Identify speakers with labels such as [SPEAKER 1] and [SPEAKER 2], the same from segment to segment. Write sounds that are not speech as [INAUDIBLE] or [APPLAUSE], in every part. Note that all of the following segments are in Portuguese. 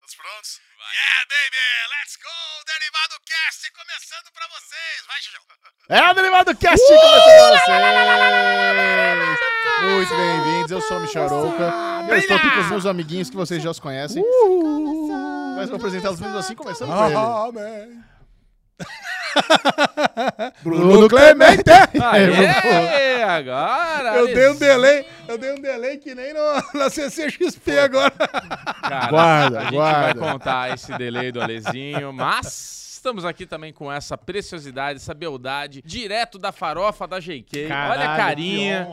[SPEAKER 1] Todos prontos?
[SPEAKER 2] Yeah, baby! Let's go! Derivado Cast começando pra vocês! Vai, Xixão!
[SPEAKER 1] É o Derivado Cast começando pra vocês! Muito bem-vindos, eu sou o Michel Arouca. Eu estou aqui com os meus amiguinhos que vocês já os conhecem. Mas vou apresentá-los mesmo assim, começando por ele.
[SPEAKER 3] Amém.
[SPEAKER 1] [LAUGHS] Bruno Clemente!
[SPEAKER 4] Aê,
[SPEAKER 1] um-
[SPEAKER 4] agora!
[SPEAKER 3] Eu
[SPEAKER 4] Alex.
[SPEAKER 3] dei um delay, eu dei um delay que nem no, na CCXP agora.
[SPEAKER 4] Cara,
[SPEAKER 1] Guarda,
[SPEAKER 4] a gente
[SPEAKER 1] guarda.
[SPEAKER 4] vai contar esse delay do Alezinho, mas estamos aqui também com essa preciosidade, essa beldade, direto da farofa da JK. Olha a carinha.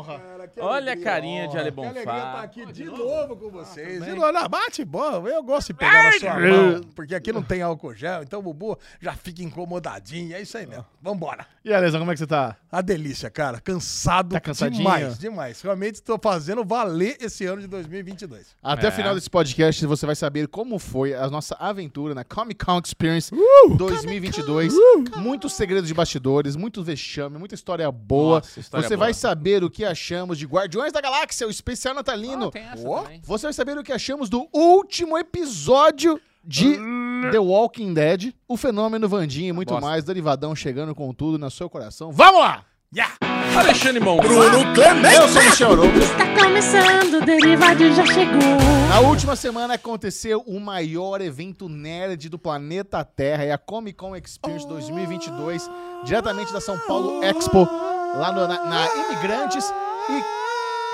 [SPEAKER 4] Olha a carinha de Ale
[SPEAKER 3] Que alegria
[SPEAKER 4] Bonfá.
[SPEAKER 1] tá
[SPEAKER 3] estar aqui de novo com vocês.
[SPEAKER 4] Ah, também.
[SPEAKER 3] De novo, não, bate boa, eu gosto de pegar na sua mão, porque aqui não tem álcool gel, então o Bubu já fica incomodadinho, é isso aí mesmo. Vambora.
[SPEAKER 1] E aí, Lesão, como é que você tá?
[SPEAKER 3] A delícia, cara, cansado
[SPEAKER 1] Tá cansadinho?
[SPEAKER 3] demais, demais. Realmente estou fazendo valer esse ano de 2022.
[SPEAKER 1] Até
[SPEAKER 4] É.
[SPEAKER 1] o final desse podcast você vai saber como foi a nossa aventura na Comic Con Experience
[SPEAKER 4] Uh!
[SPEAKER 1] 2022. Muitos segredos de bastidores, muito vexame, muita história boa.
[SPEAKER 4] Nossa, história
[SPEAKER 1] você
[SPEAKER 4] boa.
[SPEAKER 1] vai saber o que achamos de Guardiões da Galáxia, o especial natalino.
[SPEAKER 4] Ah, tem essa
[SPEAKER 3] Ó.
[SPEAKER 4] também.
[SPEAKER 1] Você vai saber o que achamos do último episódio de The Walking Dead, o fenômeno Vandinha e muito
[SPEAKER 4] Uh! Bosta.
[SPEAKER 1] mais, Derivadão chegando com tudo no seu coração. Vamos lá!
[SPEAKER 3] Yeah!
[SPEAKER 4] Alexandre Mon.
[SPEAKER 1] Eu sou o Michel Arouca.
[SPEAKER 5] Está começando, o Derivado já chegou.
[SPEAKER 1] Na última semana aconteceu o maior evento nerd do planeta Terra, é a Comic Con Experience 2022, diretamente da São Paulo Expo, lá no- na, na Imigrantes. E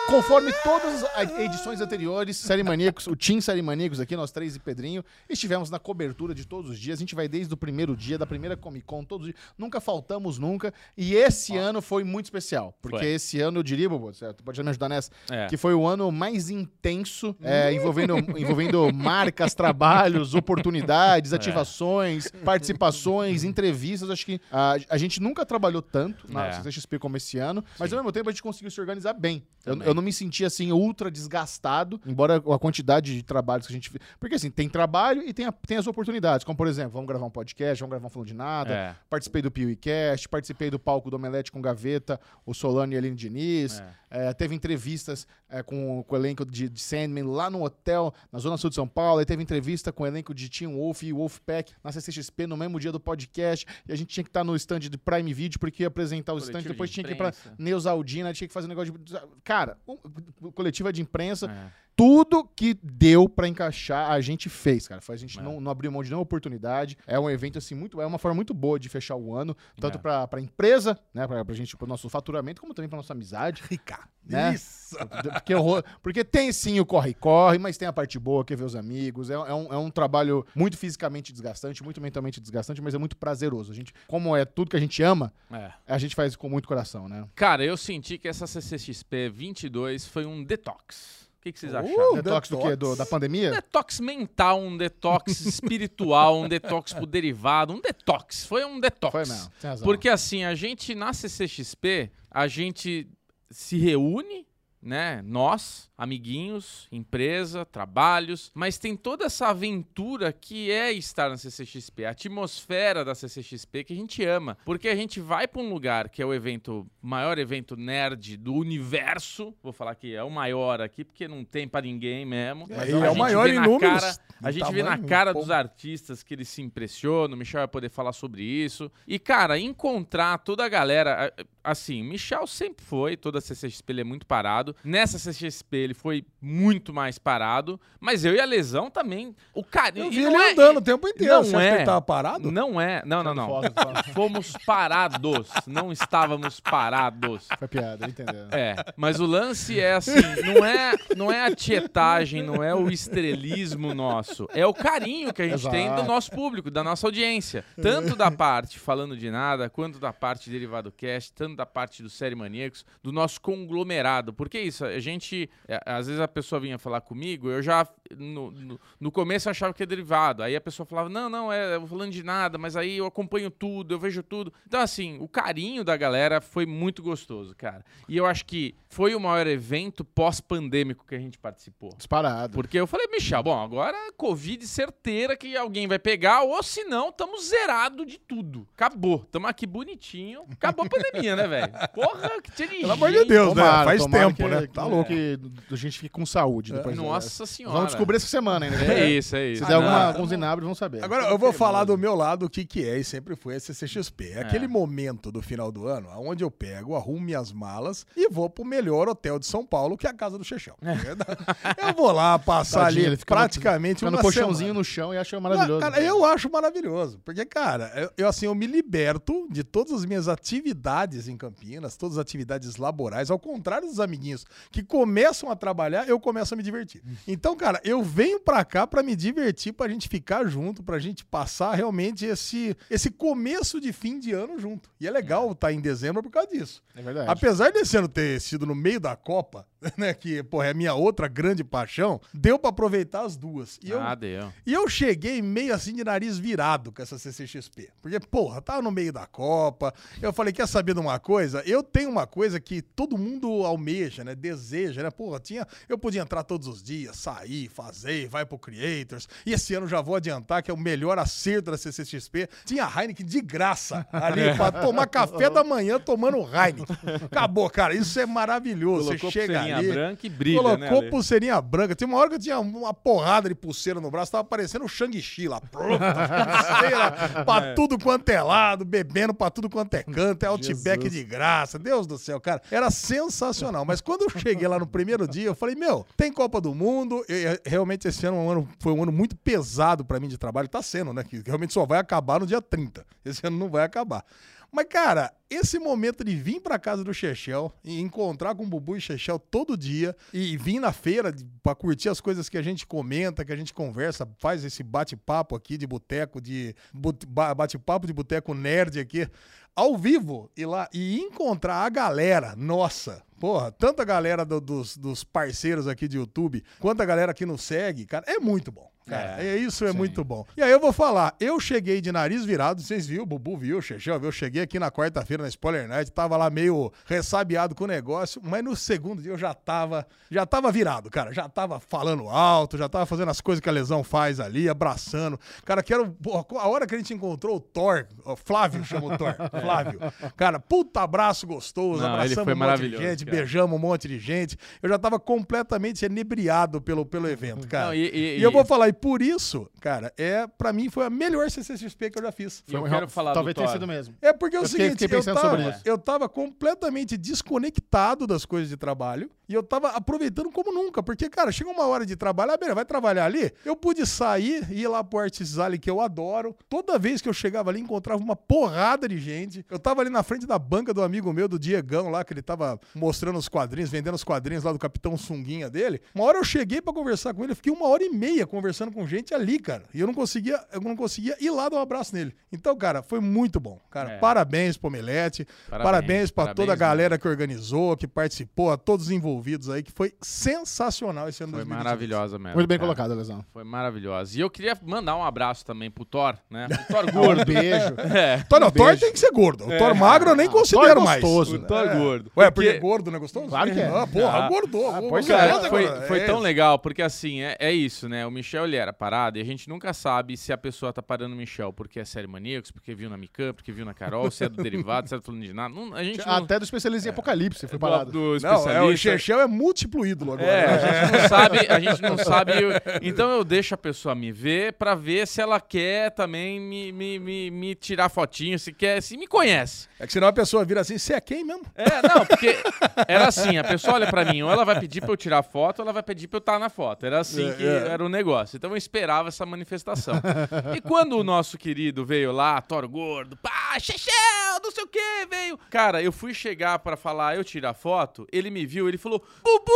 [SPEAKER 1] conforme todas as edições anteriores, Série Maníacos, o Team Série Maníacos aqui, nós três e Pedrinho, estivemos na cobertura de todos os dias. A gente vai desde o primeiro dia, da primeira Comic Con, todos os dias. Nunca faltamos nunca. E esse ano foi muito especial, porque
[SPEAKER 4] Foi.
[SPEAKER 1] esse ano eu diria, Bobo, você pode me ajudar nessa,
[SPEAKER 4] É.
[SPEAKER 1] que foi o ano mais intenso, é, envolvendo, envolvendo marcas,
[SPEAKER 4] [LAUGHS]
[SPEAKER 1] trabalhos, oportunidades,
[SPEAKER 4] É.
[SPEAKER 1] ativações,
[SPEAKER 4] Uhum.
[SPEAKER 1] participações, entrevistas. Acho que ah, a, gente nunca trabalhou tanto na
[SPEAKER 4] É.
[SPEAKER 1] CCXP como esse ano, mas
[SPEAKER 4] Sim.
[SPEAKER 1] ao mesmo tempo a gente conseguiu se organizar bem. Eu,
[SPEAKER 4] Também.
[SPEAKER 1] eu não me senti assim ultra desgastado, embora a quantidade de trabalhos que a gente fez. Porque assim, tem trabalho e tem, a- tem as oportunidades, como por exemplo, vamos gravar um podcast, vamos gravar um Falando de Nada,
[SPEAKER 4] É.
[SPEAKER 1] Participei do PeeWeeCast, participei do palco do Omelete com Gaveta, o Solano e a Aline Diniz.
[SPEAKER 4] É.
[SPEAKER 1] Eh, teve entrevistas eh, com, com o elenco de, de Sandman lá no hotel, na Zona Sul de São Paulo. Aí teve entrevista com o elenco de Team Wolf e Wolfpack na CCXP no mesmo dia do podcast. E a gente tinha que estar no stand de Prime Video porque ia apresentar o
[SPEAKER 4] Coletivo
[SPEAKER 1] stand.
[SPEAKER 4] de
[SPEAKER 1] Depois tinha que ir pra
[SPEAKER 4] imprensa.
[SPEAKER 1] Neusaldina, tinha que fazer um negócio de. Cara, um- coletiva de imprensa
[SPEAKER 4] É.
[SPEAKER 1] tudo que deu pra encaixar, a gente fez, cara. Foi- A gente
[SPEAKER 4] É.
[SPEAKER 1] não, não abriu mão de nenhuma oportunidade. É um evento, assim, muito. É uma forma muito boa de fechar o ano, tanto
[SPEAKER 4] É.
[SPEAKER 1] pra, pra empresa, né? Pra, pra gente, pro nosso faturamento, como também pra nossa amizade.
[SPEAKER 3] Rica.
[SPEAKER 1] Né?
[SPEAKER 3] Isso.
[SPEAKER 1] Porque, o ro- porque tem sim o corre-corre, mas tem a parte boa, que é ver os amigos. É, é um, é um trabalho muito fisicamente desgastante, muito mentalmente desgastante, mas é muito prazeroso. A gente, como é tudo que a gente ama,
[SPEAKER 4] É.
[SPEAKER 1] a gente faz com muito coração, né?
[SPEAKER 4] Cara, eu senti que essa CCXP 22 foi um detox. O que, que vocês
[SPEAKER 3] Uh!
[SPEAKER 4] acharam?
[SPEAKER 3] O
[SPEAKER 1] detox, do quê? Do- da pandemia?
[SPEAKER 4] Um detox mental, um detox [LAUGHS] espiritual, um detox pro derivado, um detox. Foi um detox.
[SPEAKER 1] Foi mesmo. Tem razão.
[SPEAKER 4] Porque assim, a gente na CCXP, a gente se reúne, né? Nós, amiguinhos, empresa, trabalhos, mas tem toda essa aventura que é estar na CCXP, a atmosfera da CCXP que a gente ama, porque a gente vai para um lugar que é o evento maior evento nerd do universo, vou falar que é o maior aqui porque não tem para ninguém mesmo.
[SPEAKER 3] Mas
[SPEAKER 4] A
[SPEAKER 3] é o
[SPEAKER 4] gente
[SPEAKER 3] maior
[SPEAKER 4] vê
[SPEAKER 3] em
[SPEAKER 4] na
[SPEAKER 3] números.
[SPEAKER 4] cara- a
[SPEAKER 3] em
[SPEAKER 4] gente vê na
[SPEAKER 3] Um tamanho,
[SPEAKER 4] cara
[SPEAKER 3] pô.
[SPEAKER 4] dos artistas que eles se impressionam, o Michel vai poder falar sobre isso. E, cara, encontrar toda a galera. a- Assim, o Michel sempre foi, toda a CCXP ele é muito parado. Nessa CCXP ele foi muito mais parado, mas eu e a Lesão também. O cara.
[SPEAKER 3] Eu
[SPEAKER 4] e
[SPEAKER 3] vi
[SPEAKER 4] não
[SPEAKER 3] ele
[SPEAKER 4] é-
[SPEAKER 3] andando o tempo inteiro.
[SPEAKER 4] não
[SPEAKER 3] Você acha que
[SPEAKER 4] é.
[SPEAKER 3] ele tava parado?
[SPEAKER 4] Não é. Não, não, não.
[SPEAKER 1] Foda, foda.
[SPEAKER 4] Fomos parados. Não estávamos parados.
[SPEAKER 1] Foi piada, entendeu?
[SPEAKER 4] É, mas o lance é assim, não é, não é a tietagem, não é o estrelismo nosso, é o carinho que a gente
[SPEAKER 1] Exato.
[SPEAKER 4] tem do nosso público, da nossa audiência. Tanto da parte Falando de Nada, quanto da parte Derivado Cast, tanto da parte do Série Maníacos, do nosso conglomerado. Porque é isso, a gente, é, às vezes a pessoa vinha falar comigo, eu já, no, no, no começo eu achava que é derivado, aí a pessoa falava, não, não, é, eu Falando de Nada, mas aí eu acompanho tudo, eu vejo tudo. Então assim, o carinho da galera foi muito gostoso, cara. E eu acho que foi o maior evento pós-pandêmico que a gente participou.
[SPEAKER 1] Disparado.
[SPEAKER 4] Porque eu falei, Michel, bom, agora é Covid certeira que alguém vai pegar, ou se não, tamo zerado de tudo. Acabou. Tamo aqui bonitinho. Acabou a pandemia, né, velho? Porra, que tinha de
[SPEAKER 3] Pelo amor de Deus, né?
[SPEAKER 1] Tomara,
[SPEAKER 3] Faz
[SPEAKER 1] tomara
[SPEAKER 3] tempo,
[SPEAKER 1] que-
[SPEAKER 3] né? Tá louco.
[SPEAKER 1] Que a gente fique com saúde
[SPEAKER 3] É,
[SPEAKER 1] depois.
[SPEAKER 4] Nossa senhora.
[SPEAKER 1] é. Vamos descobrir essa semana ainda. né?
[SPEAKER 4] É isso, é isso.
[SPEAKER 1] Se der
[SPEAKER 4] Não,
[SPEAKER 1] alguma,
[SPEAKER 3] tá
[SPEAKER 1] alguns
[SPEAKER 3] bom.
[SPEAKER 1] inabres, vão saber.
[SPEAKER 3] Agora, eu vou falar do meu lado o que, que é e sempre foi a CCXP. É aquele momento do final do ano onde eu pego, arrumo minhas malas e vou pro melhor hotel de São Paulo, que é a casa do Chechão. Eu vou lá passar
[SPEAKER 1] Tadinho,
[SPEAKER 3] ali
[SPEAKER 1] ele fica no-
[SPEAKER 3] praticamente
[SPEAKER 1] Fica no
[SPEAKER 3] uma
[SPEAKER 1] colchãozinho
[SPEAKER 3] semana.
[SPEAKER 1] no chão e acha maravilhoso. né?
[SPEAKER 3] Cara, eu acho maravilhoso. Porque, cara, eu, eu, assim, eu me liberto de todas as minhas atividades em Campinas, todas as atividades laborais, ao contrário dos amiguinhos que começam a trabalhar, eu começo a me divertir. Então, cara, eu venho pra cá pra me divertir, pra gente ficar junto, pra gente passar realmente esse, esse começo de fim de ano junto. E é legal estar em dezembro por causa disso.
[SPEAKER 1] É verdade.
[SPEAKER 3] Apesar desse ano ter sido no meio da Copa, [LAUGHS] né, que, porra, é a minha outra grande paixão, deu pra aproveitar as duas. E eu
[SPEAKER 4] Ah, deu.
[SPEAKER 3] e eu cheguei meio assim de nariz virado com essa CCXP. Porque, porra, tava no meio da Copa. Eu falei, quer saber de uma coisa? Eu tenho uma coisa que todo mundo almeja, né? Deseja, né? Porra, tinha, eu podia entrar todos os dias, sair, fazer, vai pro Creators. E esse ano já vou adiantar que é o melhor acerto da CCXP. Tinha Heineken de graça ali pra tomar café da manhã tomando Heineken. Acabou, cara. Isso é maravilhoso.
[SPEAKER 4] Colocou
[SPEAKER 3] Você chega
[SPEAKER 4] pulseirinha
[SPEAKER 3] ali.
[SPEAKER 4] branca e brilha, né,
[SPEAKER 3] Colocou
[SPEAKER 4] Ale?
[SPEAKER 3] pulseirinha branca. Tem uma hora que eu tinha uma porrada de pulseira no braço, tava parecendo o Shang-Chi lá. Plum, [LAUGHS] pulseira pra tudo quanto é lado, bebendo pra tudo quanto é canto, é outback de graça. Deus do céu, cara. Era sensacional. Mas quando eu cheguei lá no primeiro dia, eu falei, meu, tem Copa do Mundo. E, eh, realmente esse ano, é um ano- foi um ano muito pesado pra mim de trabalho. Tá sendo, né? Que realmente só vai acabar no dia 30. Esse ano não vai acabar. Mas, cara, esse momento de vir pra casa do Chechel e encontrar com o Bubu e Chechel todo dia e vir na feira de- pra curtir as coisas que a gente comenta, que a gente conversa, faz esse bate-papo aqui de boteco, de bot- ba- bate-papo de boteco nerd aqui, ao vivo e lá e encontrar a galera, nossa, Porra, tanta galera do- dos, dos parceiros aqui de YouTube, quanto a galera que nos segue, cara, é muito bom. Cara, é, isso é muito bom. E aí eu vou falar, eu cheguei de nariz virado, vocês viram, o Bubu viu, o Xexão viu, eu cheguei aqui na quarta-feira na Spoiler Night, tava lá meio ressabiado com o negócio, mas no segundo dia eu já tava, já tava virado, cara, já tava falando alto, já tava fazendo as coisas que a lesão faz ali, abraçando. Cara, quero, porra, a hora que a gente encontrou o Thor, o Flávio chama o
[SPEAKER 4] [LAUGHS]
[SPEAKER 3] Thor, Flávio. Cara, puta abraço gostoso,
[SPEAKER 4] É. Não, ele
[SPEAKER 3] abraçamos
[SPEAKER 4] foi
[SPEAKER 3] um monte de
[SPEAKER 4] maravilhoso,
[SPEAKER 3] gente,
[SPEAKER 4] cara.
[SPEAKER 3] beijamos um monte de gente. Eu já tava completamente enebriado pelo, pelo evento, cara.
[SPEAKER 4] Não,
[SPEAKER 3] e,
[SPEAKER 4] e, e-
[SPEAKER 3] eu
[SPEAKER 4] e-
[SPEAKER 3] vou falar, e por isso, cara, é para mim foi a melhor CCXP que eu já fiz.
[SPEAKER 4] e eu quero falar
[SPEAKER 1] um Talvez
[SPEAKER 4] do
[SPEAKER 1] tenha
[SPEAKER 4] Thor.
[SPEAKER 1] sido mesmo.
[SPEAKER 3] É porque é o
[SPEAKER 1] Eu fiquei-
[SPEAKER 3] seguinte,
[SPEAKER 1] fiquei
[SPEAKER 3] eu,
[SPEAKER 1] pensando
[SPEAKER 3] tava,
[SPEAKER 1] sobre isso.
[SPEAKER 3] eu tava completamente desconectado das coisas de trabalho e eu tava aproveitando como nunca. Porque, cara, chega uma hora de trabalho, ah, beleza, vai trabalhar ali. Eu pude sair, ir lá pro Artisale que eu adoro. Toda vez que eu chegava ali, encontrava uma porrada de gente. Eu tava ali na frente da banca do amigo meu, do Diegão lá, que ele tava mostrando os quadrinhos, vendendo os quadrinhos lá do Capitão Sunguinha dele. Uma hora eu cheguei pra conversar com ele, eu fiquei uma hora e meia conversando com gente ali, cara. E eu não conseguia, eu não conseguia ir lá dar um abraço nele. Então, cara, foi muito bom. Cara,
[SPEAKER 4] É.
[SPEAKER 3] parabéns pro Omelete.
[SPEAKER 4] Parabéns,
[SPEAKER 3] Parabéns pra
[SPEAKER 4] parabéns
[SPEAKER 3] toda a
[SPEAKER 4] mesmo.
[SPEAKER 3] galera que organizou, que participou, a todos os envolvidos aí, que foi sensacional esse ano
[SPEAKER 4] Foi
[SPEAKER 3] 2022.
[SPEAKER 4] maravilhosa mesmo.
[SPEAKER 1] Muito bem
[SPEAKER 4] cara.
[SPEAKER 1] colocado, Lesão.
[SPEAKER 4] Foi maravilhosa. E eu queria mandar um abraço também pro Thor, né? Pro Thor
[SPEAKER 1] [LAUGHS]
[SPEAKER 4] gordo.
[SPEAKER 1] Um Beijo.
[SPEAKER 4] É.
[SPEAKER 3] Thor, não,
[SPEAKER 1] Um
[SPEAKER 3] Thor
[SPEAKER 1] beijo.
[SPEAKER 3] tem que ser gordo. O Thor magro eu nem considero
[SPEAKER 1] É. Thor é
[SPEAKER 3] mais.
[SPEAKER 1] gostoso.
[SPEAKER 4] O Thor tá gordo.
[SPEAKER 3] Ué, porque
[SPEAKER 4] Porque-
[SPEAKER 3] gordo não é gostoso?
[SPEAKER 1] Claro que é.
[SPEAKER 3] Ah, porra,
[SPEAKER 4] Ah.
[SPEAKER 3] gordou. gordo.
[SPEAKER 1] pois
[SPEAKER 3] gordo,
[SPEAKER 1] é.
[SPEAKER 4] Cara,
[SPEAKER 3] gordo,
[SPEAKER 4] foi,
[SPEAKER 3] gordo.
[SPEAKER 4] foi
[SPEAKER 3] É
[SPEAKER 4] tão
[SPEAKER 3] isso.
[SPEAKER 4] legal, porque assim, é, é isso, né? O Michel, ele era parado e a gente nunca sabe se a pessoa tá parando o Michel porque é série maníacos, porque viu na Mikan, porque viu na Carol, se é do derivado, se é do falando de nada. Não, a gente
[SPEAKER 3] Então,
[SPEAKER 4] não,
[SPEAKER 1] Até do especialista em
[SPEAKER 3] é.
[SPEAKER 1] Apocalipse foi
[SPEAKER 4] do,
[SPEAKER 1] parado.
[SPEAKER 4] do
[SPEAKER 3] Não, é, o
[SPEAKER 4] especialista.
[SPEAKER 3] Xexel é múltiplo ídolo agora.
[SPEAKER 4] É,
[SPEAKER 3] né?
[SPEAKER 4] a gente não sabe, a gente não sabe. eu- Então eu deixo a pessoa me ver pra ver se ela quer também me, me, me, me tirar fotinho, se quer, se me conhece.
[SPEAKER 3] É que senão a pessoa vira assim, você é quem mesmo?
[SPEAKER 4] É, não, porque era assim, a pessoa olha pra mim, ou ela vai pedir pra eu tirar foto, ou ela vai pedir pra eu estar na foto. Era assim
[SPEAKER 3] É,
[SPEAKER 4] que era o negócio. Então eu esperava essa manifestação. E quando o nosso querido veio lá, Thor Gordo, pá, Chechel, não sei o que, veio. Cara, eu fui chegar pra falar, eu tirar foto, ele me viu, ele falou, Bubu,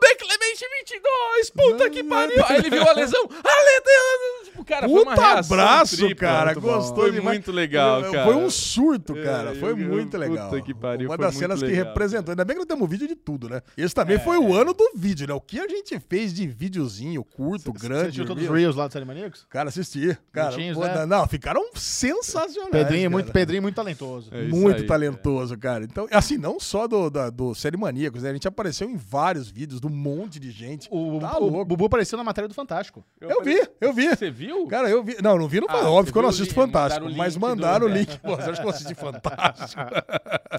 [SPEAKER 4] Bem Clemente 22, puta que pariu. Aí ele viu a lesão, a lesão. Tipo, Cara, foi uma
[SPEAKER 3] é Puta
[SPEAKER 4] reação
[SPEAKER 3] abraço,
[SPEAKER 4] tripla.
[SPEAKER 3] cara.
[SPEAKER 4] Muito bom.
[SPEAKER 3] Gostou
[SPEAKER 4] Foi
[SPEAKER 3] demais.
[SPEAKER 4] muito legal,
[SPEAKER 3] Eu- eu-
[SPEAKER 4] cara.
[SPEAKER 3] Foi um surto, cara.
[SPEAKER 4] É,
[SPEAKER 3] foi
[SPEAKER 4] eu- eu-
[SPEAKER 3] muito
[SPEAKER 4] puta
[SPEAKER 3] legal.
[SPEAKER 4] que pariu,
[SPEAKER 3] Uma
[SPEAKER 4] foi
[SPEAKER 3] das
[SPEAKER 4] muito
[SPEAKER 3] cenas que
[SPEAKER 4] legal, É.
[SPEAKER 3] representou. Ainda bem que não temos vídeo de tudo, né? Esse também foi o ano do vídeo, né? O que a gente fez de videozinho curto,
[SPEAKER 1] Você
[SPEAKER 3] grande.
[SPEAKER 1] assistiu todos os
[SPEAKER 3] real.
[SPEAKER 1] Reels lá do Série Maníacos?
[SPEAKER 3] Cara, assisti. Cara,
[SPEAKER 1] Bonitinhos,
[SPEAKER 3] pô,
[SPEAKER 1] né?
[SPEAKER 3] não, ficaram sensacionais.
[SPEAKER 1] Pedrinho, é
[SPEAKER 3] cara.
[SPEAKER 1] muito, Pedrinho é muito talentoso.
[SPEAKER 4] É isso
[SPEAKER 3] Muito
[SPEAKER 4] aí,
[SPEAKER 3] talentoso, cara. Então, assim, não só do, da, do Série Maníacos, né? A gente apareceu em vários vídeos do monte de gente.
[SPEAKER 1] O,
[SPEAKER 3] tá
[SPEAKER 1] o
[SPEAKER 3] louco.
[SPEAKER 1] Bubu apareceu na matéria do Fantástico.
[SPEAKER 3] Eu vi, eu vi.
[SPEAKER 4] Você viu? viu?
[SPEAKER 3] Cara, eu vi. Não, não vi, não foi.
[SPEAKER 4] Ah,
[SPEAKER 3] Óbvio
[SPEAKER 4] você
[SPEAKER 3] que eu não
[SPEAKER 4] viu o
[SPEAKER 3] assisto
[SPEAKER 4] link,
[SPEAKER 3] Fantástico.
[SPEAKER 4] mandaram o
[SPEAKER 3] mas
[SPEAKER 4] link do-
[SPEAKER 3] mandaram o
[SPEAKER 4] é.
[SPEAKER 3] link. Pô, você acha que
[SPEAKER 4] [LAUGHS]
[SPEAKER 3] eu assisti Fantástico?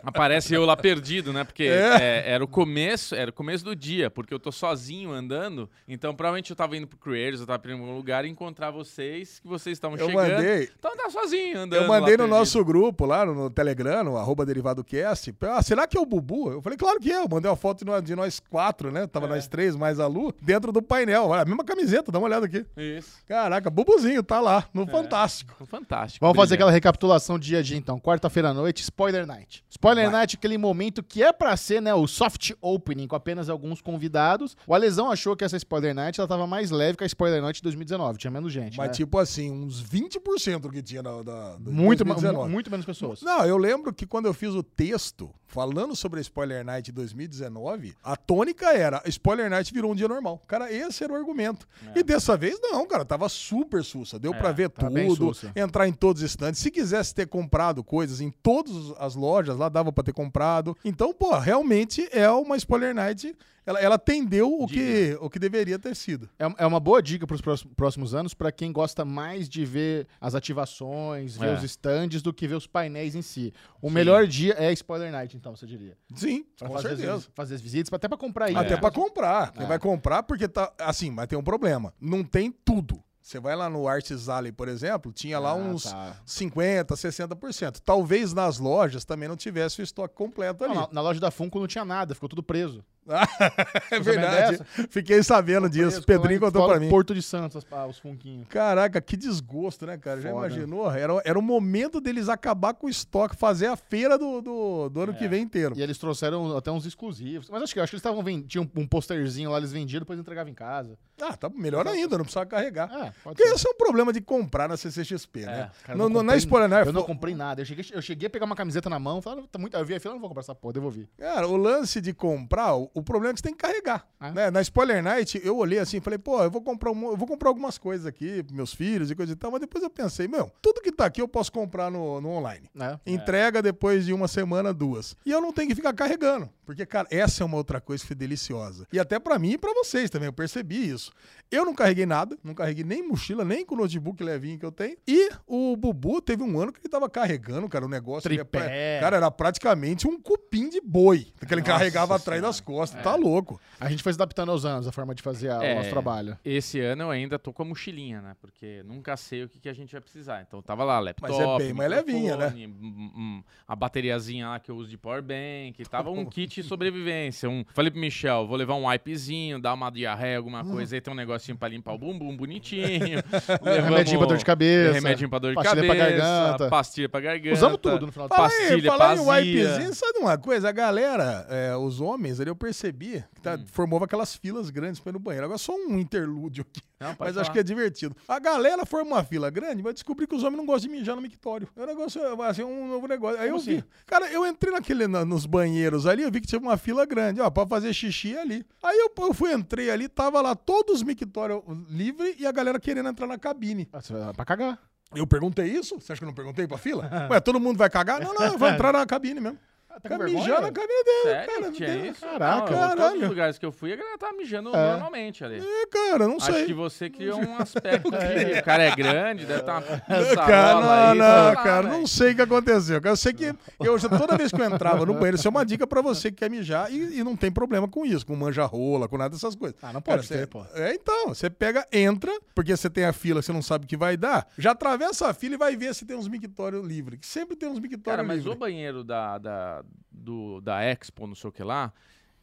[SPEAKER 4] Aparece eu lá perdido, né? Porque
[SPEAKER 3] É.
[SPEAKER 4] é, era o começo, era o começo do dia, porque eu tô sozinho andando. Então, provavelmente eu tava indo pro Creators, eu tava pra algum lugar e encontrar vocês, que vocês estavam
[SPEAKER 3] Eu
[SPEAKER 4] chegando.
[SPEAKER 3] mandei.
[SPEAKER 4] Então tá sozinho andando.
[SPEAKER 3] Eu
[SPEAKER 4] lá
[SPEAKER 3] mandei no
[SPEAKER 4] perdido.
[SPEAKER 3] nosso grupo lá no, no Telegram, no arroba derivadocast. Ah, será que é o Bubu? Eu falei, claro que é. Eu mandei uma foto de nós- de nós quatro, né?
[SPEAKER 1] É.
[SPEAKER 3] Tava nós três mais a Lu, dentro do painel. Olha, a mesma camiseta, dá uma olhada aqui.
[SPEAKER 4] Isso.
[SPEAKER 3] Caraca, Bubuzinho tá lá,
[SPEAKER 1] É.
[SPEAKER 3] no Fantástico.
[SPEAKER 4] Fantástico.
[SPEAKER 1] Vamos fazer aquela
[SPEAKER 4] brilhante.
[SPEAKER 1] recapitulação dia a dia então. Quarta-feira à noite, spoiler night. Spoiler night, aquele momento que é pra ser, né, o soft opening com apenas alguns convidados. O Alesão achou que essa spoiler night ela tava mais leve que a spoiler night de 2019, tinha menos gente,
[SPEAKER 3] Mas
[SPEAKER 1] né?
[SPEAKER 3] tipo assim, uns 20% do que tinha na, da, do
[SPEAKER 1] muito, ma-
[SPEAKER 3] 2019.
[SPEAKER 1] mu- muito menos pessoas.
[SPEAKER 3] Não, eu lembro que quando eu fiz o texto falando sobre a Spoiler Night 2019, a tônica era Spoiler Night virou um dia normal. Cara, esse era o argumento. E dessa vez não, cara, tava super sussa. Deu pra ver
[SPEAKER 1] É. tá bem
[SPEAKER 3] tudo,
[SPEAKER 1] sussa.
[SPEAKER 3] entrar em todos os estandes. Se quisesse ter comprado coisas em todas as lojas, lá dava pra ter comprado. Então, pô, realmente é uma Spoiler Night. Ela, ela atendeu o que, o que deveria ter sido.
[SPEAKER 1] É, é uma boa dica pros próximos- próximos anos pra quem gosta mais de ver as ativações, ver
[SPEAKER 4] É.
[SPEAKER 1] os stands do que ver os painéis em si. O
[SPEAKER 4] Sim.
[SPEAKER 1] melhor dia é a spoiler night, então, você diria.
[SPEAKER 3] Sim,
[SPEAKER 1] Pra
[SPEAKER 3] com
[SPEAKER 1] fazer,
[SPEAKER 3] certeza.
[SPEAKER 1] As, fazer as visitas, até pra comprar
[SPEAKER 3] Até
[SPEAKER 1] né?
[SPEAKER 3] pra comprar. Quem
[SPEAKER 1] É.
[SPEAKER 3] vai comprar, porque tá. Assim, mas tem um problema. Não tem tudo. Você vai lá no Arts Alley, por exemplo, tinha lá
[SPEAKER 1] Ah,
[SPEAKER 3] uns
[SPEAKER 1] tá.
[SPEAKER 3] 50%, 60%. Talvez nas lojas também não tivesse o estoque completo Tá ali.
[SPEAKER 1] Não, na, na loja da Funko não tinha nada, ficou tudo preso.
[SPEAKER 3] [LAUGHS] é
[SPEAKER 1] sabendo
[SPEAKER 3] verdade. Fiquei sabendo disso.
[SPEAKER 1] Preso,
[SPEAKER 3] Pedrinho
[SPEAKER 1] ficou lá
[SPEAKER 3] contou
[SPEAKER 1] fora
[SPEAKER 3] pra
[SPEAKER 1] do
[SPEAKER 3] mim.
[SPEAKER 1] Porto de Santos, as- ah, os funquinhos.
[SPEAKER 3] Caraca, que desgosto, né, cara? Já
[SPEAKER 1] Foda.
[SPEAKER 3] imaginou? Era, era o momento deles acabar com o estoque, fazer a feira do, do, do ano que vem inteiro.
[SPEAKER 1] É. E eles trouxeram até uns exclusivos. Mas acho que, acho que eles estavam vendendo. Tinha um, um posterzinho lá, eles vendiam, depois entregavam em casa.
[SPEAKER 3] Ah, tá melhor ainda, não precisava carregar.
[SPEAKER 1] Ah, pode
[SPEAKER 3] Porque
[SPEAKER 1] ser.
[SPEAKER 3] esse é um problema de comprar na CCXP, né?
[SPEAKER 1] É, Cara, eu
[SPEAKER 3] no, no, na
[SPEAKER 1] comprei-
[SPEAKER 3] Spoiler Night,
[SPEAKER 1] Eu não
[SPEAKER 3] fo-
[SPEAKER 1] comprei nada. Eu cheguei, eu cheguei a pegar uma camiseta na mão, falei, "Ah, tá muito. Aí eu vi a fila, não vou comprar essa porra, devolvi.
[SPEAKER 3] Cara, o lance de comprar, o o problema é que você tem que carregar.
[SPEAKER 1] Ah.
[SPEAKER 3] né? Na Spoiler Night, eu olhei assim e falei, pô, eu vou comprar um- eu vou comprar algumas coisas aqui pros meus filhos e coisa e tal, mas depois eu pensei, meu, tudo que tá aqui eu posso comprar no, no online.
[SPEAKER 1] Né?
[SPEAKER 3] Entrega depois de uma semana, duas. E eu não tenho que ficar carregando. Porque, cara, essa é uma outra coisa que foi deliciosa. E até pra mim e pra vocês também, eu percebi isso. Eu não carreguei nada, não carreguei nem mochila, nem com o notebook levinho que eu tenho. E o Bubu teve um ano que ele tava carregando, cara, o negócio. ele é
[SPEAKER 1] Tripé.
[SPEAKER 3] pra- Cara, era praticamente um cupim de boi que ele carregava atrás das costas. Tá louco.
[SPEAKER 1] A gente foi se adaptando aos anos, a forma de fazer a- o
[SPEAKER 4] É.
[SPEAKER 1] nosso trabalho.
[SPEAKER 4] Esse ano eu ainda tô com a mochilinha, né? Porque nunca sei o que, que a gente vai precisar. Então tava lá, laptop,
[SPEAKER 3] Mas é bem mais levinha, né?
[SPEAKER 4] microfone, hum, hum, a bateriazinha lá que eu uso de power bank, tava
[SPEAKER 1] [LAUGHS]
[SPEAKER 4] um kit de sobrevivência. Um... Falei pro Michel, vou levar um wipezinho, dar uma diarreia,
[SPEAKER 1] [LAUGHS]
[SPEAKER 4] alguma coisa, aí tem um negocinho pra limpar o bumbum bonitinho. Levamos um
[SPEAKER 1] Remedinho pra dor de cabeça.
[SPEAKER 4] Remedinho pra dor de
[SPEAKER 1] pastilha pra
[SPEAKER 4] cabeça.
[SPEAKER 1] garganta.
[SPEAKER 4] Pastilha pra garganta.
[SPEAKER 1] Usamos tudo no final do
[SPEAKER 4] Fala
[SPEAKER 1] dia.
[SPEAKER 4] aí. um
[SPEAKER 3] Ei,
[SPEAKER 4] pastilha,
[SPEAKER 3] falar em
[SPEAKER 4] pazia.
[SPEAKER 3] wipezinho, um sabe uma coisa? A galera, é, os homens ali, eu percebi que tá, formava aquelas filas grandes pra ir no banheiro. Agora só um interlúdio aqui.
[SPEAKER 4] Não, pode
[SPEAKER 3] Mas acho
[SPEAKER 4] falar.
[SPEAKER 3] que é divertido. A galera forma uma fila grande, mas descobri que os homens não gostam de mijar no mictório. É um negócio, é, assim, um novo negócio. Aí eu vi. Cara, eu entrei naquele, na- nos banheiros ali, eu vi que tinha uma fila grande, ó, pra fazer xixi é ali. Aí eu, eu fui, entrei ali, tava lá todos os mictórios livres e a galera querendo entrar na cabine.
[SPEAKER 1] Ah, você vai- Pra cagar.
[SPEAKER 3] Eu perguntei isso? Você acha que eu não perguntei pra fila?
[SPEAKER 1] [LAUGHS]
[SPEAKER 3] Ué, todo mundo vai cagar? Não, não, eu vou entrar na cabine mesmo.
[SPEAKER 1] tá com
[SPEAKER 3] Vai
[SPEAKER 1] vergonha?
[SPEAKER 3] mijar na cabine dele,
[SPEAKER 4] Sério?
[SPEAKER 3] cara. não
[SPEAKER 4] é Tinha
[SPEAKER 3] tem-
[SPEAKER 4] isso?
[SPEAKER 1] Caraca,
[SPEAKER 4] Não, eu- Todos
[SPEAKER 3] caralho.
[SPEAKER 4] os lugares que eu fui, a galera tava mijando
[SPEAKER 1] É.
[SPEAKER 4] normalmente ali.
[SPEAKER 3] É, cara, não
[SPEAKER 4] Acho
[SPEAKER 3] sei. [LAUGHS]
[SPEAKER 4] que você criou um aspecto de o cara é grande, deve estar uma
[SPEAKER 3] Não,
[SPEAKER 4] sarola
[SPEAKER 3] Cara,
[SPEAKER 4] aí,
[SPEAKER 3] não,
[SPEAKER 4] sei
[SPEAKER 3] não,
[SPEAKER 4] lá,
[SPEAKER 3] cara,
[SPEAKER 4] velho.
[SPEAKER 3] não sei o que aconteceu. cara. Eu
[SPEAKER 4] [LAUGHS]
[SPEAKER 3] sei que eu já, toda vez que eu entrava no banheiro, isso é uma dica pra você que quer mijar e, e não tem problema com isso, com manja-rola, com nada dessas coisas.
[SPEAKER 1] Ah, não pode
[SPEAKER 3] você-
[SPEAKER 1] ter, pô.
[SPEAKER 3] É, então, você pega, entra, porque você tem a fila, você não sabe o que vai dar, já atravessa a fila e vai ver se tem uns mictórios livres. Que sempre tem uns
[SPEAKER 4] Cara,
[SPEAKER 3] mictórios
[SPEAKER 4] mas o
[SPEAKER 3] livres.
[SPEAKER 4] banheiro da, da, do, da Expo, não sei o que lá,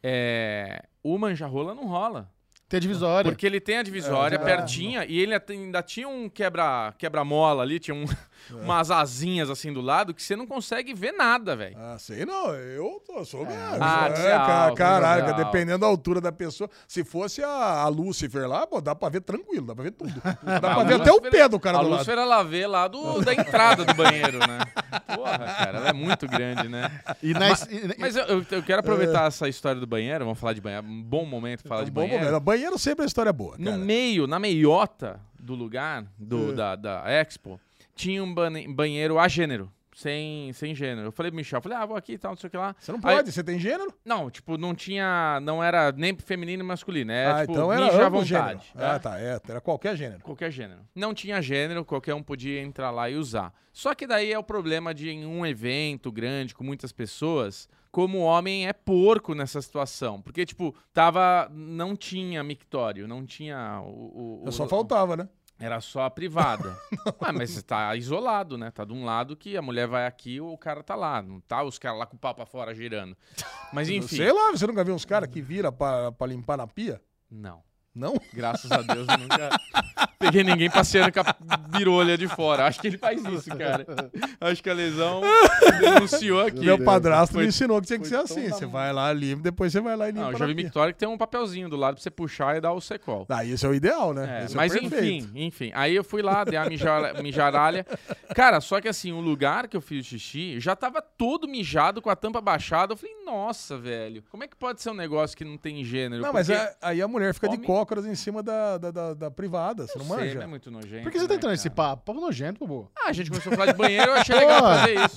[SPEAKER 4] é, o manjarrola não rola.
[SPEAKER 1] Tem a divisória.
[SPEAKER 4] Porque ele tem a divisória
[SPEAKER 3] É, já-
[SPEAKER 4] pertinha e ele at- ainda tinha um quebra- quebra-mola ali, tinha um-
[SPEAKER 3] É.
[SPEAKER 4] [LAUGHS] umas asinhas assim do lado que você não consegue ver nada, velho.
[SPEAKER 3] Ah, sei não, eu tô, sou mesmo.
[SPEAKER 4] Ah, você é
[SPEAKER 3] ca-
[SPEAKER 4] alto,
[SPEAKER 3] caraca,
[SPEAKER 4] você é alto.
[SPEAKER 3] dependendo da altura da pessoa. Se fosse a, a Lucifer lá, pô, dá pra ver tranquilo, dá pra ver
[SPEAKER 4] [LAUGHS]
[SPEAKER 3] tudo. Dá pra
[SPEAKER 4] A
[SPEAKER 3] ver até o
[SPEAKER 4] Lúcifer-
[SPEAKER 3] pé do cara
[SPEAKER 4] A
[SPEAKER 3] do lado.
[SPEAKER 4] Lúcifer ela vê lá do, da entrada do banheiro, né? Porra, cara, ela é muito grande, né?
[SPEAKER 3] Ah,
[SPEAKER 1] E na- e- e-
[SPEAKER 4] Mas eu, eu- eu quero aproveitar essa história do banheiro, vamos falar de banheiro, um bom momento pra falar de
[SPEAKER 3] É Bom
[SPEAKER 4] banheiro.
[SPEAKER 3] momento. Banheiro sempre é uma história boa.
[SPEAKER 4] No
[SPEAKER 3] cara.
[SPEAKER 4] meio, na
[SPEAKER 3] É.
[SPEAKER 4] meiota do lugar, do, da, da Expo, tinha um bane- banheiro a gênero. sem, sem gênero. Eu falei pro Michel, eu falei, ah, vou aqui e tal, não sei o que lá.
[SPEAKER 3] Você não
[SPEAKER 4] Aí-
[SPEAKER 3] pode, você tem gênero?
[SPEAKER 4] Não, tipo, não tinha. Não era nem feminino nem masculino. É,
[SPEAKER 3] ah,
[SPEAKER 4] tipo,
[SPEAKER 3] então era
[SPEAKER 4] ninja à vontade.
[SPEAKER 3] ambos gênero.
[SPEAKER 4] né?
[SPEAKER 3] Ah, tá, é, era qualquer gênero.
[SPEAKER 4] Qualquer gênero. Não tinha gênero, qualquer um podia entrar lá e usar. Só que daí é o problema de em um evento grande com muitas pessoas, como o homem é porco nessa situação. Porque, tipo, tava. Não tinha mictório, não tinha o. o-
[SPEAKER 3] Eu só
[SPEAKER 4] o-
[SPEAKER 3] faltava, né?
[SPEAKER 4] Era só a privada.
[SPEAKER 3] [LAUGHS]
[SPEAKER 4] Ué, mas você tá isolado, né? Tá de um lado que a mulher vai aqui ou o cara tá lá. Não tá os caras lá com o pau pra fora girando. Mas enfim.
[SPEAKER 3] Sei lá, [LAUGHS] você é nunca viu uns caras que vira pra, pra limpar na pia?
[SPEAKER 4] Não.
[SPEAKER 3] Não?
[SPEAKER 4] Graças a Deus, eu nunca peguei ninguém passeando com a birolha de fora. Acho que ele faz isso, cara. Acho que a lesão denunciou aqui.
[SPEAKER 3] Meu padrasto
[SPEAKER 4] Foi-
[SPEAKER 3] me ensinou que tinha que ser
[SPEAKER 4] foi tão
[SPEAKER 3] assim.
[SPEAKER 4] da
[SPEAKER 3] Você
[SPEAKER 4] mão.
[SPEAKER 3] vai lá, limpa, depois você vai lá e limpa
[SPEAKER 4] Não, eu
[SPEAKER 3] na
[SPEAKER 4] já vi
[SPEAKER 3] pia.
[SPEAKER 4] Mictório que tem um papelzinho do lado pra você puxar e dar o secol.
[SPEAKER 3] Ah, esse é o ideal, né?
[SPEAKER 4] É,
[SPEAKER 3] Esse é o
[SPEAKER 4] mas
[SPEAKER 3] perfeito.
[SPEAKER 4] enfim, enfim. Aí eu fui lá, dei a mijara- mijaralha. Cara, só que assim, o lugar que eu fiz o xixi já tava todo mijado com a tampa baixada. Eu falei, nossa, velho, como é que pode ser um negócio que não tem gênero?
[SPEAKER 3] Não, mas é,
[SPEAKER 4] Porque-
[SPEAKER 3] a- aí a mulher fica de
[SPEAKER 4] homem-
[SPEAKER 3] cócoras em cima da, da, da- da privada, você
[SPEAKER 4] Não
[SPEAKER 3] não
[SPEAKER 4] sei,
[SPEAKER 3] manja?
[SPEAKER 4] mas é muito nojento.
[SPEAKER 1] Por que você tá
[SPEAKER 4] né,
[SPEAKER 1] entrando nesse
[SPEAKER 4] cara?
[SPEAKER 1] papo? Papo nojento, bobo.
[SPEAKER 4] Ah, a gente começou a falar de banheiro, eu achei legal
[SPEAKER 1] Porra.
[SPEAKER 4] fazer isso.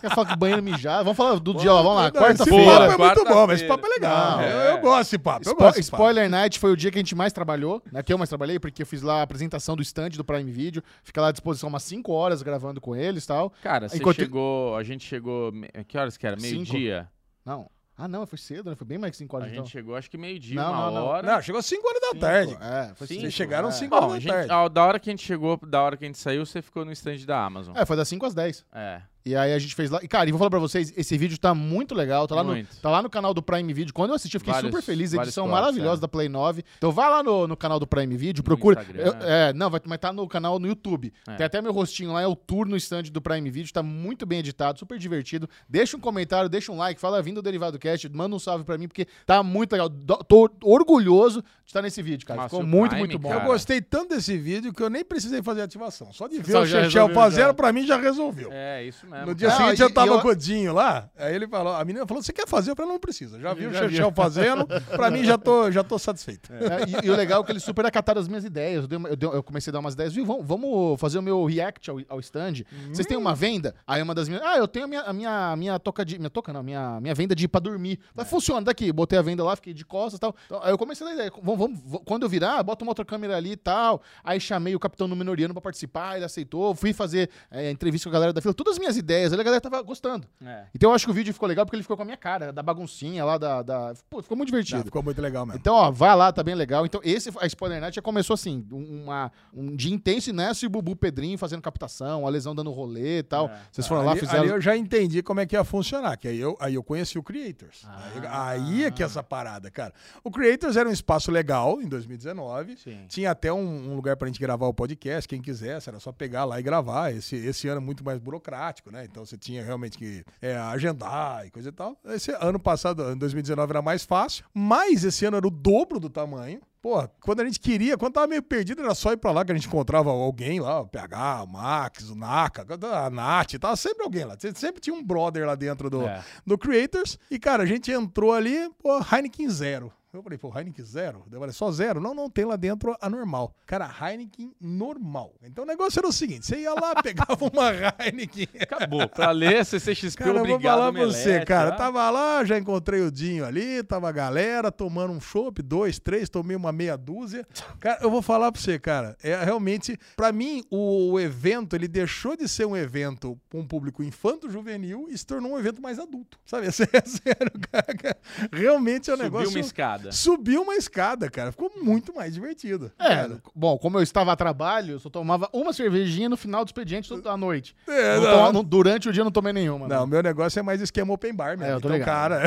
[SPEAKER 1] Quer falar que o banheiro mijar? Vamos falar do dia, ó, vamos lá.
[SPEAKER 3] Não, esse
[SPEAKER 1] Quarta-feira.
[SPEAKER 3] papo é muito
[SPEAKER 4] quarta-feira.
[SPEAKER 3] bom, mas esse papo é legal.
[SPEAKER 1] Não,
[SPEAKER 3] eu,
[SPEAKER 4] é.
[SPEAKER 3] eu gosto desse papo, eu
[SPEAKER 1] Spo-
[SPEAKER 3] gosto desse papo.
[SPEAKER 1] Spoiler Night foi o dia que a gente mais trabalhou, né? Que eu mais trabalhei, porque eu fiz lá a apresentação do stand do Prime Video. Fica lá à disposição umas 5 horas gravando com eles e tal.
[SPEAKER 4] Cara, você
[SPEAKER 1] Enquanto-
[SPEAKER 4] chegou. A gente chegou. me- Que horas que era?
[SPEAKER 1] Cinco.
[SPEAKER 4] Meio-dia.
[SPEAKER 1] Não. Ah, não, foi cedo, né? Foi bem mais que 5
[SPEAKER 4] A
[SPEAKER 1] horas então.
[SPEAKER 4] gente chegou, acho que meio-dia,
[SPEAKER 1] Não,
[SPEAKER 4] uma
[SPEAKER 1] não, não.
[SPEAKER 4] hora.
[SPEAKER 3] Não, chegou 5 horas da tarde.
[SPEAKER 1] É, foi
[SPEAKER 4] Sim.
[SPEAKER 1] cedo.
[SPEAKER 3] Vocês chegaram
[SPEAKER 1] é.
[SPEAKER 3] 5
[SPEAKER 4] Bom, a
[SPEAKER 3] horas da
[SPEAKER 4] gente,
[SPEAKER 3] tarde.
[SPEAKER 4] ao- da hora que a gente chegou, da hora que a gente saiu, você ficou no stand da Amazon.
[SPEAKER 1] É, foi das 5 às 10.
[SPEAKER 4] É.
[SPEAKER 1] E aí a gente fez lá. E, cara, e vou falar pra vocês, esse vídeo tá muito legal. Tá lá, no,
[SPEAKER 4] Muito.
[SPEAKER 1] tá lá no canal do Prime Video. Quando eu assisti, eu fiquei
[SPEAKER 4] Vários-
[SPEAKER 1] super feliz.
[SPEAKER 4] vários
[SPEAKER 1] Edição
[SPEAKER 4] cortes,
[SPEAKER 1] maravilhosa
[SPEAKER 4] é.
[SPEAKER 1] da Play 9. Então vai lá no, no canal do Prime Video, procura.
[SPEAKER 4] Instagram, né?
[SPEAKER 1] Eu- é, não, vai, mas tá no canal no YouTube.
[SPEAKER 4] É.
[SPEAKER 1] Tem até meu rostinho lá, é o tour no stand do Prime Video. Tá muito bem editado, super divertido. Deixa um comentário, deixa um like, fala vindo do Derivado Cast, manda um salve pra mim, porque tá muito legal. Do- tô orgulhoso de estar nesse vídeo, cara.
[SPEAKER 4] Nossa,
[SPEAKER 1] Ficou
[SPEAKER 4] o
[SPEAKER 1] muito,
[SPEAKER 4] Prime,
[SPEAKER 1] muito bom.
[SPEAKER 4] cara.
[SPEAKER 3] Eu gostei tanto desse vídeo que eu nem precisei fazer ativação. Só de ver
[SPEAKER 1] Só
[SPEAKER 3] o
[SPEAKER 1] já
[SPEAKER 3] Chechel
[SPEAKER 1] resolveu,
[SPEAKER 3] fazendo,
[SPEAKER 1] já.
[SPEAKER 3] pra mim já resolveu.
[SPEAKER 4] É, isso mesmo.
[SPEAKER 3] No dia
[SPEAKER 1] Não,
[SPEAKER 3] seguinte
[SPEAKER 1] e-
[SPEAKER 3] eu tava
[SPEAKER 1] e eu-
[SPEAKER 3] godinho lá, aí ele falou, a menina falou, você quer fazer? Eu falei, não precisa, já vi
[SPEAKER 1] Eu
[SPEAKER 3] o
[SPEAKER 1] já vi.
[SPEAKER 3] Chechel fazendo, pra mim já tô, já tô satisfeito.
[SPEAKER 1] É, e, e o legal é que eles super acataram as minhas ideias. Eu, dei uma- eu dei- eu comecei a dar umas ideias. Viu, vamos, vamos fazer o meu react ao, ao stand. Vocês têm uma venda? Aí uma das minhas. Ah, eu tenho a minha, a minha, a minha toca de. Minha toca não, minha, minha venda de ir pra dormir. Mas funciona, daqui. Botei a venda lá, fiquei de costas e tal. Então, aí eu comecei a dar ideia. Vamos, vamos- vamos- quando eu virar, bota uma outra câmera ali e tal. Aí chamei o capitão Númenoriano pra participar, ele aceitou. Fui fazer é, entrevista com a galera da fila. Todas as minhas ideias, ali a galera tava gostando.
[SPEAKER 4] É.
[SPEAKER 1] Então eu acho que o vídeo ficou legal porque ele ficou com a minha cara, da baguncinha lá, da. da... Pô, ficou muito divertido.
[SPEAKER 3] Não, ficou muito legal mesmo.
[SPEAKER 1] Então, ó, vai lá, tá bem legal. Então, esse, a Spoiler Night já começou assim, um- uma, um dia intenso, né? Se o Bubu Pedrinho fazendo captação, a lesão dando rolê e tal. Vocês foram lá,
[SPEAKER 3] É, tá. ali,
[SPEAKER 1] fizeram.
[SPEAKER 3] ali eu já entendi como é que ia funcionar, que aí eu, aí eu conheci o Creators.
[SPEAKER 1] Ah.
[SPEAKER 3] Aí, aí é que é essa parada, cara. O Creators era um espaço legal em 2019.
[SPEAKER 4] Sim.
[SPEAKER 3] Tinha até um, um lugar pra gente gravar o podcast, quem quisesse, era só pegar lá e gravar. Esse, esse ano é muito mais burocrático, né? Então você tinha realmente que é, agendar e coisa e tal. Esse ano passado, ano 2019, era mais fácil, mas esse ano era o dobro do tamanho. Porra, quando a gente queria, quando tava meio perdido, era só ir pra lá que a gente encontrava alguém lá, o PH, o Max, o Naka, a Nath, tava sempre alguém lá. Você Sempre tinha um brother lá dentro do,
[SPEAKER 4] É.
[SPEAKER 3] do Creators. E, cara, a gente entrou ali, pô, Heineken zero. Eu falei, pô, Heineken zero? Eu falei, só zero? Não, não, tem lá dentro a normal. Cara, Heineken normal. Então o negócio era o seguinte, você ia lá, [LAUGHS] pegava uma Heineken...
[SPEAKER 4] [LAUGHS] Acabou. Pra ler CCXP,
[SPEAKER 3] Cara, eu vou
[SPEAKER 4] obrigado.
[SPEAKER 3] falar pra você,
[SPEAKER 4] Omelete,
[SPEAKER 3] cara.
[SPEAKER 4] tá?
[SPEAKER 3] Tava lá, já encontrei o Dinho ali, tava a galera tomando um chopp, dois, três, tomei uma meia dúzia. Cara, eu vou falar pra você, cara. É realmente, pra mim, o, o evento, ele deixou de ser um evento pra um público infanto-juvenil e se tornou um evento mais adulto. Sabe? [LAUGHS] É sério, cara. Realmente é um
[SPEAKER 4] Subiu
[SPEAKER 3] negócio.
[SPEAKER 4] uma escada.
[SPEAKER 3] Subiu uma escada, cara. Ficou muito mais divertido.
[SPEAKER 1] É, bom, como eu estava a trabalho, eu só tomava uma cervejinha no final do expediente toda- à noite.
[SPEAKER 3] É,
[SPEAKER 1] Não
[SPEAKER 3] não.
[SPEAKER 1] toma- não- durante o dia eu não tomei nenhuma.
[SPEAKER 3] Não,
[SPEAKER 1] né?
[SPEAKER 3] meu negócio é mais esquema open bar, mesmo.
[SPEAKER 1] É, eu tô
[SPEAKER 3] então,
[SPEAKER 1] ligado.
[SPEAKER 3] cara.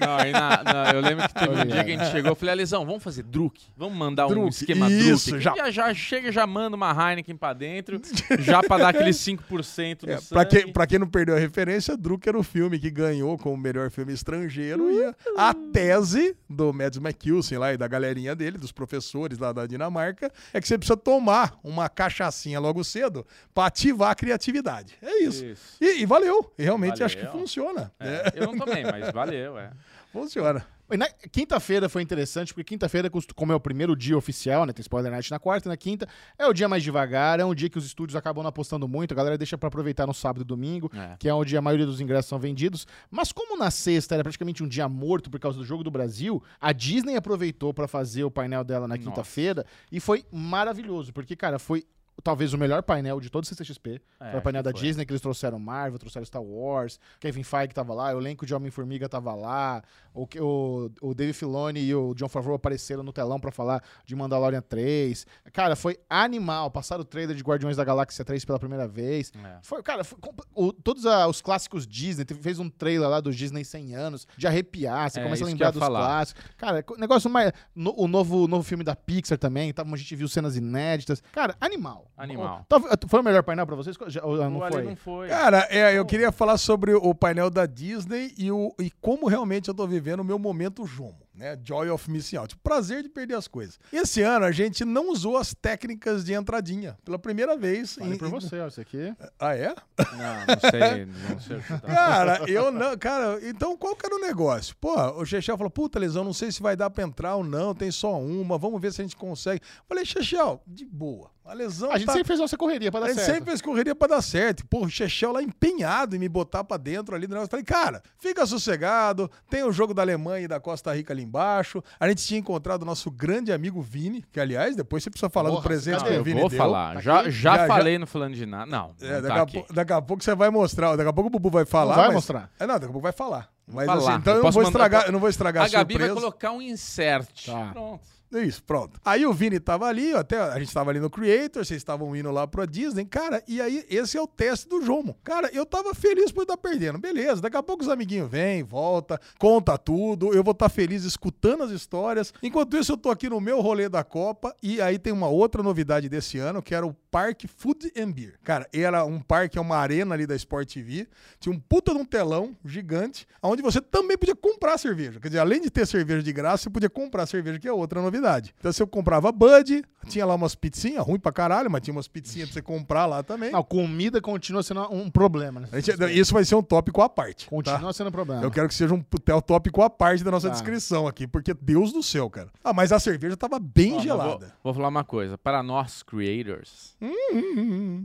[SPEAKER 4] Não, aí na- na- eu lembro que teve um dia que a gente chegou, eu falei, Alesão, vamos fazer Druk? Vamos mandar um
[SPEAKER 3] Druk,
[SPEAKER 4] esquema
[SPEAKER 3] isso,
[SPEAKER 4] Druk?
[SPEAKER 3] já-
[SPEAKER 4] Já, já chega, já manda uma Heineken pra dentro, já pra dar
[SPEAKER 3] [LAUGHS]
[SPEAKER 4] aqueles 5% do
[SPEAKER 3] É,
[SPEAKER 4] sangue.
[SPEAKER 3] pra, quem, pra quem não perdeu a referência, Druk era o filme que ganhou como melhor filme estrangeiro e a, a tese do Mads McKilsen lá e da galerinha dele, dos professores lá da Dinamarca, é que você precisa tomar uma cachaçinha logo cedo pra ativar a criatividade. É isso.
[SPEAKER 4] Isso.
[SPEAKER 3] E, e valeu. E realmente acho que
[SPEAKER 4] Valeu.
[SPEAKER 3] funciona.
[SPEAKER 4] É, eu não tomei, mas valeu, é.
[SPEAKER 3] Funciona.
[SPEAKER 1] E na quinta-feira foi interessante, porque quinta-feira, costu- como é o primeiro dia oficial, né? Tem spoiler night na quarta, na quinta, é o dia mais devagar, é um dia que os estúdios acabam não apostando muito, a galera deixa pra aproveitar no sábado e domingo,
[SPEAKER 4] É.
[SPEAKER 1] que é onde a maioria dos ingressos são vendidos. Mas como na sexta era praticamente um dia morto por causa do jogo do Brasil, a Disney aproveitou pra fazer o painel dela na
[SPEAKER 4] Nossa.
[SPEAKER 1] quinta-feira e foi maravilhoso, porque, cara, foi talvez o melhor painel de todo o CCXP.
[SPEAKER 4] É,
[SPEAKER 1] foi o painel
[SPEAKER 4] acho
[SPEAKER 1] da
[SPEAKER 4] que foi.
[SPEAKER 1] Disney, que eles trouxeram Marvel, trouxeram Star Wars, Kevin Feige tava lá, o elenco de Homem-Formiga tava lá, o, que- o, o Dave Filoni e o John Favreau apareceram no telão pra falar de Mandalorian 3. Cara, foi animal. Passaram o trailer de Guardiões da Galáxia 3 pela primeira vez.
[SPEAKER 4] É.
[SPEAKER 1] Foi, cara, foi comp- o- todos a- os clássicos Disney, teve- fez um trailer lá dos Disney 100 anos, de arrepiar, você
[SPEAKER 4] É,
[SPEAKER 1] começa
[SPEAKER 4] isso
[SPEAKER 1] a
[SPEAKER 4] que
[SPEAKER 1] lembrar
[SPEAKER 4] eu ia
[SPEAKER 1] dos
[SPEAKER 4] falar.
[SPEAKER 1] clássicos. Cara, co- negócio mais... no- o novo, novo filme da Pixar também, tá, a gente viu cenas inéditas. Cara, animal.
[SPEAKER 4] Animal.
[SPEAKER 1] O- talvez- foi o melhor painel pra vocês? Já- ou- ou não
[SPEAKER 4] O Ale
[SPEAKER 1] foi?
[SPEAKER 4] não foi.
[SPEAKER 3] Cara, é, eu queria falar sobre o painel da Disney e, o, e como realmente eu tô vivendo o meu momento Jomo, né? Joy of Missing Out. Prazer de perder as coisas. Esse ano a gente não usou as técnicas de entradinha. Pela primeira vez.
[SPEAKER 1] Falei
[SPEAKER 3] em-
[SPEAKER 1] por
[SPEAKER 3] em-
[SPEAKER 1] você, Tá. ó, isso aqui. [LAUGHS]
[SPEAKER 3] Ah, é?
[SPEAKER 4] Não, não sei. Não sei o que
[SPEAKER 3] [LAUGHS]
[SPEAKER 4] tá.
[SPEAKER 3] Cara, eu não. Cara, então qual que era o negócio? Pô, o Chechel falou: puta, Lesão, não sei se vai dar pra entrar ou não, tem só uma, vamos ver se a gente consegue. Falei, Chechel, de boa. A lesão
[SPEAKER 1] A gente
[SPEAKER 3] tá-
[SPEAKER 1] sempre fez nossa correria pra dar
[SPEAKER 3] a gente
[SPEAKER 1] certo.
[SPEAKER 3] sempre fez correria pra dar certo. Pô, o Chechel lá empenhado em me botar pra dentro ali do negócio. Falei, cara, fica sossegado. Tem o jogo da Alemanha e da Costa Rica ali embaixo. A gente tinha encontrado o nosso grande amigo Vini, que aliás, depois você precisa falar do
[SPEAKER 1] Porra,
[SPEAKER 3] presente
[SPEAKER 1] cadê?
[SPEAKER 3] que
[SPEAKER 4] eu
[SPEAKER 3] o Vini
[SPEAKER 4] vou
[SPEAKER 3] deu.
[SPEAKER 4] falar.
[SPEAKER 1] Tá
[SPEAKER 4] já
[SPEAKER 1] aqui?
[SPEAKER 4] já,
[SPEAKER 3] Já, já.
[SPEAKER 4] falei, não falando de nada. Não,
[SPEAKER 3] É,
[SPEAKER 4] não
[SPEAKER 3] daqui,
[SPEAKER 4] tá
[SPEAKER 3] a
[SPEAKER 4] aqui.
[SPEAKER 3] pou- daqui a pouco você vai mostrar. Daqui a pouco o Bubu vai falar.
[SPEAKER 1] vai
[SPEAKER 3] mas-
[SPEAKER 1] mostrar.
[SPEAKER 3] É, não, daqui a pouco vai falar. Mas
[SPEAKER 4] falar.
[SPEAKER 3] assim, então
[SPEAKER 4] Eu
[SPEAKER 3] eu, não
[SPEAKER 4] posso
[SPEAKER 3] vou
[SPEAKER 4] mandar-
[SPEAKER 3] estragar, eu não vou estragar
[SPEAKER 4] A Gabi vai
[SPEAKER 3] surpresa.
[SPEAKER 4] colocar um insert.
[SPEAKER 1] Tá.
[SPEAKER 4] Pronto.
[SPEAKER 3] É Isso, pronto. Aí o Vini tava ali, até a gente tava ali no Creator, vocês estavam indo lá pra Disney, cara, e aí esse é o teste do Jomo. Cara, eu tava feliz por estar perdendo. Beleza, daqui a pouco os amiguinhos vêm, volta, conta tudo, eu vou estar feliz escutando as histórias. Enquanto isso, eu tô aqui no meu rolê da Copa, e aí tem uma outra novidade desse ano, que era o Parque Food and Beer. Cara, era um parque, é uma arena ali da Sport TV, tinha um puta de um telão gigante, onde você também podia comprar cerveja. Quer dizer, além de ter cerveja de graça, você podia comprar cerveja, que é outra novidade. Então, se eu comprava Bud, tinha lá umas pizzinhas, ruim pra caralho, mas tinha umas pizzinhas pra você comprar lá também.
[SPEAKER 1] Não, comida continua sendo um problema, né?
[SPEAKER 3] A gente- isso vai ser um tópico à parte. tá?
[SPEAKER 1] Continua sendo um problema.
[SPEAKER 3] Eu quero que seja um até o tópico à parte da nossa
[SPEAKER 1] Tá.
[SPEAKER 3] descrição aqui, porque Deus do céu, cara. Ah, mas a cerveja tava bem
[SPEAKER 4] Ó, mas
[SPEAKER 3] gelada.
[SPEAKER 4] Vou, vou falar uma coisa. Para nós, creators,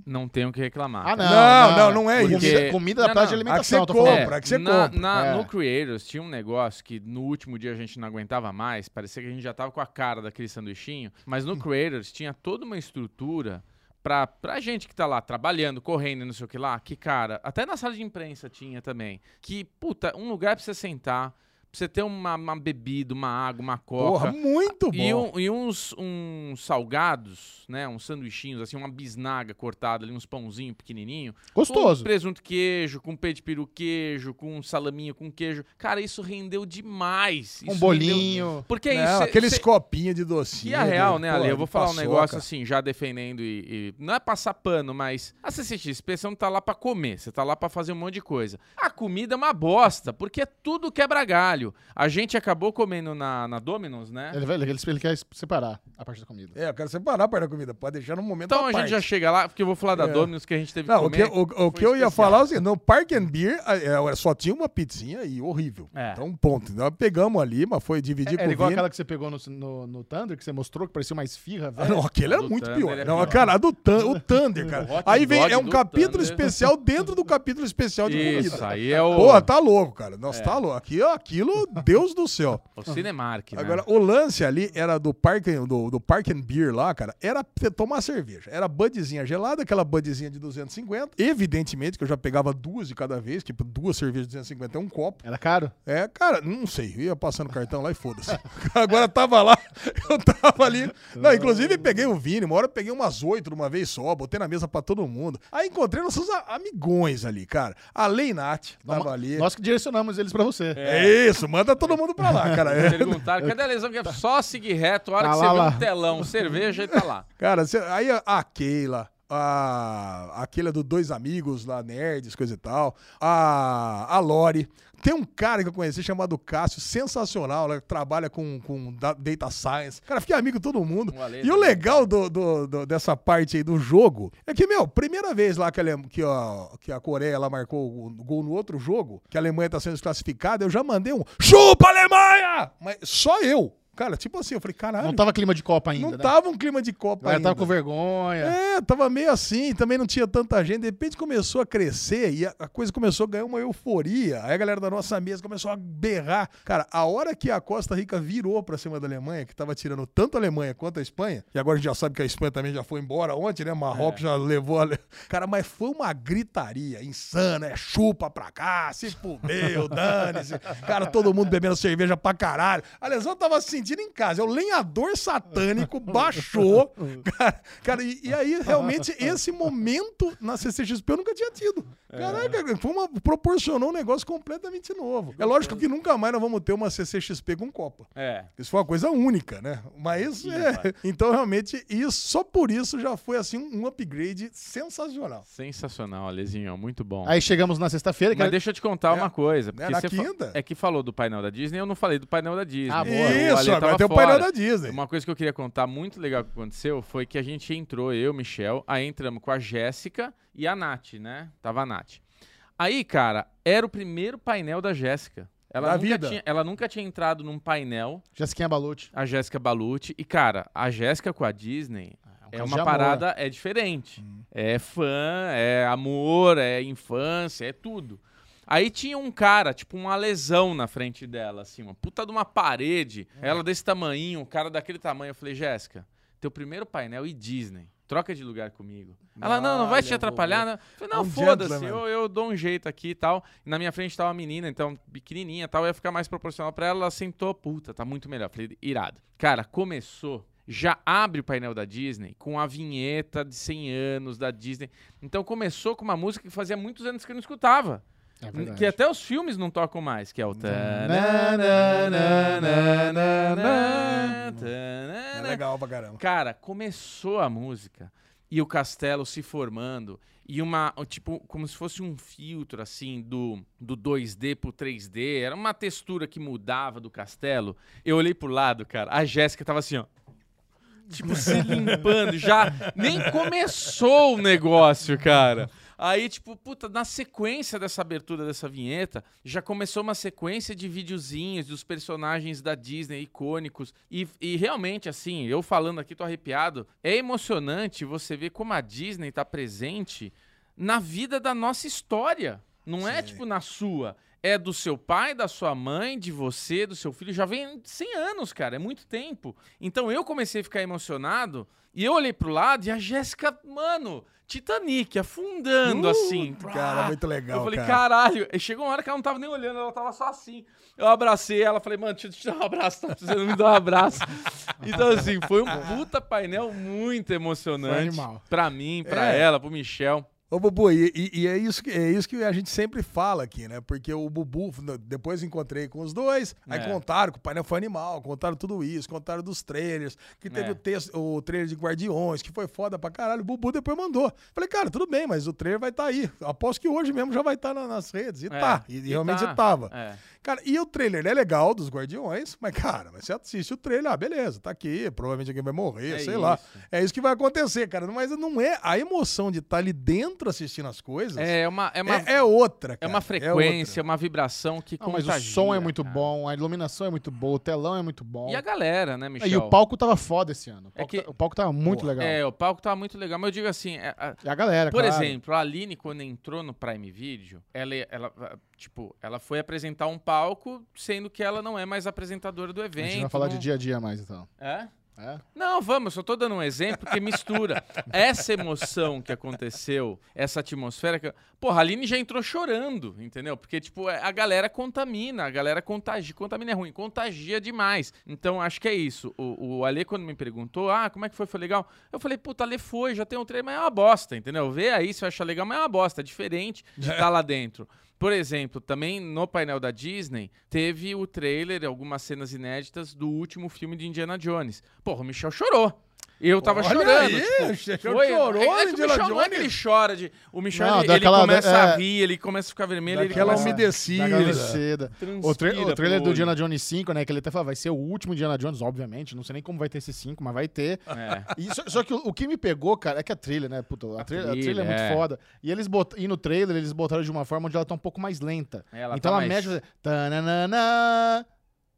[SPEAKER 4] não tem o que reclamar.
[SPEAKER 1] Ah, não.
[SPEAKER 3] Não, não, não é
[SPEAKER 1] comida,
[SPEAKER 4] isso.
[SPEAKER 1] Comida da
[SPEAKER 4] Não,
[SPEAKER 1] praia de
[SPEAKER 4] não.
[SPEAKER 1] alimentação,
[SPEAKER 3] Ah, que
[SPEAKER 1] tô
[SPEAKER 3] você
[SPEAKER 1] falando.
[SPEAKER 3] compra, que você
[SPEAKER 4] na-
[SPEAKER 3] compra.
[SPEAKER 4] na-
[SPEAKER 1] É.
[SPEAKER 4] No Creators tinha um negócio que no último dia a gente não aguentava mais, parecia que a gente já tava com a cara daquele sanduichinho, mas
[SPEAKER 3] [LAUGHS]
[SPEAKER 4] no Creators tinha toda uma estrutura pra, pra gente que tá lá trabalhando, correndo e não sei o que lá, que cara, até na sala de imprensa tinha também, que puta, um lugar pra você sentar, pra você ter uma, uma bebida, uma água, uma coca.
[SPEAKER 3] Porra, muito bom.
[SPEAKER 4] E, um- e uns, uns salgados, né? Uns sanduichinhos, assim, uma bisnaga cortada ali, uns pãozinhos pequenininho.
[SPEAKER 1] Gostoso.
[SPEAKER 4] Com presunto queijo, com peito de peru queijo, com salaminho com queijo. Cara, isso rendeu demais. Isso
[SPEAKER 1] Um
[SPEAKER 4] rendeu-
[SPEAKER 1] bolinho.
[SPEAKER 4] Porque é
[SPEAKER 3] Não,
[SPEAKER 4] isso. cê-
[SPEAKER 3] aqueles
[SPEAKER 4] cê-
[SPEAKER 3] copinhos de docinho.
[SPEAKER 4] que é real, né,
[SPEAKER 3] de-
[SPEAKER 4] Ale?
[SPEAKER 3] pô,
[SPEAKER 4] Eu vou
[SPEAKER 3] de
[SPEAKER 4] falar um
[SPEAKER 3] paçoca.
[SPEAKER 4] negócio assim, já defendendo e, e- Não é passar pano, mas a CCXP você não tá lá pra comer, você tá lá pra fazer um monte de coisa. A comida é uma bosta, porque é tudo quebra-galho. A gente acabou comendo na, na Domino's, né?
[SPEAKER 1] Ele, vai- ele- ele quer separar a parte da comida.
[SPEAKER 3] É, eu quero separar perto da comida. Pode deixar no momento
[SPEAKER 4] Então a
[SPEAKER 3] à
[SPEAKER 4] gente
[SPEAKER 3] parte.
[SPEAKER 4] já chega lá, porque eu vou falar da
[SPEAKER 3] É.
[SPEAKER 4] Domino's que a gente teve
[SPEAKER 3] Não, o
[SPEAKER 4] que
[SPEAKER 3] que,
[SPEAKER 4] comer.
[SPEAKER 3] o, o que
[SPEAKER 4] foi
[SPEAKER 3] eu ia
[SPEAKER 4] especial.
[SPEAKER 3] falar é o seguinte, no Park and Beer é, é, só tinha uma pizzinha e horrível.
[SPEAKER 4] É.
[SPEAKER 3] Então, ponto. Nós pegamos ali, mas foi dividir
[SPEAKER 1] É,
[SPEAKER 3] com
[SPEAKER 1] era
[SPEAKER 3] o
[SPEAKER 1] igual
[SPEAKER 3] Vini.
[SPEAKER 1] aquela que você pegou no, no, no Thunder, que você mostrou, que parecia uma esfirra,
[SPEAKER 3] Ah,
[SPEAKER 1] velho.
[SPEAKER 3] não, aquele era
[SPEAKER 4] do
[SPEAKER 3] muito
[SPEAKER 4] Thunder
[SPEAKER 3] pior.
[SPEAKER 4] é
[SPEAKER 3] Não,
[SPEAKER 4] pior.
[SPEAKER 3] cara, a do Thun-
[SPEAKER 4] [LAUGHS]
[SPEAKER 3] o Thunder,
[SPEAKER 4] O
[SPEAKER 3] cara.
[SPEAKER 4] hot
[SPEAKER 3] Aí vem,
[SPEAKER 4] dog
[SPEAKER 3] é um
[SPEAKER 4] do
[SPEAKER 3] capítulo
[SPEAKER 4] Thunder.
[SPEAKER 3] especial dentro do capítulo especial de
[SPEAKER 4] Isso,
[SPEAKER 3] comida.
[SPEAKER 4] aí é o,
[SPEAKER 3] Porra, tá louco, cara. Nossa, tá louco. Aqui, ó, aquilo, Deus do céu.
[SPEAKER 4] o Cinemark, né?
[SPEAKER 3] Agora, o lance ali era do park, and- do, do park and beer lá, cara, era você tomar cerveja. Era budzinha gelada, aquela budzinha de 250. Evidentemente que eu já pegava duas de cada vez, tipo, duas cervejas de 250 é um copo.
[SPEAKER 1] Era caro?
[SPEAKER 3] É, cara, não sei, eu ia passando cartão lá e foda-se. Agora tava lá, [LAUGHS] eu tava ali. Não, inclusive peguei o Vini, uma hora eu peguei umas oito de uma vez só, botei na mesa pra todo mundo. Aí encontrei nossos a- amigões ali, cara. A Leinat tava ali.
[SPEAKER 1] Nós que direcionamos eles pra você.
[SPEAKER 3] É isso, manda todo mundo pra lá, cara. É,
[SPEAKER 4] [LAUGHS] Perguntaram, cadê a lesão? Que é só seguir reto, a hora
[SPEAKER 1] Tá
[SPEAKER 4] que
[SPEAKER 1] lá,
[SPEAKER 4] você
[SPEAKER 1] lá.
[SPEAKER 4] vê um telão, cerveja e tá lá.
[SPEAKER 3] Cara, cê- aí a- a Keila, a, aquele do Dois Amigos lá, Nerds, coisa e tal, a, a Lori. Tem um cara que eu conheci chamado Cássio, sensacional, né? que trabalha com, com da- data science. Cara, fiquei amigo de todo mundo.
[SPEAKER 1] Um
[SPEAKER 4] O Ale
[SPEAKER 3] E o
[SPEAKER 4] também.
[SPEAKER 3] legal do, do- do- dessa parte aí do jogo é que, meu, primeira vez lá que a, Ale- que, ó, que a Coreia lá marcou o gol no outro jogo, que a Alemanha tá sendo desclassificada, eu já mandei um chupa Alemanha! Mas só eu. Cara, tipo assim, eu falei, caralho.
[SPEAKER 1] Não tava clima de Copa ainda. né?
[SPEAKER 3] não tava um clima de Copa
[SPEAKER 1] Ela
[SPEAKER 3] ainda.
[SPEAKER 1] tava com vergonha.
[SPEAKER 3] É, tava meio assim, também não tinha tanta gente. De repente começou a crescer e a, a coisa começou a ganhar uma euforia. Aí a galera da nossa mesa começou a berrar. Cara, a hora que a Costa Rica virou pra cima da Alemanha, que tava tirando tanto a Alemanha quanto a Espanha, e agora a gente já sabe que a Espanha também já foi embora ontem, né? Marrocos já levou a. Ale- Cara, mas foi uma gritaria insana, é chupa pra cá, se fudeu, dane-se. Cara, todo mundo bebendo cerveja pra caralho. A lesão tava se sentindo em casa. É o lenhador satânico, baixou. Cara, cara e, e aí realmente esse momento na CCXP eu nunca tinha tido.
[SPEAKER 4] É.
[SPEAKER 3] Caraca, foi uma, proporcionou um negócio completamente novo. É lógico que nunca mais nós vamos ter uma CCXP com Copa.
[SPEAKER 4] [LAUGHS] É.
[SPEAKER 3] Isso foi uma coisa única, né? Mas é. Então, realmente, isso, só por isso já foi assim um upgrade sensacional.
[SPEAKER 4] Sensacional, Alezinho. Muito bom.
[SPEAKER 1] Aí chegamos na sexta-feira. que
[SPEAKER 4] É. Mas
[SPEAKER 1] era-
[SPEAKER 4] deixa eu te contar
[SPEAKER 3] É.
[SPEAKER 4] uma coisa.
[SPEAKER 3] É,
[SPEAKER 4] Porque
[SPEAKER 3] na
[SPEAKER 4] você fa-
[SPEAKER 3] quinta.
[SPEAKER 4] É que falou do painel da Disney, eu não falei do painel da Disney.
[SPEAKER 1] Ah, boa.
[SPEAKER 4] O Ale
[SPEAKER 3] Isso, agora
[SPEAKER 4] tava
[SPEAKER 3] tem o painel
[SPEAKER 4] fora.
[SPEAKER 3] da Disney.
[SPEAKER 4] Uma coisa que eu queria contar muito legal que aconteceu foi que a gente entrou, eu, Michel, aí entramos com a Jéssica e a Nath, né? Tava a Nath. Aí, cara, era o primeiro painel da Jéssica. Ela,
[SPEAKER 3] Da
[SPEAKER 4] nunca
[SPEAKER 3] vida.
[SPEAKER 4] Tinha, ela nunca tinha entrado num painel,
[SPEAKER 1] Jessiquinha Balucci.
[SPEAKER 4] a Jéssica Balucci. E, cara, a Jéssica com a Disney é
[SPEAKER 1] caso um de
[SPEAKER 4] uma
[SPEAKER 1] amor.
[SPEAKER 4] parada, é diferente. É fã, é amor, é infância, é tudo. Aí tinha um cara, tipo uma lesão na frente dela, assim, uma puta de uma parede. Ela desse tamanho, um cara daquele tamanho. Eu falei, Jéssica, teu primeiro painel e Disney. Troca de lugar comigo. Ela, não, não vai te
[SPEAKER 3] Olha,
[SPEAKER 4] atrapalhar. Não. Eu falei, não,
[SPEAKER 3] Um
[SPEAKER 4] foda-se,
[SPEAKER 3] gentleman.
[SPEAKER 4] eu, eu dou um jeito aqui e tal. E na minha frente tava uma menina, então, pequenininha e tal, ia ficar mais proporcional pra ela. Ela sentou, puta, tá muito melhor. Eu Falei, irado. Cara, começou. Já abre o painel da Disney com a vinheta de 100 anos da Disney. Então começou com uma música que fazia muitos anos que eu não escutava.
[SPEAKER 1] É
[SPEAKER 4] Que até os filmes não tocam mais, que é o.
[SPEAKER 1] Na, na, na, na, na, na.
[SPEAKER 3] É
[SPEAKER 4] né?
[SPEAKER 3] legal pra caramba.
[SPEAKER 4] Cara, começou a música e o castelo se formando e uma, tipo, como se fosse um filtro assim do do 2D pro 3D, era uma textura que mudava do castelo. Eu olhei pro lado, cara, a Jéssica tava assim, ó. Tipo, se limpando, já nem começou o negócio, cara. Aí, tipo, puta, na sequência dessa abertura dessa vinheta, já começou uma sequência de videozinhos dos personagens da Disney icônicos. E, e realmente, assim, eu falando aqui, tô arrepiado. É emocionante você ver como a Disney tá presente na vida da nossa história. Não é,
[SPEAKER 3] Sim.
[SPEAKER 4] tipo, na sua. É do seu pai, da sua mãe, de você, do seu filho. Já vem 100 anos, cara. É muito tempo. Então eu comecei a ficar emocionado e eu olhei pro lado e a Jéssica, mano, Titanic, afundando
[SPEAKER 3] Uh,
[SPEAKER 4] assim.
[SPEAKER 3] Cara,
[SPEAKER 4] Ah,
[SPEAKER 3] muito legal,
[SPEAKER 4] eu falei,
[SPEAKER 3] cara.
[SPEAKER 4] caralho. E chegou uma hora que ela não tava nem olhando, ela tava só assim. Eu abracei ela, falei, mano, deixa eu te dar um abraço, tá precisando me dar um
[SPEAKER 3] [LAUGHS]
[SPEAKER 4] abraço. Então, assim, foi um puta painel muito
[SPEAKER 1] Foi
[SPEAKER 4] emocionante.
[SPEAKER 1] animal.
[SPEAKER 4] Pra mim, pra
[SPEAKER 3] É.
[SPEAKER 4] ela, pro Michel.
[SPEAKER 3] Ô, Bubu, e, e- e é, isso que, é isso que a gente sempre fala aqui, né? Porque o Bubu, n- depois encontrei com os dois, aí
[SPEAKER 4] É.
[SPEAKER 3] contaram que o painel foi animal, contaram tudo isso, contaram dos trailers, que teve
[SPEAKER 4] É.
[SPEAKER 3] o, texto, o trailer de Guardiões, que foi foda pra caralho. O Bubu depois mandou. Falei, cara, tudo bem, mas o trailer vai estar aí. Aposto que hoje mesmo já vai estar nas redes. E
[SPEAKER 4] É,
[SPEAKER 3] tá, e,
[SPEAKER 4] e
[SPEAKER 3] realmente
[SPEAKER 4] tá.
[SPEAKER 3] tava.
[SPEAKER 4] É.
[SPEAKER 3] Cara, e o trailer é legal dos Guardiões, mas, cara, mas você assiste o trailer, ah, beleza, tá aqui, provavelmente alguém vai morrer,
[SPEAKER 4] É
[SPEAKER 3] sei lá.
[SPEAKER 4] isso.
[SPEAKER 3] É isso que vai acontecer, cara. Mas não é a emoção de estar ali dentro assistindo as coisas. É,
[SPEAKER 4] É uma, é uma, é,
[SPEAKER 3] é outra, cara.
[SPEAKER 4] uma
[SPEAKER 3] outra.
[SPEAKER 4] frequência, uma vibração que
[SPEAKER 1] Não, mas
[SPEAKER 4] contagia.
[SPEAKER 1] o som é muito
[SPEAKER 4] cara.
[SPEAKER 1] bom, a iluminação é muito boa, o telão é muito bom.
[SPEAKER 4] E a galera, né, Michel?
[SPEAKER 1] E o palco tava foda esse ano. O
[SPEAKER 4] É
[SPEAKER 1] palco,
[SPEAKER 4] que-
[SPEAKER 1] ta- o palco tava muito
[SPEAKER 3] Boa.
[SPEAKER 1] legal.
[SPEAKER 4] É, o palco tava muito legal. Mas eu digo assim, é, a-
[SPEAKER 1] E a galera,
[SPEAKER 4] por
[SPEAKER 1] claro.
[SPEAKER 4] exemplo, a Aline, quando entrou no Prime Video, ela, ela, ah, tipo, ela foi apresentar um palco, sendo que ela não é mais apresentadora do
[SPEAKER 1] A
[SPEAKER 4] evento.
[SPEAKER 1] gente vai falar
[SPEAKER 4] não-
[SPEAKER 1] de dia a dia mais, então.
[SPEAKER 4] É?
[SPEAKER 1] É?
[SPEAKER 4] Não, vamos, só tô dando um exemplo que mistura
[SPEAKER 1] [LAUGHS]
[SPEAKER 4] essa emoção que aconteceu, essa atmosfera. Que... Porra, a Aline já entrou chorando, entendeu? Porque, tipo, a galera contamina, a galera contagia. Contamina é ruim, contagia demais. Então, acho que é isso. O, o Ale, quando me perguntou, ah, como é que foi? Foi legal? Eu falei, puta, Ale foi, já tem um trailer, mas é uma bosta, entendeu? Vê aí se acha legal, mas é uma bosta, é diferente de estar lá dentro. Por exemplo, também no painel da Disney teve o trailer, algumas cenas inéditas do último filme de Indiana Jones. Porra, o Michel chorou. Eu tava
[SPEAKER 3] Olha
[SPEAKER 4] chorando.
[SPEAKER 3] aí,
[SPEAKER 4] tipo,
[SPEAKER 3] chorou,
[SPEAKER 4] foi- é, é que o
[SPEAKER 3] Angela
[SPEAKER 4] Michel não é que ele
[SPEAKER 3] Jones.
[SPEAKER 4] chora de. O Michel
[SPEAKER 1] Não,
[SPEAKER 4] ele,
[SPEAKER 1] dá
[SPEAKER 4] ele
[SPEAKER 1] aquela-
[SPEAKER 4] começa a
[SPEAKER 1] é.
[SPEAKER 4] rir, ele começa a ficar vermelho, ele
[SPEAKER 3] Aquela
[SPEAKER 4] começa.
[SPEAKER 3] umedecida.
[SPEAKER 1] Daquela descida. O, tra-
[SPEAKER 4] Transpira pro
[SPEAKER 1] o trailer do
[SPEAKER 4] olho.
[SPEAKER 1] Indiana Jones 5, né? Que ele até fala, vai ser o último Indiana Jones, obviamente. Não sei nem como vai ter esse 5, mas vai ter.
[SPEAKER 4] É.
[SPEAKER 1] E só, só que o, o que me pegou, cara, é que a trilha, né? Puta, a, trilha, a
[SPEAKER 4] trilha,
[SPEAKER 1] trilha é muito
[SPEAKER 4] é.
[SPEAKER 1] foda. E eles bot... e no trailer eles botaram de uma forma onde ela tá um pouco mais lenta.
[SPEAKER 4] Ela
[SPEAKER 1] então
[SPEAKER 4] tá
[SPEAKER 1] ela
[SPEAKER 4] mais-
[SPEAKER 1] mexe. Tananana,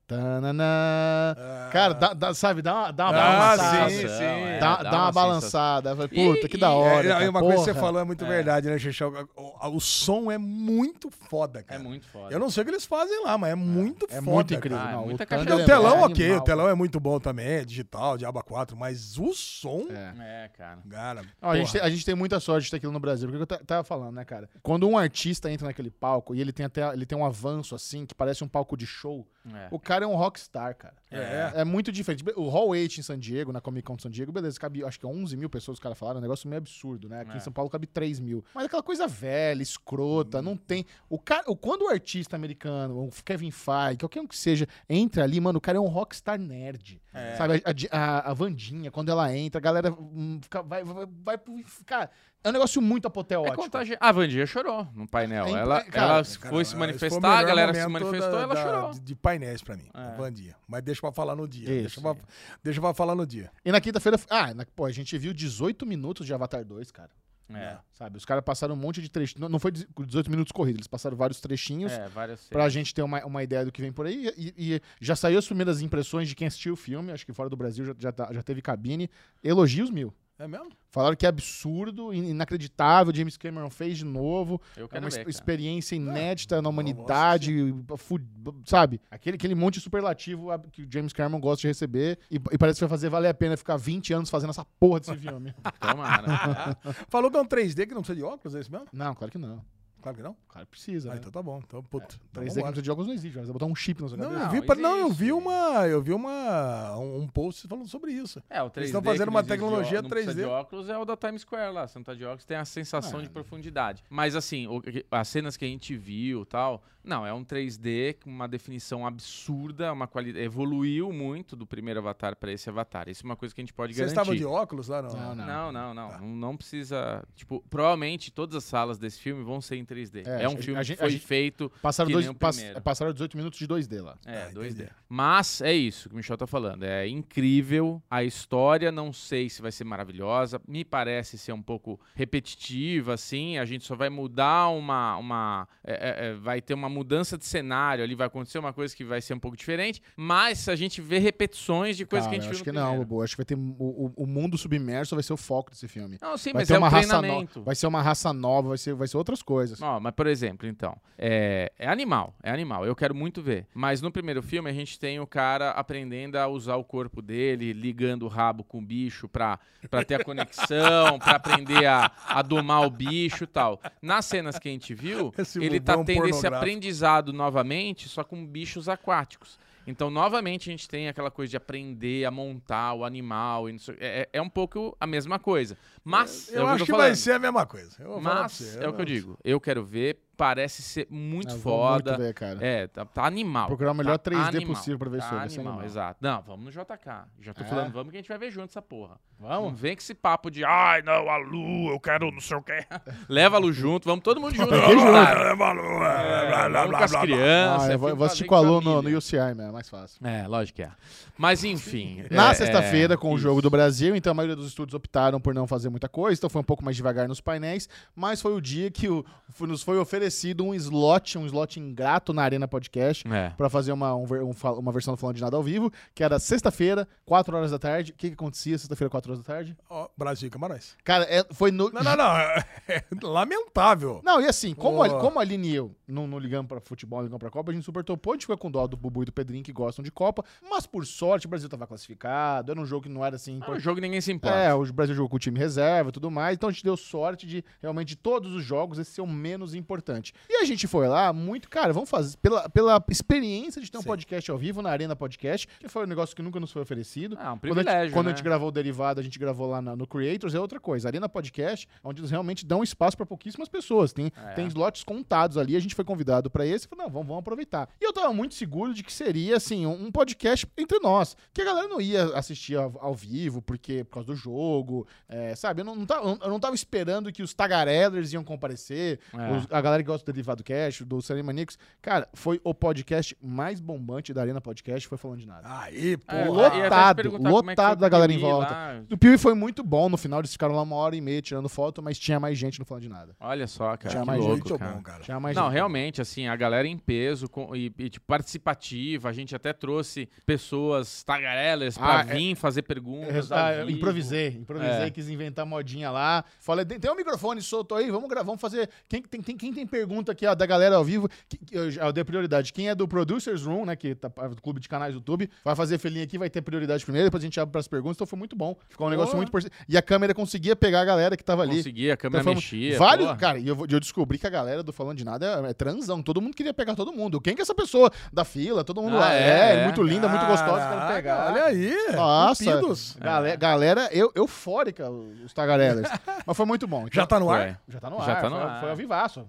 [SPEAKER 1] tananã. Cara, dá, dá- sabe, dá uma, dá uma
[SPEAKER 3] Ah,
[SPEAKER 1] balançada.
[SPEAKER 3] sim, sim.
[SPEAKER 4] é,
[SPEAKER 1] Dá, dá uma, balançada. Eu falei, Puta, que da
[SPEAKER 4] E-
[SPEAKER 1] hora.
[SPEAKER 3] É,
[SPEAKER 1] cara,
[SPEAKER 3] e uma coisa que você
[SPEAKER 1] porra.
[SPEAKER 3] falou é muito verdade, né, Xixão? O, o som é muito foda,
[SPEAKER 4] sensação. É
[SPEAKER 3] cara.
[SPEAKER 4] muito foda.
[SPEAKER 3] Eu não sei o que eles fazem lá, mas é muito
[SPEAKER 1] É
[SPEAKER 3] foda.
[SPEAKER 1] muito
[SPEAKER 3] cara.
[SPEAKER 1] incrível.
[SPEAKER 4] Ah,
[SPEAKER 1] não,
[SPEAKER 4] muita
[SPEAKER 1] tanto
[SPEAKER 4] caixa
[SPEAKER 1] que
[SPEAKER 3] O
[SPEAKER 1] ele
[SPEAKER 3] telão,
[SPEAKER 1] é
[SPEAKER 3] ok,
[SPEAKER 1] animal,
[SPEAKER 3] o telão é muito bom também, é digital, Diaba 4, mas o som,
[SPEAKER 1] É.
[SPEAKER 4] É, cara.
[SPEAKER 3] cara.
[SPEAKER 1] Ó, a, gente
[SPEAKER 3] porra.
[SPEAKER 1] tem, a gente tem muita sorte de ter aquilo no Brasil. Porque eu ta- tava falando, né, cara? Quando um artista entra naquele palco e ele tem até ele tem um avanço assim, que parece um palco de show,
[SPEAKER 4] É.
[SPEAKER 1] o cara é um rockstar, cara.
[SPEAKER 3] É.
[SPEAKER 1] É muito diferente. O Hall 8 em San Diego, na Comic Con de San Diego, beleza, cabe, acho que 11 mil pessoas, os caras falaram, um negócio meio absurdo, né? Aqui
[SPEAKER 4] É.
[SPEAKER 1] em São Paulo cabe 3 mil. Mas é aquela coisa velha, escrota, não tem. O cara, o- quando o artista americano, o Kevin Feige, qualquer um que seja, entra ali, mano, o cara é um rockstar nerd.
[SPEAKER 4] É.
[SPEAKER 1] Sabe? A, a- a Vandinha, quando ela entra, a galera hum, fica- vai, vai, vai pro. Cara, é um negócio muito apoteótico.
[SPEAKER 4] É contagi... Ah, a Vandinha chorou no painel.
[SPEAKER 1] É imp-
[SPEAKER 4] ela
[SPEAKER 1] cara,
[SPEAKER 4] ela
[SPEAKER 3] Cara,
[SPEAKER 4] foi se
[SPEAKER 3] esse o
[SPEAKER 4] manifestar,
[SPEAKER 3] melhor
[SPEAKER 4] a galera se
[SPEAKER 3] momento
[SPEAKER 4] manifestou,
[SPEAKER 3] da-
[SPEAKER 4] ela
[SPEAKER 3] da-
[SPEAKER 4] chorou.
[SPEAKER 3] De, de painéis pra mim,
[SPEAKER 4] É.
[SPEAKER 3] Vandinha. Mas deixa pra falar no dia.
[SPEAKER 1] Isso,
[SPEAKER 3] Deixa pra, deixa pra falar no dia.
[SPEAKER 1] E na quinta-feira. Ah, na- pô, a gente viu 18 minutos de Avatar 2, cara.
[SPEAKER 4] É,
[SPEAKER 1] né? Sabe? Os caras passaram um monte de trechinhos. Não, não foi 18 minutos corridos, eles passaram vários trechinhos.
[SPEAKER 4] é, várias cenas.
[SPEAKER 1] Pra gente ter uma, uma ideia do que vem por aí. E, e já saiu as primeiras impressões de quem assistiu o filme. Acho que fora do Brasil já, já, tá- já teve cabine. Elogios mil.
[SPEAKER 3] É mesmo?
[SPEAKER 1] Falaram que é absurdo, in- inacreditável. James Cameron fez de novo.
[SPEAKER 4] Eu
[SPEAKER 1] É
[SPEAKER 4] quero
[SPEAKER 1] uma
[SPEAKER 4] ver,
[SPEAKER 1] ex-
[SPEAKER 4] cara.
[SPEAKER 1] experiência
[SPEAKER 3] eu
[SPEAKER 1] inédita na
[SPEAKER 3] vou
[SPEAKER 1] humanidade. fu- Sabe? Aquele, aquele monte de superlativo ah, que o James Cameron gosta de receber. E, e parece que vai fazer valer a pena ficar 20 anos fazendo essa porra desse filme.
[SPEAKER 3] [LAUGHS]
[SPEAKER 4] Tomara.
[SPEAKER 3] Falou que é um 3D que não precisa de óculos, é isso mesmo?
[SPEAKER 1] Não, claro que não.
[SPEAKER 3] Claro que não.
[SPEAKER 1] O cara precisa.
[SPEAKER 3] Ah,
[SPEAKER 4] É.
[SPEAKER 1] né?
[SPEAKER 3] então tá bom. Então, puta. Então
[SPEAKER 1] 3D que não
[SPEAKER 3] vambora.
[SPEAKER 1] precisa de óculos não existe. Vai botar um chip na sua
[SPEAKER 3] Não,
[SPEAKER 1] cabeça.
[SPEAKER 3] eu
[SPEAKER 4] Não,
[SPEAKER 3] vi, pa- não, eu
[SPEAKER 4] existe.
[SPEAKER 3] vi uma, eu vi uma um, um post falando sobre isso.
[SPEAKER 4] É, o 3D.
[SPEAKER 3] estão fazendo
[SPEAKER 4] que
[SPEAKER 3] uma
[SPEAKER 4] não existe de ó-
[SPEAKER 3] tecnologia
[SPEAKER 4] não precisa
[SPEAKER 3] 3D.
[SPEAKER 4] de óculos é o da Times Square lá. Você não tá de óculos, tem a sensação
[SPEAKER 1] Ah,
[SPEAKER 4] de
[SPEAKER 1] né.
[SPEAKER 4] profundidade. Mas assim, o- as cenas que a gente viu e tal. Não, é um 3D com uma definição absurda, uma qualidade. Evoluiu muito do primeiro avatar pra esse avatar. Isso é uma coisa que a gente pode
[SPEAKER 3] Vocês estavam
[SPEAKER 4] garantir.
[SPEAKER 3] de óculos lá? Não.
[SPEAKER 1] Não, não.
[SPEAKER 4] Não, não, não. Não, não precisa. Tipo, provavelmente todas as salas desse filme vão ser em 3D.
[SPEAKER 1] É,
[SPEAKER 4] É,
[SPEAKER 1] a
[SPEAKER 4] um
[SPEAKER 1] gente-
[SPEAKER 4] filme
[SPEAKER 1] a
[SPEAKER 4] que
[SPEAKER 1] gente- a
[SPEAKER 4] foi
[SPEAKER 1] gente-
[SPEAKER 4] feito.
[SPEAKER 1] Passaram,
[SPEAKER 4] Que
[SPEAKER 1] dois,
[SPEAKER 4] nem o
[SPEAKER 1] pass-
[SPEAKER 4] primeiro.
[SPEAKER 1] passaram 18 minutos de 2D lá.
[SPEAKER 4] É,
[SPEAKER 3] Ah,
[SPEAKER 4] 2D.
[SPEAKER 3] entendi.
[SPEAKER 4] Mas é isso que o Michel tá falando. É incrível. A história, não sei se vai ser maravilhosa. Me parece ser um pouco repetitiva, assim. A gente só vai mudar uma. uma é, é, é, vai ter uma mudança de cenário ali, vai acontecer uma coisa que vai ser um pouco diferente. Mas a gente vê repetições de coisas
[SPEAKER 1] Cara,
[SPEAKER 4] que a gente
[SPEAKER 1] eu
[SPEAKER 4] viu
[SPEAKER 1] acho
[SPEAKER 4] no
[SPEAKER 1] que não,
[SPEAKER 4] primeiro.
[SPEAKER 1] Bobo. Acho que vai ter. O, o- o mundo submerso vai ser o foco desse filme.
[SPEAKER 4] Não, sim,
[SPEAKER 1] Vai
[SPEAKER 4] mas
[SPEAKER 1] ter
[SPEAKER 4] é
[SPEAKER 1] uma
[SPEAKER 4] o
[SPEAKER 1] raça nova.
[SPEAKER 4] treinamento.
[SPEAKER 1] Vai ser uma raça nova, vai ser, vai ser outras coisas.
[SPEAKER 4] Ó, mas por exemplo, então, é, é animal, é animal, eu quero muito ver. Mas no primeiro filme a gente tem o cara aprendendo a usar o corpo dele, ligando o rabo com o bicho pra, pra ter a conexão, pra aprender a, a domar o bicho e tal. Nas cenas que a gente viu,
[SPEAKER 3] [LAUGHS] Esse
[SPEAKER 4] ele tá
[SPEAKER 3] bobão
[SPEAKER 4] tendo esse
[SPEAKER 3] pornográfico.
[SPEAKER 4] aprendizado novamente, só com bichos aquáticos. Então, novamente, a gente tem aquela coisa de aprender a montar o animal. e não sei- É, é- é um pouco a mesma coisa. Mas. é
[SPEAKER 3] Eu
[SPEAKER 4] o
[SPEAKER 3] acho
[SPEAKER 4] eu
[SPEAKER 3] que
[SPEAKER 4] tô
[SPEAKER 3] vai
[SPEAKER 4] falando.
[SPEAKER 3] ser a mesma coisa. Eu vou falar pra
[SPEAKER 4] Mas
[SPEAKER 3] você,
[SPEAKER 4] é o que eu
[SPEAKER 3] não-
[SPEAKER 4] digo. Eu quero ver. Parece ser muito
[SPEAKER 1] Eu Ah, vou muito
[SPEAKER 4] foda.
[SPEAKER 1] ver, cara.
[SPEAKER 4] É, tá, tá animal.
[SPEAKER 1] Procurar o melhor
[SPEAKER 4] Tá
[SPEAKER 1] 3D
[SPEAKER 4] animal.
[SPEAKER 1] possível pra ver
[SPEAKER 4] tá
[SPEAKER 1] sobre esse
[SPEAKER 4] animal,
[SPEAKER 1] animal.
[SPEAKER 4] exato. Não, vamos no JK. Já tô
[SPEAKER 1] É?
[SPEAKER 4] falando, vamos que a gente vai ver junto essa porra. Não
[SPEAKER 1] Vamos?
[SPEAKER 4] vem com esse papo de, ai, não, a Lu, eu quero não sei o quê. Leva a Lu junto, vamos todo mundo junto.
[SPEAKER 1] que junto?
[SPEAKER 4] Cara,
[SPEAKER 3] É, valor, é, blá,
[SPEAKER 4] Vamos
[SPEAKER 3] blá,
[SPEAKER 4] com
[SPEAKER 3] blá,
[SPEAKER 4] as
[SPEAKER 3] blá, blá.
[SPEAKER 4] crianças.
[SPEAKER 1] Ah,
[SPEAKER 4] é filme
[SPEAKER 1] eu vou, eu vou
[SPEAKER 4] pra
[SPEAKER 1] assistir
[SPEAKER 4] ver
[SPEAKER 1] com a Lu no,
[SPEAKER 4] família.
[SPEAKER 1] no UCI, né? É mais fácil.
[SPEAKER 4] É, lógico que é. Mas enfim.
[SPEAKER 1] [LAUGHS] Na
[SPEAKER 4] é,
[SPEAKER 1] sexta-feira,
[SPEAKER 4] é,
[SPEAKER 1] com o
[SPEAKER 4] isso.
[SPEAKER 1] jogo do Brasil, então a maioria dos estúdios optaram por não fazer muita coisa, então foi um pouco mais devagar nos painéis, mas foi o dia que o- foi- nos foi oferecido um slot, um slot ingrato na Arena Podcast,
[SPEAKER 4] É.
[SPEAKER 1] Pra fazer uma, um ver- um fa- uma versão do Falando de Nada ao vivo, que era sexta-feira, 4 horas da tarde. O que, que acontecia sexta-feira, 4 horas da tarde?
[SPEAKER 3] Ó, Brasil e Camarões.
[SPEAKER 1] Cara, é- foi no.
[SPEAKER 3] Não, não, não. [LAUGHS] É lamentável.
[SPEAKER 1] Não, e assim, como, a,
[SPEAKER 3] Boa.
[SPEAKER 1] como a Aline e eu não, não ligamos pra futebol, não ligamos pra Copa, a gente super topou, a gente ficou com dó do Bubu e do Pedrinho que gostam de Copa, mas por sorte o Brasil tava classificado, era um jogo que não era assim.
[SPEAKER 4] Ah, o
[SPEAKER 1] importante.
[SPEAKER 4] jogo ninguém se importa.
[SPEAKER 1] É, o Brasil jogou com o time reserva e tudo mais, então a gente deu sorte de, realmente, de todos os jogos, esse ser o menos importante. importante. E a gente foi lá, muito, cara, vamos fazer. Pela, pela experiência de ter um
[SPEAKER 4] Sim.
[SPEAKER 1] podcast ao vivo na Arena Podcast, que foi um negócio que nunca nos foi oferecido.
[SPEAKER 4] Ah, um
[SPEAKER 1] Quando a gente-
[SPEAKER 4] privilégio,
[SPEAKER 1] Quando a
[SPEAKER 4] né?
[SPEAKER 1] gente gravou o Derivado, a gente gravou lá na- no Creators, é outra coisa. Arena Podcast, é onde eles realmente dão espaço para pouquíssimas pessoas. Tem,
[SPEAKER 4] É.
[SPEAKER 1] tem slots contados ali, a gente foi convidado para esse, falou, não, vamos, vamos aproveitar. E eu tava muito seguro de que seria, assim, um, um podcast entre nós, que a galera não ia assistir ao, ao vivo, porque por causa do jogo, é, sabe? Eu não, não tava, eu não tava esperando que os tagarellers iam comparecer,
[SPEAKER 4] É.
[SPEAKER 1] os- a galera que gosta do Derivado Cast, do Ceremaniacos. Cara, foi o podcast mais bombante da Arena Podcast, foi falando de nada.
[SPEAKER 3] Aí, pô.
[SPEAKER 4] É, eu ia até te
[SPEAKER 1] lotado,
[SPEAKER 4] perguntar como é que foi
[SPEAKER 1] lotado da galera em
[SPEAKER 4] Piauí
[SPEAKER 1] volta.
[SPEAKER 4] lá.
[SPEAKER 1] O Piuí foi muito bom. No final eles ficaram lá uma hora e meia tirando foto, mas tinha mais gente não falando de nada.
[SPEAKER 4] Olha só, cara.
[SPEAKER 1] Tinha
[SPEAKER 4] que
[SPEAKER 3] é
[SPEAKER 1] mais
[SPEAKER 4] louco,
[SPEAKER 1] gente,
[SPEAKER 4] cara.
[SPEAKER 3] cara.
[SPEAKER 1] Tinha mais
[SPEAKER 4] Não,
[SPEAKER 1] gente.
[SPEAKER 4] realmente, assim, a galera em peso com- e, e, tipo, participativa. A gente até trouxe pessoas tagarelas pra
[SPEAKER 1] Ah, é-
[SPEAKER 4] vir fazer perguntas.
[SPEAKER 1] Ah,
[SPEAKER 4] ao
[SPEAKER 1] eu
[SPEAKER 4] vivo.
[SPEAKER 1] improvisei, improvisei,
[SPEAKER 4] É.
[SPEAKER 1] quis inventar modinha lá. Falei, tem tem um microfone solto aí, vamos gravar, vamos fazer. Quem tem, tem- quem tem pergunta aqui ó, da galera ao vivo, que, que eu, já- eu dei prioridade. Quem é do Producers Room, né, que tá do clube de canais do YouTube, vai fazer filhinha aqui, vai ter prioridade primeiro, depois a gente abre pras perguntas. Então foi muito bom. Ficou um negócio
[SPEAKER 3] Boa.
[SPEAKER 1] muito. perce- E a câmera conseguia pegar a galera que tava ali.
[SPEAKER 4] Consegui, a câmera
[SPEAKER 1] Então, foi um-
[SPEAKER 4] mexia.
[SPEAKER 1] Vários,
[SPEAKER 4] porra.
[SPEAKER 1] cara, e eu, vou- eu descobri que a galera do Falando de Nada é, é transão. Todo mundo queria pegar todo mundo. Quem que é essa pessoa da fila? Todo mundo
[SPEAKER 4] Ah,
[SPEAKER 1] lá.
[SPEAKER 4] é,
[SPEAKER 1] É,
[SPEAKER 4] é.
[SPEAKER 1] muito linda, muito gostosa.
[SPEAKER 3] Caraca,
[SPEAKER 1] Quero pegar.
[SPEAKER 3] Ah, Olha aí.
[SPEAKER 1] Nossa.
[SPEAKER 4] É.
[SPEAKER 3] Cupidos.
[SPEAKER 1] Gale- Galera eu, eufórica, os
[SPEAKER 4] [LAUGHS]
[SPEAKER 1] tagarellas. Mas foi muito bom.
[SPEAKER 3] Já tá no ar?
[SPEAKER 4] Foi.
[SPEAKER 1] Já tá no
[SPEAKER 4] Já
[SPEAKER 1] ar.
[SPEAKER 4] tá no
[SPEAKER 1] foi,
[SPEAKER 4] ar.
[SPEAKER 1] foi ao vivaço.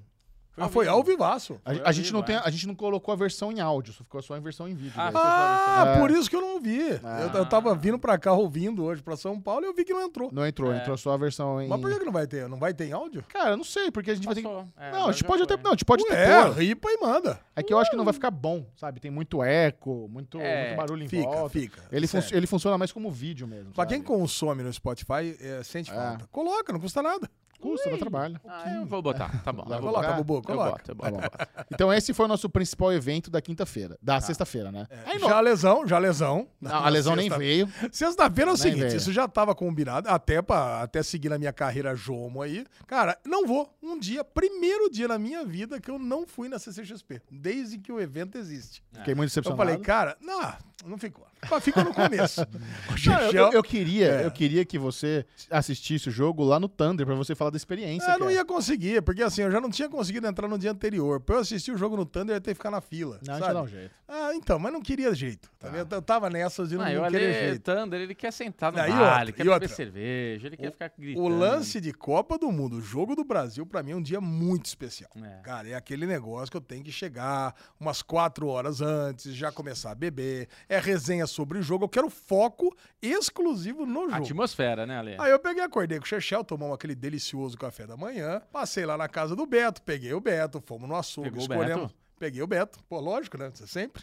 [SPEAKER 3] Ah, foi ao vivaço.
[SPEAKER 1] A,
[SPEAKER 4] Foi
[SPEAKER 1] a
[SPEAKER 4] ao
[SPEAKER 1] gente não tem,
[SPEAKER 4] vivaço.
[SPEAKER 1] a gente não colocou a versão em áudio, só ficou só a versão em vídeo.
[SPEAKER 4] Ah,
[SPEAKER 1] daí.
[SPEAKER 3] Ah,
[SPEAKER 1] É. Ah.
[SPEAKER 3] por isso que eu não vi. Eu, eu tava vindo pra cá ouvindo hoje pra São Paulo e eu vi que não entrou.
[SPEAKER 1] Não entrou,
[SPEAKER 4] É.
[SPEAKER 1] entrou só a versão em.
[SPEAKER 3] Mas por que, que não vai ter? Não vai ter em áudio?
[SPEAKER 1] Cara, não sei, porque a gente vai ter
[SPEAKER 4] Passou.
[SPEAKER 1] que.
[SPEAKER 4] É,
[SPEAKER 1] não, a
[SPEAKER 4] agora
[SPEAKER 1] gente
[SPEAKER 4] já
[SPEAKER 1] pode
[SPEAKER 4] foi. uh.
[SPEAKER 1] até. Não, a gente pode até
[SPEAKER 3] Ué,
[SPEAKER 1] pôr.
[SPEAKER 3] ripa e manda.
[SPEAKER 1] É que eu acho que não vai ficar bom, sabe? Tem muito eco, muito,
[SPEAKER 4] É,
[SPEAKER 1] muito barulho em
[SPEAKER 3] Fica,
[SPEAKER 1] volta.
[SPEAKER 3] fica.
[SPEAKER 1] Ele, fun-
[SPEAKER 3] Sério.
[SPEAKER 1] ele funciona mais como vídeo mesmo.
[SPEAKER 3] Tá Pra
[SPEAKER 1] sabe?
[SPEAKER 3] quem consome no Spotify, é, sente
[SPEAKER 1] É.
[SPEAKER 3] falta. Coloca, não custa nada.
[SPEAKER 1] custa, dá trabalho.
[SPEAKER 4] Ah,
[SPEAKER 3] é um
[SPEAKER 4] eu vou botar. Tá bom.
[SPEAKER 1] Vai
[SPEAKER 4] eu vou
[SPEAKER 3] Coloca,
[SPEAKER 1] um. botar?
[SPEAKER 3] Bubu,
[SPEAKER 4] Eu
[SPEAKER 3] coloca.
[SPEAKER 4] boto, eu
[SPEAKER 1] [LAUGHS] Tá
[SPEAKER 4] boto.
[SPEAKER 1] bom. Então esse foi o nosso principal evento da quinta-feira. Da sexta-feira, né? Aí não-
[SPEAKER 3] Tá. É. Já tá- a lesão, já a lesão.
[SPEAKER 1] não, a lesão nem
[SPEAKER 3] Sexta-
[SPEAKER 1] veio.
[SPEAKER 3] Sexta-feira é o
[SPEAKER 1] Nem
[SPEAKER 3] seguinte,
[SPEAKER 1] veio.
[SPEAKER 3] isso já tava combinado, até, pra, até seguir na minha carreira Jomo aí. Cara, não vou. Um dia, primeiro dia na minha vida que eu não fui na CCXP, desde que o evento existe.
[SPEAKER 1] Fiquei muito
[SPEAKER 3] Eu
[SPEAKER 1] decepcionado.
[SPEAKER 3] falei, cara, não, não ficou. Mas ficou
[SPEAKER 1] [LAUGHS]
[SPEAKER 3] no começo. O
[SPEAKER 1] Não, eu,
[SPEAKER 3] Chechel-
[SPEAKER 1] eu- eu queria,
[SPEAKER 3] É.
[SPEAKER 1] eu queria que você assistisse o jogo lá no Thunder pra você falar da experiência.
[SPEAKER 3] Ah, eu não
[SPEAKER 1] cara.
[SPEAKER 3] ia conseguir, porque assim, eu já não tinha conseguido entrar no dia anterior. Pra eu assistir o jogo no Thunder, eu ia ter que ficar na fila.
[SPEAKER 1] Não, a gente
[SPEAKER 3] sabe?
[SPEAKER 1] dá um jeito.
[SPEAKER 3] Ah, então, mas não queria jeito. Tá. vendo? Eu tava nessa de não,
[SPEAKER 4] Ah,
[SPEAKER 3] não
[SPEAKER 4] eu
[SPEAKER 3] querer
[SPEAKER 4] ali,
[SPEAKER 3] jeito.
[SPEAKER 4] Thunder, ele quer sentar no
[SPEAKER 3] Não, e
[SPEAKER 4] bar,
[SPEAKER 3] outra,
[SPEAKER 4] ele
[SPEAKER 3] e
[SPEAKER 4] quer beber
[SPEAKER 3] outra.
[SPEAKER 4] cerveja, ele quer ficar gritando.
[SPEAKER 3] O lance de Copa do Mundo, o jogo do Brasil, pra mim é um dia muito especial.
[SPEAKER 4] É.
[SPEAKER 3] Cara, é aquele negócio que eu tenho que chegar umas quatro horas antes, já começar a beber, é resenha sobre o jogo, eu quero foco exclusivo no jogo.
[SPEAKER 4] Atmosfera, né,
[SPEAKER 3] [LAUGHS]
[SPEAKER 4] Ale?
[SPEAKER 3] Aí eu peguei, acordei com o Chechel, tomamos aquele delicioso café da manhã, passei lá na casa do Beto, peguei o Beto, fomos no açougue,
[SPEAKER 4] Pegou o
[SPEAKER 3] escolhemos.
[SPEAKER 4] Beto?
[SPEAKER 3] Peguei o Beto. Pô, lógico, né? Você sempre.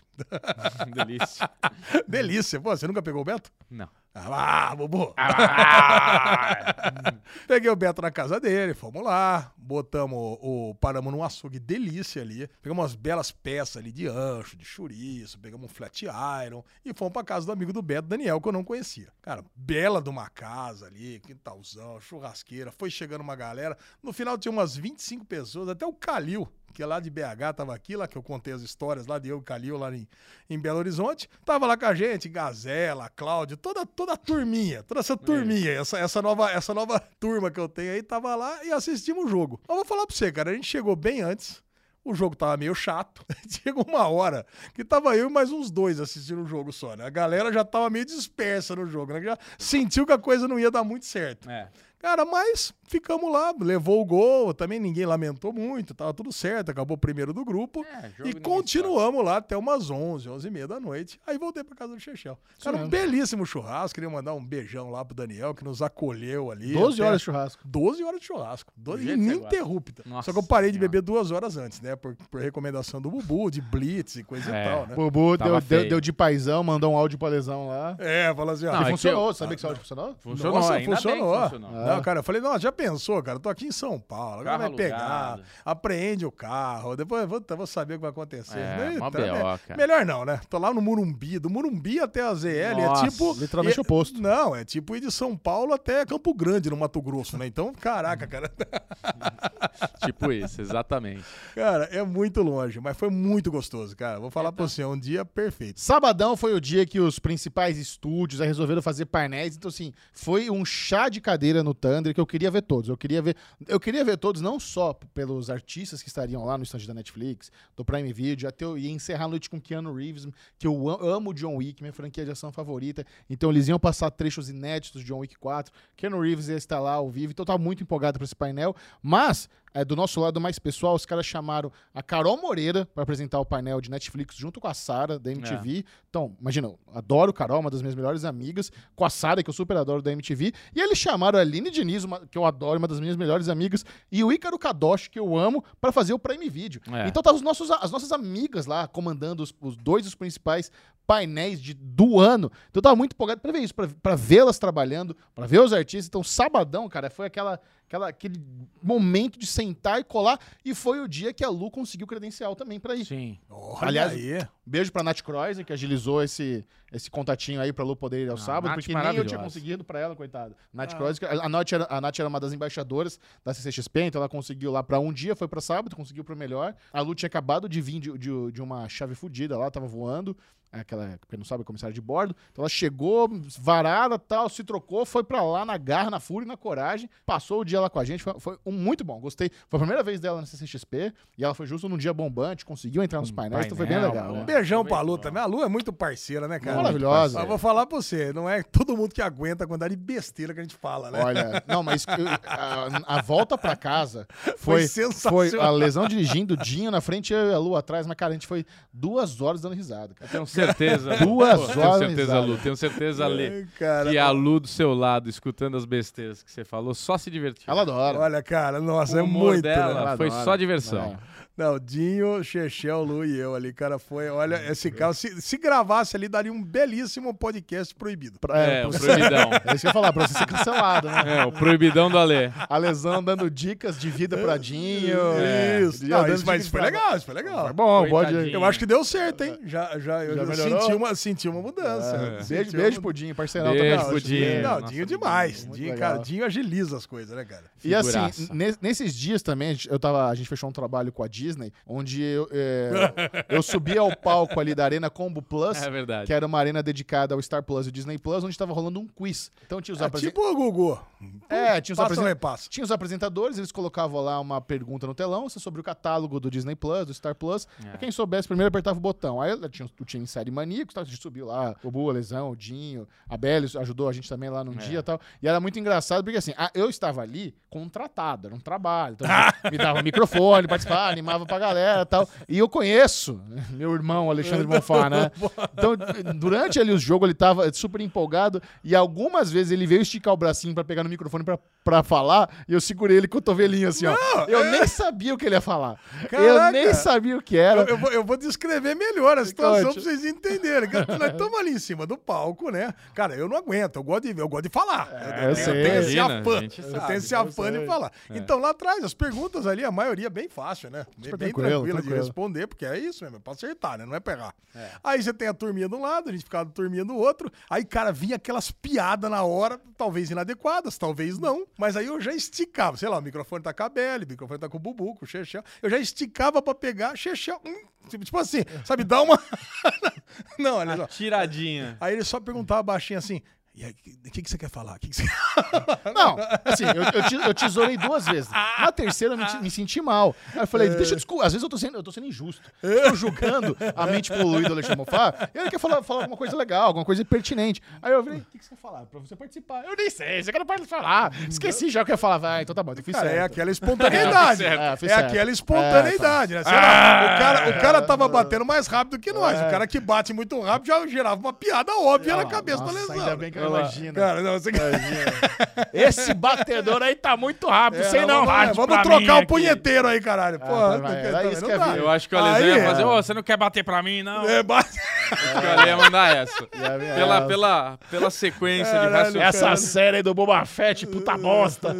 [SPEAKER 3] [LAUGHS]
[SPEAKER 4] Delícia.
[SPEAKER 3] Delícia. Pô, você nunca pegou o Beto?
[SPEAKER 4] Não.
[SPEAKER 3] Ah, bobo! Ah! [LAUGHS] Peguei o Beto na casa dele, fomos lá, botamos o, o- paramos num açougue delícia ali, pegamos umas belas peças ali de ancho, de chouriço, pegamos um flat iron e fomos pra casa do amigo do Beto, Daniel, que eu não conhecia. Cara, bela de uma casa ali, quintalzão, churrasqueira, foi chegando uma galera, no final tinha umas 25 pessoas, até o Calil, que é lá de BH, tava aqui, lá que eu contei as histórias lá de eu e Calil lá em, em Belo Horizonte. Tava lá com a gente, Gazela, Cláudio, toda, toda a turminha, toda essa turminha, essa, essa, nova, essa nova [LAUGHS] turma que eu tenho aí, tava lá e assistimos o jogo. Eu vou falar pra você, cara, a gente chegou bem antes. O jogo tava meio chato. [LAUGHS] Chegou uma hora que tava eu e mais uns dois assistindo o jogo só, né? A galera já tava meio dispersa no jogo, né? Já sentiu que a coisa não ia dar muito certo.
[SPEAKER 4] [LAUGHS] É.
[SPEAKER 3] Cara, mas ficamos lá, levou o gol, também ninguém lamentou muito, tava tudo certo, acabou o primeiro do grupo.
[SPEAKER 4] É, jogo
[SPEAKER 3] e
[SPEAKER 4] ninguém
[SPEAKER 3] continuamos lá até umas 11, 11 e meia da noite. Aí voltei pra casa do Chechel. Cara, um
[SPEAKER 1] mesmo.
[SPEAKER 3] belíssimo churrasco, queria mandar um beijão lá pro Daniel, que nos acolheu ali.
[SPEAKER 1] 12
[SPEAKER 3] até-
[SPEAKER 1] horas de churrasco.
[SPEAKER 3] 12 horas de churrasco. 12
[SPEAKER 4] Do jeito que você gosta.
[SPEAKER 3] ininterrupta.
[SPEAKER 4] Nossa
[SPEAKER 3] Só que eu parei de
[SPEAKER 4] Senhora.
[SPEAKER 3] beber duas horas antes, né? Por, por recomendação do Bubu, de Blitz e coisa
[SPEAKER 4] É.
[SPEAKER 3] e tal, né?
[SPEAKER 1] Bubu
[SPEAKER 4] Tava
[SPEAKER 1] deu,
[SPEAKER 4] feio.
[SPEAKER 1] deu, deu de paizão, mandou um áudio pra lesão lá.
[SPEAKER 3] É, fala assim, ó.
[SPEAKER 4] Não,
[SPEAKER 1] e
[SPEAKER 4] é
[SPEAKER 1] funcionou.
[SPEAKER 4] que eu-
[SPEAKER 1] Sabia que esse áudio funcionou?
[SPEAKER 4] Funcionou,
[SPEAKER 3] Nossa,
[SPEAKER 4] ainda
[SPEAKER 3] funcionou.
[SPEAKER 4] bem que funcionou. É.
[SPEAKER 3] Não, cara, eu falei, nossa, já pensou, cara? Eu tô aqui em São Paulo, agora vai
[SPEAKER 4] Carro
[SPEAKER 3] pegar,
[SPEAKER 4] alugado.
[SPEAKER 3] apreende o carro, depois eu vou, eu vou saber o que vai acontecer.
[SPEAKER 4] É,
[SPEAKER 3] Eita,
[SPEAKER 4] mó
[SPEAKER 3] né?
[SPEAKER 4] BO, cara.
[SPEAKER 3] Melhor não, né? Tô lá no Murumbi, do Murumbi até a ZL,
[SPEAKER 4] Nossa,
[SPEAKER 3] é tipo...
[SPEAKER 1] literalmente
[SPEAKER 3] é-
[SPEAKER 1] oposto.
[SPEAKER 3] Não, é tipo ir de São Paulo até Campo Grande, no Mato Grosso, né? Então, caraca, cara, [LAUGHS] É.
[SPEAKER 4] Tipo isso, exatamente.
[SPEAKER 3] cara, é muito longe, mas foi muito gostoso, cara. Vou falar
[SPEAKER 4] tá.
[SPEAKER 3] pra você, é um dia perfeito.
[SPEAKER 1] Sabadão foi o dia que os principais estúdios aí resolveram fazer painéis. Então, assim, foi um chá de cadeira no Thunder, que eu queria ver todos. Eu queria ver, eu queria ver todos não só p- pelos artistas que estariam lá no estande da Netflix, do Prime Video, até eu ia encerrar a noite com Keanu Reeves, que eu am- amo John Wick, minha franquia de ação favorita. Então eles iam passar trechos inéditos de John Wick 4. Keanu Reeves ia estar lá ao vivo, então eu tava muito empolgado pra esse painel. Mas, é, do nosso lado mais pessoal, os caras chamaram a Carol Moreira pra apresentar o painel de Netflix junto com a Sara, da MTV. Então, imagina, eu adoro Carol, uma das minhas melhores amigas, com a Sara, que eu super adoro da MTV. E eles chamaram a Aline Diniz, uma- que eu adoro, uma das minhas melhores amigas, e o Ícaro Kadoshi, que eu amo, pra fazer o Prime Video.
[SPEAKER 4] É.
[SPEAKER 1] Então tava os nossos, as nossas amigas lá comandando os, os dois dos principais painéis de, do ano. Então eu tava muito empolgado pra ver isso, pra, pra vê-las trabalhando, pra ver os artistas. Então sabadão, cara, foi aquela, aquela, aquele momento de sentar e colar. E foi o dia que a Lu conseguiu credencial também pra ir.
[SPEAKER 4] Sim.
[SPEAKER 3] Olha
[SPEAKER 1] Aliás,
[SPEAKER 3] aí.
[SPEAKER 1] Beijo pra Nath Kreuzer, que agilizou esse, esse contatinho aí pra Lu poder ir ao
[SPEAKER 4] Ah,
[SPEAKER 1] sábado,
[SPEAKER 4] Nath
[SPEAKER 1] porque nem eu tinha
[SPEAKER 4] maravilhosa.
[SPEAKER 1] conseguido pra ela, coitada. Nath
[SPEAKER 3] Ah.
[SPEAKER 1] Kreuzer, a Nath, era, a Nath era uma das embaixadoras da CCXP, então ela conseguiu lá pra um dia, foi pra sábado, conseguiu pro melhor. A Lu tinha acabado de vir de, de- de uma chave fudida lá, tava voando. Aquela, porque não sabe, comissária de bordo. Então ela chegou, varada tal, se trocou, foi pra lá na garra, na fúria, e na coragem. Passou o dia lá com a gente, foi, foi um muito bom, gostei. Foi a primeira vez dela na CCXP e ela foi justo num dia bombante, conseguiu entrar nos
[SPEAKER 4] Um
[SPEAKER 1] painéis, então foi bem
[SPEAKER 4] painel,
[SPEAKER 1] legal.
[SPEAKER 4] né?
[SPEAKER 1] né?
[SPEAKER 3] Um beijão pra Lu
[SPEAKER 4] Bom.
[SPEAKER 3] também. A Lu é muito parceira, né, cara?
[SPEAKER 1] Maravilhosa.
[SPEAKER 3] Mas vou falar pra você, não é todo mundo que aguenta a quantidade de besteira que a gente fala, né?
[SPEAKER 1] Olha, não, mas eu- a, a volta pra casa foi,
[SPEAKER 3] Foi
[SPEAKER 1] foi,
[SPEAKER 3] sensacional.
[SPEAKER 1] a lesão dirigindo, o Dinho na frente e a Lu atrás, mas cara, a gente foi duas horas dando risada. cara.
[SPEAKER 4] Eu tenho
[SPEAKER 3] [LAUGHS]
[SPEAKER 4] certeza.
[SPEAKER 1] Duas
[SPEAKER 4] Pô, Tenho
[SPEAKER 1] horas,
[SPEAKER 4] certeza,
[SPEAKER 1] risada.
[SPEAKER 4] Lu. Tenho certeza, Lê.
[SPEAKER 3] Ai, cara,
[SPEAKER 4] Que a Lu do seu lado, escutando as besteiras que você falou, só se divertiu.
[SPEAKER 1] Ela adora.
[SPEAKER 3] Olha, cara, nossa,
[SPEAKER 4] o
[SPEAKER 3] é
[SPEAKER 4] humor
[SPEAKER 3] muito.
[SPEAKER 4] dela
[SPEAKER 3] Né?
[SPEAKER 1] Ela
[SPEAKER 4] foi
[SPEAKER 1] adora.
[SPEAKER 4] só diversão.
[SPEAKER 1] É.
[SPEAKER 3] Não, Dinho, Chechel, Lu e eu ali, cara, foi. Olha, esse cara, se, se gravasse ali, daria um belíssimo podcast proibido.
[SPEAKER 1] Pra-
[SPEAKER 4] É,
[SPEAKER 1] pra
[SPEAKER 4] o
[SPEAKER 1] você-
[SPEAKER 4] proibidão.
[SPEAKER 1] [LAUGHS] É isso que eu ia falar, pra você ser cancelado, né?
[SPEAKER 4] É, o proibidão do
[SPEAKER 3] [LAUGHS]
[SPEAKER 4] Alê.
[SPEAKER 1] A lesão dando dicas de vida pra Dinho.
[SPEAKER 4] É.
[SPEAKER 3] Isso,
[SPEAKER 1] Dinho
[SPEAKER 3] não,
[SPEAKER 1] dando
[SPEAKER 3] isso, mas
[SPEAKER 1] dicas
[SPEAKER 3] foi
[SPEAKER 1] pra-
[SPEAKER 3] legal, isso foi legal.
[SPEAKER 1] Foi bom, pode.
[SPEAKER 4] Coitadinho.
[SPEAKER 3] Eu acho que deu certo, hein? Já, já, eu
[SPEAKER 1] Já
[SPEAKER 3] eu
[SPEAKER 1] melhorou?
[SPEAKER 3] senti uma, senti uma mudança.
[SPEAKER 4] É.
[SPEAKER 3] Senti
[SPEAKER 1] Beijo,
[SPEAKER 3] uma
[SPEAKER 1] beijo pro Dinho, parceirão
[SPEAKER 4] Beijo
[SPEAKER 1] também.
[SPEAKER 4] pro
[SPEAKER 1] Acho que-
[SPEAKER 4] Dinho.
[SPEAKER 3] um Não,
[SPEAKER 4] Nossa,
[SPEAKER 3] Dinho demais.
[SPEAKER 1] muito
[SPEAKER 3] Dinho,
[SPEAKER 1] legal.
[SPEAKER 3] cara, Dinho agiliza as coisas, né, cara?
[SPEAKER 1] E assim,
[SPEAKER 4] Figuraça.
[SPEAKER 1] ne- nesses dias também, a gente- eu tava, a gente fechou um trabalho com a Disney, onde
[SPEAKER 4] [LAUGHS]
[SPEAKER 1] eu, é, eu subi ao palco ali da Arena Combo Plus,
[SPEAKER 4] É verdade.
[SPEAKER 1] que era uma arena dedicada ao Star Plus e Disney Plus, onde tava rolando um quiz. Então tinha os,
[SPEAKER 3] É
[SPEAKER 1] apresen-
[SPEAKER 3] tipo o Gugu.
[SPEAKER 1] É, tinha os
[SPEAKER 3] Passa um ou
[SPEAKER 1] apresen-
[SPEAKER 3] repassa?
[SPEAKER 1] tinha os apresentadores, eles colocavam lá uma pergunta no telão isso é sobre o catálogo do Disney Plus, do Star Plus.
[SPEAKER 4] É.
[SPEAKER 1] Quem soubesse primeiro apertava o botão. Aí tinha o time Série Maníacos, tá? a gente subiu lá, o Bu, a Lesão, o Dinho, a Belle ajudou a gente também lá num
[SPEAKER 4] É.
[SPEAKER 1] dia e tal. E era muito engraçado, porque assim, a- eu estava ali contratado, era um trabalho. Então me dava microfone, participava, animava pra galera e tal. E eu conheço [LAUGHS] meu irmão, Alexandre Bonfá, né? Então, durante ali o jogo, ele tava super empolgado e algumas vezes ele veio esticar o bracinho pra pegar no microfone pra, pra falar e eu segurei ele cotovelinho assim, ó. Eu nem sabia o que ele ia falar. Eu
[SPEAKER 3] Caraca.
[SPEAKER 1] nem sabia o que era.
[SPEAKER 3] Eu, eu vou, eu vou descrever melhor a situação
[SPEAKER 1] Conte.
[SPEAKER 3] pra vocês entenderem. Cara, nós estamos ali em cima do palco, né? Cara, eu não aguento, eu gosto de ver, eu gosto de falar.
[SPEAKER 1] eu
[SPEAKER 3] tenho-
[SPEAKER 1] sei.
[SPEAKER 3] tenho esse
[SPEAKER 4] Imagina, a
[SPEAKER 3] afã.
[SPEAKER 4] gente
[SPEAKER 3] Eu
[SPEAKER 4] sabe, né? É.
[SPEAKER 3] tenho esse
[SPEAKER 1] eu
[SPEAKER 3] afã de
[SPEAKER 1] sei.
[SPEAKER 3] falar. Então, lá atrás, as perguntas ali, a maioria é bem fácil, né? Bem, bem
[SPEAKER 1] tranquilo,
[SPEAKER 3] tranquila de
[SPEAKER 1] tranquilo.
[SPEAKER 3] responder, porque é isso mesmo, é pra acertar, né? Não é pegar. Aí você tem a turminha de um lado, a gente ficava turminha do outro. Aí, cara, vinha aquelas piadas na hora, talvez inadequadas, talvez não. Mas aí eu já esticava, sei lá, o microfone tá com a Belle, o microfone tá com o Bubu, com o Chechel. Eu já esticava pra pegar, Chechel. hum, tipo, tipo assim, sabe, dá uma. [LAUGHS] não, olha só.
[SPEAKER 4] Tiradinha.
[SPEAKER 3] Aí ele só perguntava baixinho assim. E aí, o que, que você quer falar? O que, que você
[SPEAKER 1] Não, assim, eu, eu, te- eu tesourei duas vezes. Na terceira eu me, ti- me senti mal. Aí eu
[SPEAKER 3] É.
[SPEAKER 1] falei, deixa eu desculpa. Às vezes eu tô sendo, eu tô sendo injusto. Eu tô julgando a mente poluída do Alexandre Mofá. E ele quer falar, falar alguma coisa legal, alguma coisa pertinente. Aí eu falei, o que, que você quer falar? Pra você participar. Eu nem sei, você quer falar. Esqueci já o que eu ia falar. Vai, então tá bom, eu fiz
[SPEAKER 3] Cara, é
[SPEAKER 1] certo. [LAUGHS]
[SPEAKER 3] aquela espontaneidade.
[SPEAKER 1] É,
[SPEAKER 3] é
[SPEAKER 1] fez certo. Ah,
[SPEAKER 3] aquela espontaneidade, né? Sei lá, o, cara, o cara tava batendo mais rápido que nós.
[SPEAKER 1] é.
[SPEAKER 3] O cara que bate muito rápido já gerava uma piada óbvia
[SPEAKER 1] Olha
[SPEAKER 3] na
[SPEAKER 1] lá,
[SPEAKER 3] cabeça
[SPEAKER 1] Ah, nossa,
[SPEAKER 3] da lesão.
[SPEAKER 1] Ainda bem né? que eu
[SPEAKER 4] Olha lá.
[SPEAKER 1] imagino.
[SPEAKER 3] Cara, não, você...
[SPEAKER 1] Esse batedor aí tá muito rápido,
[SPEAKER 3] É,
[SPEAKER 1] sei não,
[SPEAKER 3] vamos,
[SPEAKER 1] rádio.
[SPEAKER 3] vamos trocar o punheteiro aí, caralho. Pô,
[SPEAKER 1] vai,
[SPEAKER 3] não
[SPEAKER 1] Ah, tá, vai,
[SPEAKER 3] quer-
[SPEAKER 1] era
[SPEAKER 3] também
[SPEAKER 1] isso
[SPEAKER 3] não
[SPEAKER 1] que é eu
[SPEAKER 3] dá.
[SPEAKER 1] vi.
[SPEAKER 4] Eu acho que o Alê
[SPEAKER 3] Aí,
[SPEAKER 4] ia fazer, ô, você não quer bater pra mim, não?
[SPEAKER 3] É, bate-
[SPEAKER 4] Acho que o Alê ia mandar essa. Pela,
[SPEAKER 1] é.
[SPEAKER 4] pela, pela sequência de
[SPEAKER 3] Caralho,
[SPEAKER 4] raciocínio.
[SPEAKER 1] Essa série aí do Boba Fett, puta bosta.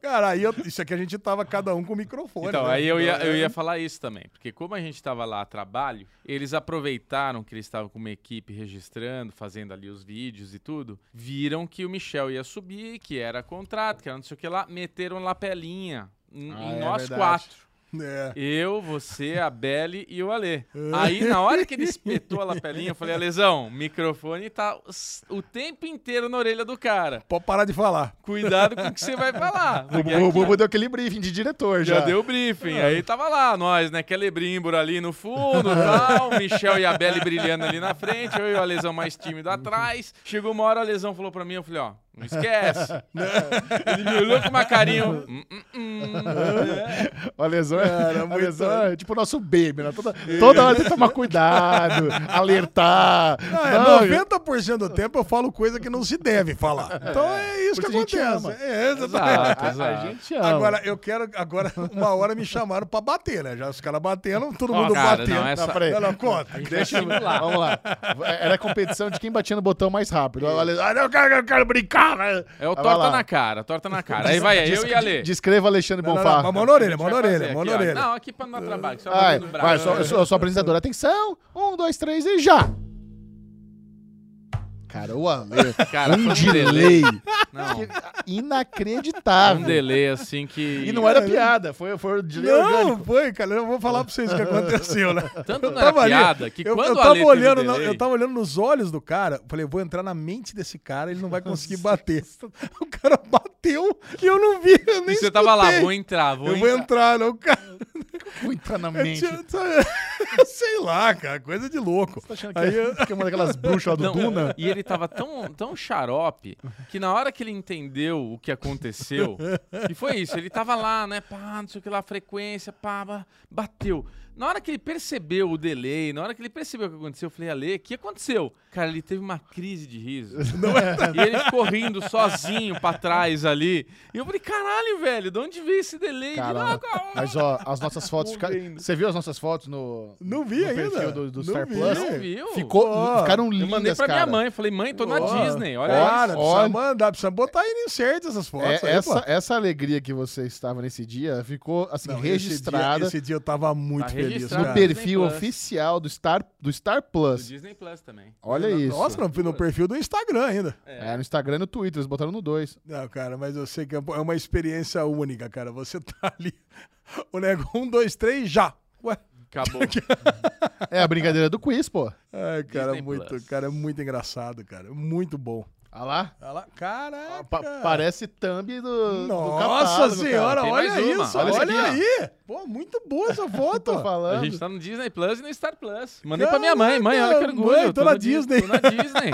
[SPEAKER 3] Cara, aí eu- isso aqui a gente tava cada um com o microfone.
[SPEAKER 4] Então,
[SPEAKER 3] né?
[SPEAKER 4] aí eu ia,
[SPEAKER 1] é.
[SPEAKER 4] eu ia falar isso também, porque como a gente estava lá a trabalho, eles aproveitaram que eles estavam com uma equipe registrando, fazendo ali os vídeos e tudo, viram que o Michel ia subir, que era contrato, que era não sei o que lá, meteram lapelinha em,
[SPEAKER 1] Ah,
[SPEAKER 4] em
[SPEAKER 1] é
[SPEAKER 4] nós
[SPEAKER 1] verdade.
[SPEAKER 4] quatro.
[SPEAKER 3] É.
[SPEAKER 4] Eu, você, a Belle e o Alê.
[SPEAKER 1] Ah.
[SPEAKER 4] Aí, na hora
[SPEAKER 1] [LAUGHS]
[SPEAKER 4] que ele espetou a lapelinha, eu falei, Alezão, o microfone tá s- o tempo inteiro na orelha do cara.
[SPEAKER 3] Pode parar de falar.
[SPEAKER 4] Cuidado com o que você vai
[SPEAKER 1] [LAUGHS]
[SPEAKER 4] falar.
[SPEAKER 1] O
[SPEAKER 4] porque
[SPEAKER 1] Bu- O
[SPEAKER 4] aqui-
[SPEAKER 1] Bubu deu aquele briefing de diretor
[SPEAKER 4] já
[SPEAKER 1] já.
[SPEAKER 4] deu o briefing. Aí tava lá, nós, né? Celebrimbor ali no
[SPEAKER 1] [LAUGHS]
[SPEAKER 4] fundo tal. o Michel e a Belle brilhando ali na frente. Eu e o Alesão mais tímido atrás. Chegou uma hora, o Alesão falou pra mim, eu falei, ó, não
[SPEAKER 1] [LAUGHS]
[SPEAKER 4] esquece. Ele me olhou com uma carinha. "Hum, hum, hum."
[SPEAKER 1] O lesão, a lesão é tipo o nosso baby, né? Toda,
[SPEAKER 3] É.
[SPEAKER 1] toda hora tem que tomar cuidado, alertar.
[SPEAKER 3] Ah,
[SPEAKER 1] Não,
[SPEAKER 3] é, 90% do tempo eu falo coisa que não se deve falar. Então é isso
[SPEAKER 1] Por
[SPEAKER 3] que
[SPEAKER 1] isso a gente
[SPEAKER 3] acontece.
[SPEAKER 1] ama.
[SPEAKER 3] É, exatamente.
[SPEAKER 4] Exato,
[SPEAKER 1] a, a
[SPEAKER 4] exato.
[SPEAKER 1] gente ama.
[SPEAKER 3] Agora, eu quero. Agora, uma hora me chamaram pra bater, né? Já os caras bateram, todo
[SPEAKER 4] Ó,
[SPEAKER 3] mundo
[SPEAKER 4] cara,
[SPEAKER 3] batendo.
[SPEAKER 4] não,
[SPEAKER 3] Não,
[SPEAKER 4] essa-
[SPEAKER 1] peraí.
[SPEAKER 3] não, conta.
[SPEAKER 1] Deixa eu Vamos lá. Era a competição de quem batia no botão mais rápido. Aí o Ale- Ah, não, eu quero, eu quero brincar. né?
[SPEAKER 4] É o
[SPEAKER 1] Vai
[SPEAKER 4] torta
[SPEAKER 1] lá.
[SPEAKER 4] na cara, torta na cara. Aí vai, eu e a Lê.
[SPEAKER 1] Descreva Alexandre
[SPEAKER 3] Não, não, não,
[SPEAKER 1] Bonfá.
[SPEAKER 3] mas mão na
[SPEAKER 4] Vai
[SPEAKER 3] orelha, mão na
[SPEAKER 4] fazer
[SPEAKER 3] orelha,
[SPEAKER 4] aqui,
[SPEAKER 3] mão na
[SPEAKER 4] ó.
[SPEAKER 3] orelha.
[SPEAKER 4] Não, aqui pra não dar trabalho. Só
[SPEAKER 1] Ai,
[SPEAKER 4] batendo no
[SPEAKER 1] vai,
[SPEAKER 4] braço.
[SPEAKER 1] só, eu sou, eu sou apresentador. Atenção! Um, dois, três e já! Cara, o Ale.
[SPEAKER 4] [LAUGHS] Cara, foi
[SPEAKER 1] um
[SPEAKER 4] um
[SPEAKER 1] delay.
[SPEAKER 4] Não,
[SPEAKER 1] Inacreditável.
[SPEAKER 4] um delay assim que...
[SPEAKER 1] E não era piada, foi, foi o delay orgânico.
[SPEAKER 3] Não, foi, cara. Eu vou falar pra vocês o que aconteceu, né?
[SPEAKER 4] Tanto não
[SPEAKER 3] Eu
[SPEAKER 4] era
[SPEAKER 3] tava ali,
[SPEAKER 4] piada que
[SPEAKER 3] Eu,
[SPEAKER 4] quando
[SPEAKER 3] eu
[SPEAKER 4] o Ale
[SPEAKER 3] tava
[SPEAKER 4] teve
[SPEAKER 3] olhando, na-
[SPEAKER 4] delay-
[SPEAKER 3] eu tava olhando nos olhos do cara, eu falei, eu vou entrar na mente desse cara, ele não vai
[SPEAKER 4] [LAUGHS]
[SPEAKER 3] conseguir bater. O cara bateu e eu não vi, eu nem
[SPEAKER 4] E você tava lá,
[SPEAKER 3] escutei.
[SPEAKER 4] vou entrar, vou
[SPEAKER 3] Eu vou
[SPEAKER 4] entrar.
[SPEAKER 3] entrar, né? O cara.
[SPEAKER 1] Muita na
[SPEAKER 3] eu
[SPEAKER 1] mente.
[SPEAKER 3] É, tinha- [LAUGHS] Sei lá, cara, coisa de louco.
[SPEAKER 1] Tá achando que,
[SPEAKER 3] Aí eu-
[SPEAKER 1] é, que é uma daquelas bruxas lá do
[SPEAKER 4] Não,
[SPEAKER 1] Duna?
[SPEAKER 4] E ele tava tão, tão xarope que na hora que ele entendeu o que aconteceu, e foi isso, ele tava lá, né? Pá, não sei o que lá, frequência, pá, ba- bateu. Na hora que ele percebeu o delay, na hora que ele percebeu o que aconteceu, eu falei, Ale, o que aconteceu? Cara, ele teve uma crise de
[SPEAKER 3] [LAUGHS]
[SPEAKER 4] riso.
[SPEAKER 3] é?
[SPEAKER 4] E ele ficou rindo sozinho pra trás ali. E eu falei, caralho, velho, de onde veio esse delay?
[SPEAKER 1] Cara,
[SPEAKER 4] de lá, cara,
[SPEAKER 1] Mas ó, as nossas fotos
[SPEAKER 3] Tá
[SPEAKER 1] ficaram.
[SPEAKER 4] Morrendo.
[SPEAKER 1] Você viu as nossas fotos no.
[SPEAKER 3] Não vi
[SPEAKER 1] no
[SPEAKER 3] ainda.
[SPEAKER 1] perfil do, do
[SPEAKER 3] Não
[SPEAKER 1] Star
[SPEAKER 3] vi.
[SPEAKER 1] Plus?
[SPEAKER 4] não viu?
[SPEAKER 1] Ficou,
[SPEAKER 3] Ó,
[SPEAKER 1] ficaram
[SPEAKER 4] Eu
[SPEAKER 1] lindas,
[SPEAKER 4] mandei pra
[SPEAKER 1] cara.
[SPEAKER 4] minha mãe, falei, mãe, tô na
[SPEAKER 3] Ó,
[SPEAKER 4] Disney, olha
[SPEAKER 3] Cara,
[SPEAKER 4] isso.
[SPEAKER 3] precisa
[SPEAKER 1] olha.
[SPEAKER 3] mandar, precisa botar em insert essas fotos.
[SPEAKER 1] É,
[SPEAKER 3] aí,
[SPEAKER 1] essa,
[SPEAKER 3] pô.
[SPEAKER 1] essa alegria que você estava nesse dia ficou assim
[SPEAKER 3] Não, esse
[SPEAKER 1] registrada
[SPEAKER 3] dia- Esse dia, eu tava muito
[SPEAKER 4] Tá
[SPEAKER 3] feliz,
[SPEAKER 4] registrado.
[SPEAKER 1] no
[SPEAKER 3] cara.
[SPEAKER 4] Disney
[SPEAKER 1] perfil
[SPEAKER 4] Plus.
[SPEAKER 1] oficial do Star, do Star
[SPEAKER 4] Do
[SPEAKER 1] Plus.
[SPEAKER 4] Disney Plus também.
[SPEAKER 1] Olha é isso.
[SPEAKER 3] Nossa, no, no perfil do Instagram ainda.
[SPEAKER 1] É, no Instagram e no Twitter, eles botaram no 2.
[SPEAKER 3] Não, cara, mas eu sei que é uma experiência única, cara. Você [LAUGHS] tá ali. O negócio, um, dois, três, já. Ué.
[SPEAKER 4] [LAUGHS] Acabou.
[SPEAKER 1] É a brincadeira do quiz, pô.
[SPEAKER 3] Ai, cara,
[SPEAKER 4] Disney
[SPEAKER 3] muito,
[SPEAKER 4] Plus.
[SPEAKER 3] cara, é muito engraçado, cara. Muito bom.
[SPEAKER 1] Olha lá.
[SPEAKER 3] Olha lá, caraca.
[SPEAKER 1] Pa- parece thumb do. do
[SPEAKER 3] Nossa
[SPEAKER 1] catálogo,
[SPEAKER 3] senhora,
[SPEAKER 4] Tem
[SPEAKER 3] olha
[SPEAKER 4] mais uma.
[SPEAKER 3] isso,
[SPEAKER 4] Olha
[SPEAKER 3] olha,
[SPEAKER 4] isso aqui,
[SPEAKER 3] aí. Pô, muito
[SPEAKER 1] [LAUGHS]
[SPEAKER 3] boa essa
[SPEAKER 1] Cara.
[SPEAKER 3] foto.
[SPEAKER 1] Tô falando.
[SPEAKER 4] A gente tá no Disney Plus e no Star Plus. Mandei pra minha mãe. Mãe, olha que
[SPEAKER 3] Caraca,
[SPEAKER 4] orgulho.
[SPEAKER 3] mãe, tô na
[SPEAKER 4] no Di-
[SPEAKER 3] Disney.
[SPEAKER 4] Tô na
[SPEAKER 3] [LAUGHS]
[SPEAKER 4] Disney.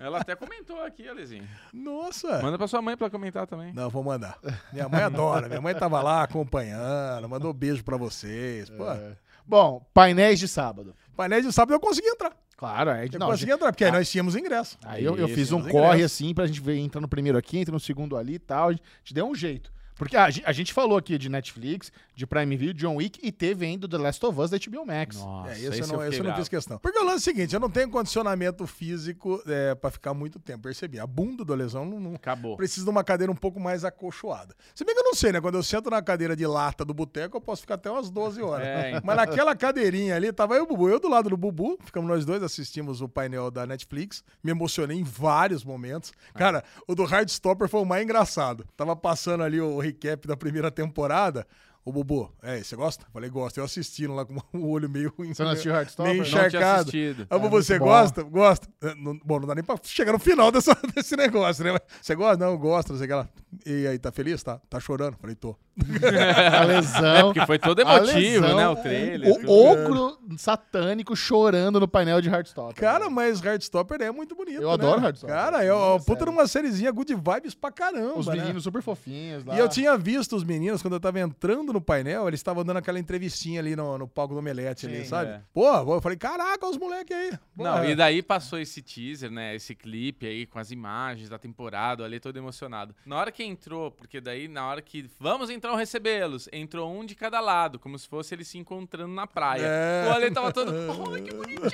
[SPEAKER 4] Ela até comentou aqui, Alezinho.
[SPEAKER 3] Nossa.
[SPEAKER 4] Manda pra sua mãe pra ela comentar também.
[SPEAKER 3] Não, vou mandar. Minha mãe adora. Minha mãe tava lá acompanhando, mandou beijo pra vocês. Pô,
[SPEAKER 1] É. Bom, painéis de sábado.
[SPEAKER 3] painéis de sábado eu consegui entrar.
[SPEAKER 1] Claro, é de
[SPEAKER 3] Eu
[SPEAKER 1] não,
[SPEAKER 3] consegui entrar, porque aí nós tínhamos ingresso.
[SPEAKER 1] Aí eu, eu
[SPEAKER 4] Isso, é
[SPEAKER 1] fiz um
[SPEAKER 3] nos
[SPEAKER 1] corre
[SPEAKER 3] ingressos.
[SPEAKER 1] assim pra gente ver, entra no primeiro aqui, entra no segundo ali e tal. A gente deu um jeito. Porque a, gen- a gente falou aqui de Netflix, de Prime Video, John Wick e teve ainda The Last of Us da HBO Max.
[SPEAKER 4] Nossa,
[SPEAKER 3] é, isso eu
[SPEAKER 4] esse
[SPEAKER 3] não, esse
[SPEAKER 4] fiquei
[SPEAKER 3] eu não
[SPEAKER 4] bravo.
[SPEAKER 3] fiz questão. Porque o lance é o seguinte, eu não tenho condicionamento físico é, pra ficar muito tempo, percebi. A bunda do lesão não, não-
[SPEAKER 4] Acabou.
[SPEAKER 3] precisa de uma cadeira um pouco mais acolchoada. Se bem que eu não sei, né? Quando eu sento na cadeira de lata do boteco, eu posso ficar até umas 12 horas.
[SPEAKER 4] É, então.
[SPEAKER 3] Mas naquela cadeirinha ali, tava eu e o Bubu. Eu do lado do Bubu, ficamos nós dois, assistimos o painel da Netflix. Me emocionei em vários momentos. Cara, o do Hardstopper foi o mais engraçado. Tava passando ali o recap da primeira temporada. Ô, Bubu, é, você gosta? Falei, gosto. Eu assistindo lá com [LAUGHS] o olho meio...
[SPEAKER 1] Você não assistiu Heartstopper?
[SPEAKER 3] [LAUGHS] Meio
[SPEAKER 1] Não
[SPEAKER 4] tinha
[SPEAKER 3] encharcado.
[SPEAKER 4] assistido.
[SPEAKER 3] Ah,
[SPEAKER 1] É
[SPEAKER 3] Bubu, você
[SPEAKER 1] muito bom.
[SPEAKER 3] gosta? Gosta. É, não- bom, não dá nem pra chegar no final [LAUGHS] dessa- desse negócio, né? Mas, Você gosta? Não, eu gosto. Não sei o que lá. E aí, tá feliz? Tá, tá chorando? Falei, tô.
[SPEAKER 4] [LAUGHS]
[SPEAKER 1] A lesão.
[SPEAKER 4] É, Porque foi todo
[SPEAKER 1] a
[SPEAKER 4] emotivo,
[SPEAKER 1] lesão,
[SPEAKER 3] é.
[SPEAKER 4] né? O trailer.
[SPEAKER 1] O
[SPEAKER 4] tudo.
[SPEAKER 1] ogro satânico chorando no painel de Heartstopper.
[SPEAKER 3] Cara, mas Heartstopper é muito bonito.
[SPEAKER 1] Eu
[SPEAKER 3] né?
[SPEAKER 1] adoro Heartstopper.
[SPEAKER 3] Cara, é
[SPEAKER 1] Nossa,
[SPEAKER 3] uma puta
[SPEAKER 1] sério.
[SPEAKER 3] numa sériezinha good vibes pra caramba.
[SPEAKER 1] Os
[SPEAKER 3] né?
[SPEAKER 1] meninos super fofinhos lá.
[SPEAKER 3] E eu tinha visto os meninos, quando eu tava entrando no painel, eles estavam dando aquela entrevistinha ali no, no palco do Omelete, ali,
[SPEAKER 4] Sim,
[SPEAKER 3] sabe?
[SPEAKER 4] é.
[SPEAKER 3] Pô, eu falei, caraca, os moleques aí.
[SPEAKER 4] Não,
[SPEAKER 3] Porra.
[SPEAKER 4] e daí passou esse teaser, né? Esse clipe aí com as imagens da temporada, ali todo emocionado. Na hora que entrou, porque daí na hora que vamos então recebê-los, entrou um de cada lado, como se fosse eles se encontrando na praia.
[SPEAKER 3] É.
[SPEAKER 4] O Ale tava [LAUGHS] todo, "Ai, que bonitinho!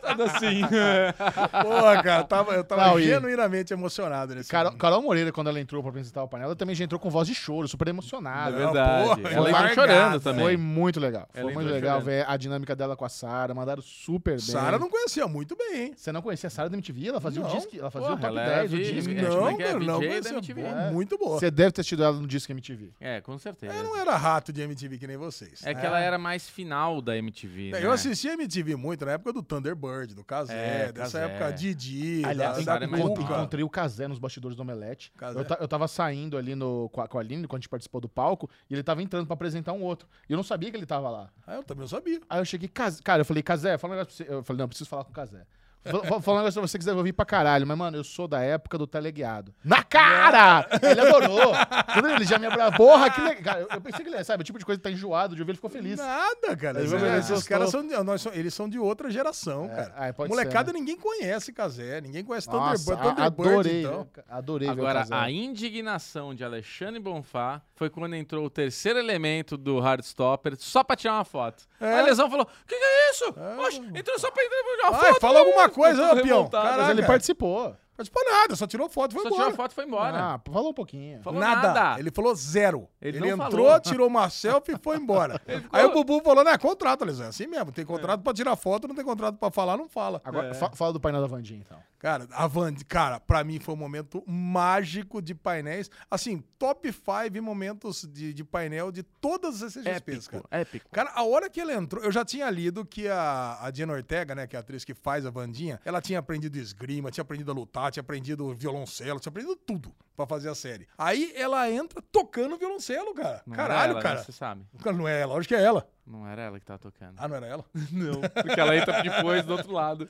[SPEAKER 4] Todo
[SPEAKER 1] [LAUGHS]
[SPEAKER 4] assim.
[SPEAKER 3] Pô, cara, eu tava, eu tava
[SPEAKER 1] é. Não, e-
[SPEAKER 3] genuinamente emocionado nesse
[SPEAKER 1] Carol,
[SPEAKER 3] momento.
[SPEAKER 1] Carol Moreira, quando ela entrou pra apresentar o painel, ela também já entrou com voz de choro, super emocionada.
[SPEAKER 3] É
[SPEAKER 4] verdade. Ela
[SPEAKER 3] Pô,
[SPEAKER 4] entrou
[SPEAKER 3] largada.
[SPEAKER 4] chorando também.
[SPEAKER 1] Foi muito legal.
[SPEAKER 4] Ela
[SPEAKER 1] Foi muito
[SPEAKER 4] entrou
[SPEAKER 1] legal
[SPEAKER 4] chorando.
[SPEAKER 1] ver a dinâmica dela com a Sarah. Mandaram super bem.
[SPEAKER 3] Sara não conhecia muito bem, hein?
[SPEAKER 1] Você não conhecia a Sarah da MTV? Ela fazia o
[SPEAKER 3] Não.
[SPEAKER 1] disque. Ela fazia
[SPEAKER 4] Porra,
[SPEAKER 1] o top
[SPEAKER 4] ela é
[SPEAKER 1] 10 do
[SPEAKER 4] de-
[SPEAKER 1] disque.
[SPEAKER 4] é de-
[SPEAKER 3] Não,
[SPEAKER 4] como que é?
[SPEAKER 3] cara, não
[SPEAKER 4] VJ da
[SPEAKER 3] conhecia.
[SPEAKER 4] MTV.
[SPEAKER 3] Boa,
[SPEAKER 1] É.
[SPEAKER 3] Muito boa.
[SPEAKER 1] Você deve ter assistido ela no disque MTV.
[SPEAKER 4] É, com certeza.
[SPEAKER 3] Eu não era rato de MTV que nem vocês. É,
[SPEAKER 4] É que ela era mais final da MTV, né?
[SPEAKER 3] Eu assistia MTV muito na época do Thunderbird, do Casé,
[SPEAKER 4] É,
[SPEAKER 3] dessa
[SPEAKER 4] Cazé.
[SPEAKER 3] época Didi,
[SPEAKER 1] Aliás,
[SPEAKER 4] a
[SPEAKER 3] da,
[SPEAKER 4] Sara é
[SPEAKER 3] da
[SPEAKER 4] mais
[SPEAKER 1] encont-
[SPEAKER 4] nova.
[SPEAKER 3] Cuca.
[SPEAKER 1] encontrei o Kazé nos bastidores do Omelete.
[SPEAKER 3] Kazé.
[SPEAKER 1] Eu, ta- eu tava saindo ali no, com, a, com a Aline, quando a gente participou do palco, e ele tava entrando pra apresentar um outro. E eu não sabia que ele tava lá.
[SPEAKER 3] Ah, eu também não sabia.
[SPEAKER 1] Aí eu cheguei, Kaz- cara, eu falei, Kazé, fala um negócio pra você. Eu falei, não, eu preciso falar com o Kazé. Vou vou falar um negócio pra você que você vai ouvir pra caralho. Mas, mano, eu sou da época do teleguiado. Na cara! Ele adorou. Entendeu? Ele já me abraçou. Porra, que legal. Cara, eu- Eu pensei que ele, sabe, o tipo de coisa que tá enjoado de ouvir, ele ficou feliz.
[SPEAKER 3] Nada, cara.
[SPEAKER 1] Ele
[SPEAKER 3] Esses,
[SPEAKER 1] vai ver,
[SPEAKER 3] esses
[SPEAKER 1] gostou.
[SPEAKER 3] caras são, de- nós são- Eles são de outra geração,
[SPEAKER 1] É,
[SPEAKER 3] cara.
[SPEAKER 1] aí pode ser,
[SPEAKER 3] Molecada,
[SPEAKER 1] né?
[SPEAKER 3] ninguém conhece Casé, ninguém conhece
[SPEAKER 1] Nossa,
[SPEAKER 3] Thunderbird.
[SPEAKER 1] a-
[SPEAKER 3] Thunderbird,
[SPEAKER 1] adorei.
[SPEAKER 3] então.
[SPEAKER 1] né? Adorei ver o
[SPEAKER 4] Agora,
[SPEAKER 1] Kazé.
[SPEAKER 4] a indignação de Alexandre Bonfá foi quando entrou o terceiro elemento do Hardstopper só pra tirar uma foto.
[SPEAKER 3] É.
[SPEAKER 4] Aí A Lesão falou: que que é isso? Oxe, entrou só pra entrar pra tirar uma
[SPEAKER 3] Ai,
[SPEAKER 4] foto.
[SPEAKER 3] fala alguma coisa,
[SPEAKER 4] Ficou
[SPEAKER 3] ô, peão.
[SPEAKER 4] revoltado.
[SPEAKER 1] Mas
[SPEAKER 3] Caraca.
[SPEAKER 1] ele participou.
[SPEAKER 3] Participou nada, só tirou foto, foi
[SPEAKER 4] Só tirou
[SPEAKER 3] embora.
[SPEAKER 4] a foto e foi embora.
[SPEAKER 1] Ah, falou um pouquinho.
[SPEAKER 4] Falou
[SPEAKER 3] nada.
[SPEAKER 4] nada.
[SPEAKER 3] Ele falou zero.
[SPEAKER 4] Ele
[SPEAKER 3] Ele,
[SPEAKER 4] não
[SPEAKER 3] entrou,
[SPEAKER 4] falou.
[SPEAKER 3] tirou uma selfie e foi
[SPEAKER 4] [LAUGHS]
[SPEAKER 3] embora. Aí o Bubu falou, né, contrato, Lisão, é assim mesmo. Tem contrato pra tirar foto, não tem contrato pra falar, não fala.
[SPEAKER 1] Agora, fa- fala do painel da Vandinha, então.
[SPEAKER 3] Cara, a Van, cara, pra mim foi um momento mágico de painéis. Assim, top 5 momentos de, de painel de todas as CXPs, cara.
[SPEAKER 4] Épico, épico.
[SPEAKER 3] Cara, a hora que ela entrou, eu já tinha lido que a, a Diana Ortega, né, que é a atriz que faz a Vandinha, ela tinha aprendido esgrima, tinha aprendido a lutar, tinha aprendido violoncelo, tinha aprendido tudo pra fazer a série. Aí ela entra tocando violoncelo, cara.
[SPEAKER 4] Não era
[SPEAKER 3] Caralho,
[SPEAKER 4] ela, né?
[SPEAKER 3] cara.
[SPEAKER 4] Você sabe.
[SPEAKER 3] Cara, Não é ela, lógico que é ela.
[SPEAKER 4] Não era ela que tava tocando.
[SPEAKER 3] Ah, não era ela?
[SPEAKER 4] não. Porque ela entra depois do outro lado.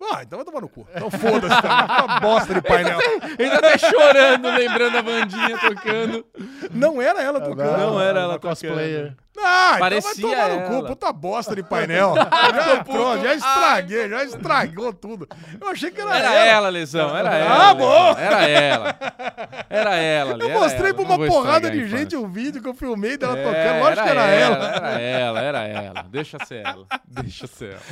[SPEAKER 3] Ah, então vai tomar no cu. Então foda-se, cara. Uma bosta de painel.
[SPEAKER 4] Ele tá até chorando, lembrando a Vandinha tocando.
[SPEAKER 3] Não era ela
[SPEAKER 4] [LAUGHS]
[SPEAKER 3] tocando.
[SPEAKER 4] Não era ela
[SPEAKER 1] cosplayer.
[SPEAKER 3] Ah,
[SPEAKER 4] Parecia
[SPEAKER 3] então vai tomar no
[SPEAKER 4] ela.
[SPEAKER 3] cu, puta bosta de painel. [LAUGHS] já entrou, já estraguei, já estragou tudo. Eu achei que era,
[SPEAKER 4] Era
[SPEAKER 3] ela.
[SPEAKER 4] ela, Lesão, era ela.
[SPEAKER 3] Ah,
[SPEAKER 4] Lesão,
[SPEAKER 3] bom.
[SPEAKER 4] Era ela. Era ela,
[SPEAKER 3] Eu
[SPEAKER 4] era
[SPEAKER 3] mostrei
[SPEAKER 4] ela.
[SPEAKER 3] pra
[SPEAKER 4] Não
[SPEAKER 3] uma
[SPEAKER 4] vou estragar
[SPEAKER 3] porrada
[SPEAKER 4] a
[SPEAKER 3] de
[SPEAKER 4] infância.
[SPEAKER 3] gente um vídeo que eu filmei dela
[SPEAKER 4] É,
[SPEAKER 3] tocando. Lógico que era ela.
[SPEAKER 4] Era ela, era ela. Deixa ser ela. Deixa ser ela.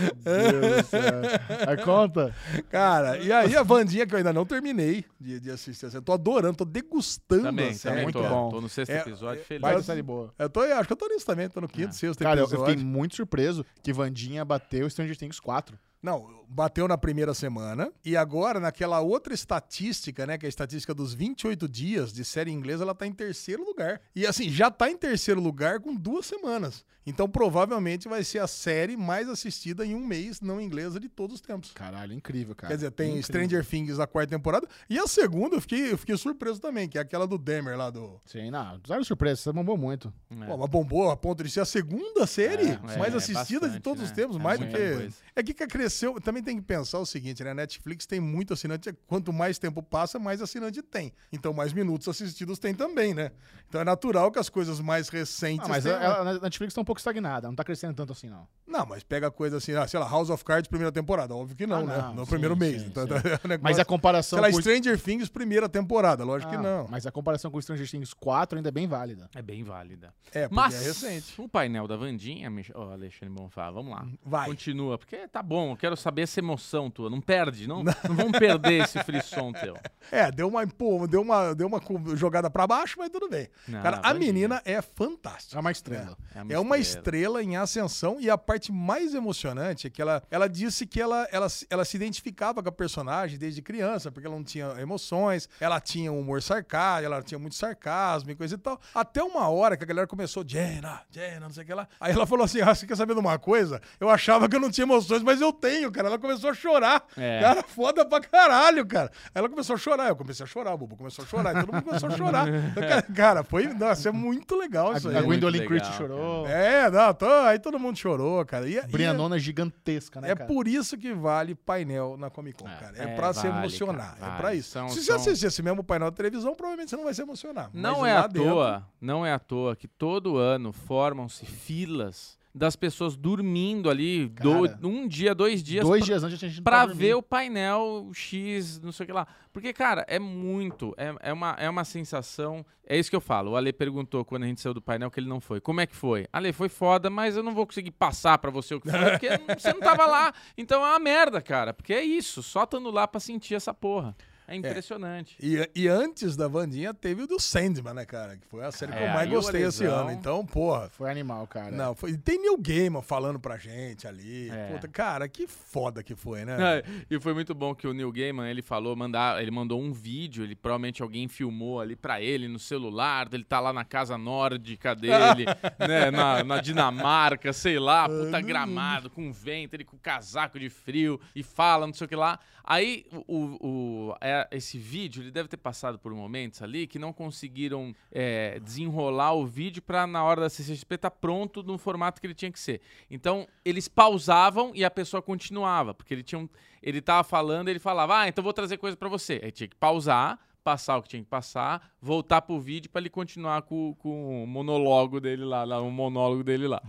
[SPEAKER 1] Aí conta.
[SPEAKER 3] [LAUGHS] Cara, e aí a Vandinha, que eu ainda não terminei de, de assistir. assim, Eu tô adorando, tô degustando a
[SPEAKER 4] Também,
[SPEAKER 3] série.
[SPEAKER 4] também
[SPEAKER 1] muito
[SPEAKER 4] tô.
[SPEAKER 1] bom.
[SPEAKER 4] Tô no sexto
[SPEAKER 3] É,
[SPEAKER 4] episódio, feliz.
[SPEAKER 1] Vai série boa.
[SPEAKER 3] Eu tô, acho que eu tô nisso também, tô no quinto,
[SPEAKER 4] Ah.
[SPEAKER 3] sexto
[SPEAKER 1] Cara, eu, eu
[SPEAKER 3] episódio.
[SPEAKER 1] fiquei muito surpreso que Vandinha bateu Stranger Things 4.
[SPEAKER 3] Não, bateu na primeira semana. E agora, naquela outra estatística, né? Que é a estatística dos 28 dias de série inglesa, ela tá em terceiro lugar. E assim, já tá em terceiro lugar com duas semanas. Então, provavelmente vai ser a série mais assistida em um mês não inglesa de todos os tempos.
[SPEAKER 1] Caralho, incrível, cara.
[SPEAKER 3] Quer dizer, tem
[SPEAKER 1] Incrível.
[SPEAKER 3] Stranger Things na quarta temporada. E a segunda, eu fiquei, eu fiquei surpreso também, que é aquela do Demer lá do.
[SPEAKER 1] Sim, não. Zero surpresa, você bombou muito.
[SPEAKER 4] É.
[SPEAKER 3] Pô, mas bombou a ponto de ser a segunda série
[SPEAKER 4] É,
[SPEAKER 3] mais
[SPEAKER 4] é,
[SPEAKER 3] assistida de
[SPEAKER 4] bastante,
[SPEAKER 3] todos os
[SPEAKER 4] né?
[SPEAKER 3] tempos,
[SPEAKER 4] É
[SPEAKER 3] mais do
[SPEAKER 4] muita
[SPEAKER 3] que.
[SPEAKER 4] coisa.
[SPEAKER 3] É que que cresceu. Também tem que pensar o seguinte, né? A Netflix tem muito assinante. Quanto mais tempo passa, mais assinante tem. Então, mais minutos assistidos tem também, né? Então é natural que as coisas mais recentes.
[SPEAKER 1] Ah, mas
[SPEAKER 3] tenham-
[SPEAKER 1] a, a Netflix tá um pouco estagnada, não tá crescendo tanto assim, não.
[SPEAKER 3] Não, mas pega coisa assim, ah, sei lá, House of Cards, primeira temporada. Óbvio que não,
[SPEAKER 1] Ah,
[SPEAKER 3] né?
[SPEAKER 1] não,
[SPEAKER 3] no
[SPEAKER 1] sim,
[SPEAKER 3] primeiro
[SPEAKER 1] sim,
[SPEAKER 3] mês.
[SPEAKER 1] sim.
[SPEAKER 3] Então, [LAUGHS] é um negócio-
[SPEAKER 1] Mas a comparação
[SPEAKER 3] Sei lá,
[SPEAKER 1] com...
[SPEAKER 3] Stranger Things, primeira temporada. Lógico que
[SPEAKER 1] Ah,
[SPEAKER 3] não.
[SPEAKER 1] Mas a comparação com Stranger Things 4 ainda é bem válida.
[SPEAKER 4] É bem válida.
[SPEAKER 3] É, porque
[SPEAKER 4] Mas
[SPEAKER 3] é recente.
[SPEAKER 4] o painel da Vandinha, Mich- ó, Alexandre Bonfá, vamos lá.
[SPEAKER 3] Vai.
[SPEAKER 4] Continua, porque tá bom, eu quero saber essa emoção tua. Não perde,
[SPEAKER 3] [LAUGHS]
[SPEAKER 4] não, não vamos perder esse frisson teu.
[SPEAKER 3] É, deu uma, pô, deu uma, deu uma co- jogada pra baixo, mas tudo bem.
[SPEAKER 4] Não,
[SPEAKER 3] Cara, a
[SPEAKER 4] Vandinha.
[SPEAKER 3] menina é fantástica.
[SPEAKER 1] É uma estrela.
[SPEAKER 3] É uma estrela em ascensão e a parte mais emocionante é que ela, ela disse que ela, ela, se- ela se identificava com a personagem desde criança, porque ela não tinha emoções, ela tinha um humor sarcástico, ela tinha muito sarcasmo e coisa e tal. Até uma hora que a galera começou, Jenna, Jenna, não sei o que lá. Aí ela falou assim, ah, você quer saber de uma coisa? Eu achava que eu não tinha emoções, mas eu tenho, cara. Ela começou a chorar.
[SPEAKER 4] É.
[SPEAKER 3] Cara, foda pra caralho, cara. Aí Ela começou a chorar, eu comecei a chorar, o Bubu começou a chorar, e todo mundo começou
[SPEAKER 4] [LAUGHS]
[SPEAKER 3] a chorar. Eu, cara, cara, foi, nossa, é muito legal isso aí.
[SPEAKER 1] A, a Gwendolyn
[SPEAKER 4] muito
[SPEAKER 1] Christie
[SPEAKER 4] legal,
[SPEAKER 1] chorou.
[SPEAKER 3] É, não, tô- aí todo mundo chorou, cara. E, e
[SPEAKER 1] Brianona gigantesca, né,
[SPEAKER 3] é
[SPEAKER 1] cara?
[SPEAKER 3] por isso que vale painel na Comic Con, cara. É,
[SPEAKER 4] é,
[SPEAKER 3] pra se
[SPEAKER 4] vale,
[SPEAKER 3] emocionar.
[SPEAKER 4] cara,
[SPEAKER 3] é
[SPEAKER 4] vale.
[SPEAKER 3] pra isso.
[SPEAKER 4] São-
[SPEAKER 3] se você
[SPEAKER 4] são-
[SPEAKER 3] assistir esse mesmo painel de televisão, provavelmente você não vai se emocionar. Mas um
[SPEAKER 4] Não é
[SPEAKER 3] lá
[SPEAKER 4] à
[SPEAKER 3] dentro-
[SPEAKER 4] toa, não é à toa que todo ano formam-se filas das pessoas dormindo ali do-
[SPEAKER 1] Cara,
[SPEAKER 4] um dia, dois dias
[SPEAKER 1] Dois
[SPEAKER 4] pra-
[SPEAKER 1] dias antes a gente não
[SPEAKER 4] pra
[SPEAKER 1] dormindo.
[SPEAKER 4] ver o painel X, não sei o que lá. Porque, cara, é muito. É, é, uma, é uma sensação. É isso que eu falo. O Ale perguntou quando a gente saiu do painel que ele não foi. Como é que foi? Ale, foi foda, mas eu não vou conseguir passar pra você o que foi, porque não- você não tava lá. Então é uma merda, cara. Porque é isso. Só estando lá pra sentir essa porra. É impressionante.
[SPEAKER 3] E, e antes da Vandinha teve o do Sandman, né, cara? Que foi a série que eu
[SPEAKER 4] É,
[SPEAKER 3] mais
[SPEAKER 4] aí o
[SPEAKER 3] gostei esse
[SPEAKER 4] Alesão-
[SPEAKER 3] ano. Então, porra.
[SPEAKER 1] Foi animal, cara.
[SPEAKER 3] Não, foi, e tem Neil Gaiman falando pra gente ali.
[SPEAKER 4] É.
[SPEAKER 3] Puta, cara, que foda que foi,
[SPEAKER 4] Ah,
[SPEAKER 3] né?
[SPEAKER 4] [LAUGHS] e foi muito bom que o Neil Gaiman, ele falou, mandar, ele mandou um vídeo, ele provavelmente alguém filmou ali pra ele no celular, ele tá lá na casa nórdica dele, né, na, na Dinamarca, sei lá, puta gramado, com vento, ele com casaco de frio e fala, não sei o que lá. Aí o, o- é, esse vídeo, ele deve ter passado por momentos ali que não conseguiram é, desenrolar o vídeo pra na hora da CCXP tá pronto no formato que ele tinha que ser. Então, eles pausavam e a pessoa continuava, porque ele tinha um, ele tava falando, ele falava: "Ah, então vou trazer coisa pra você". Aí tinha que pausar, passar o que tinha que passar, voltar pro vídeo pra ele continuar com, com o monólogo dele lá, lá, o monólogo dele lá.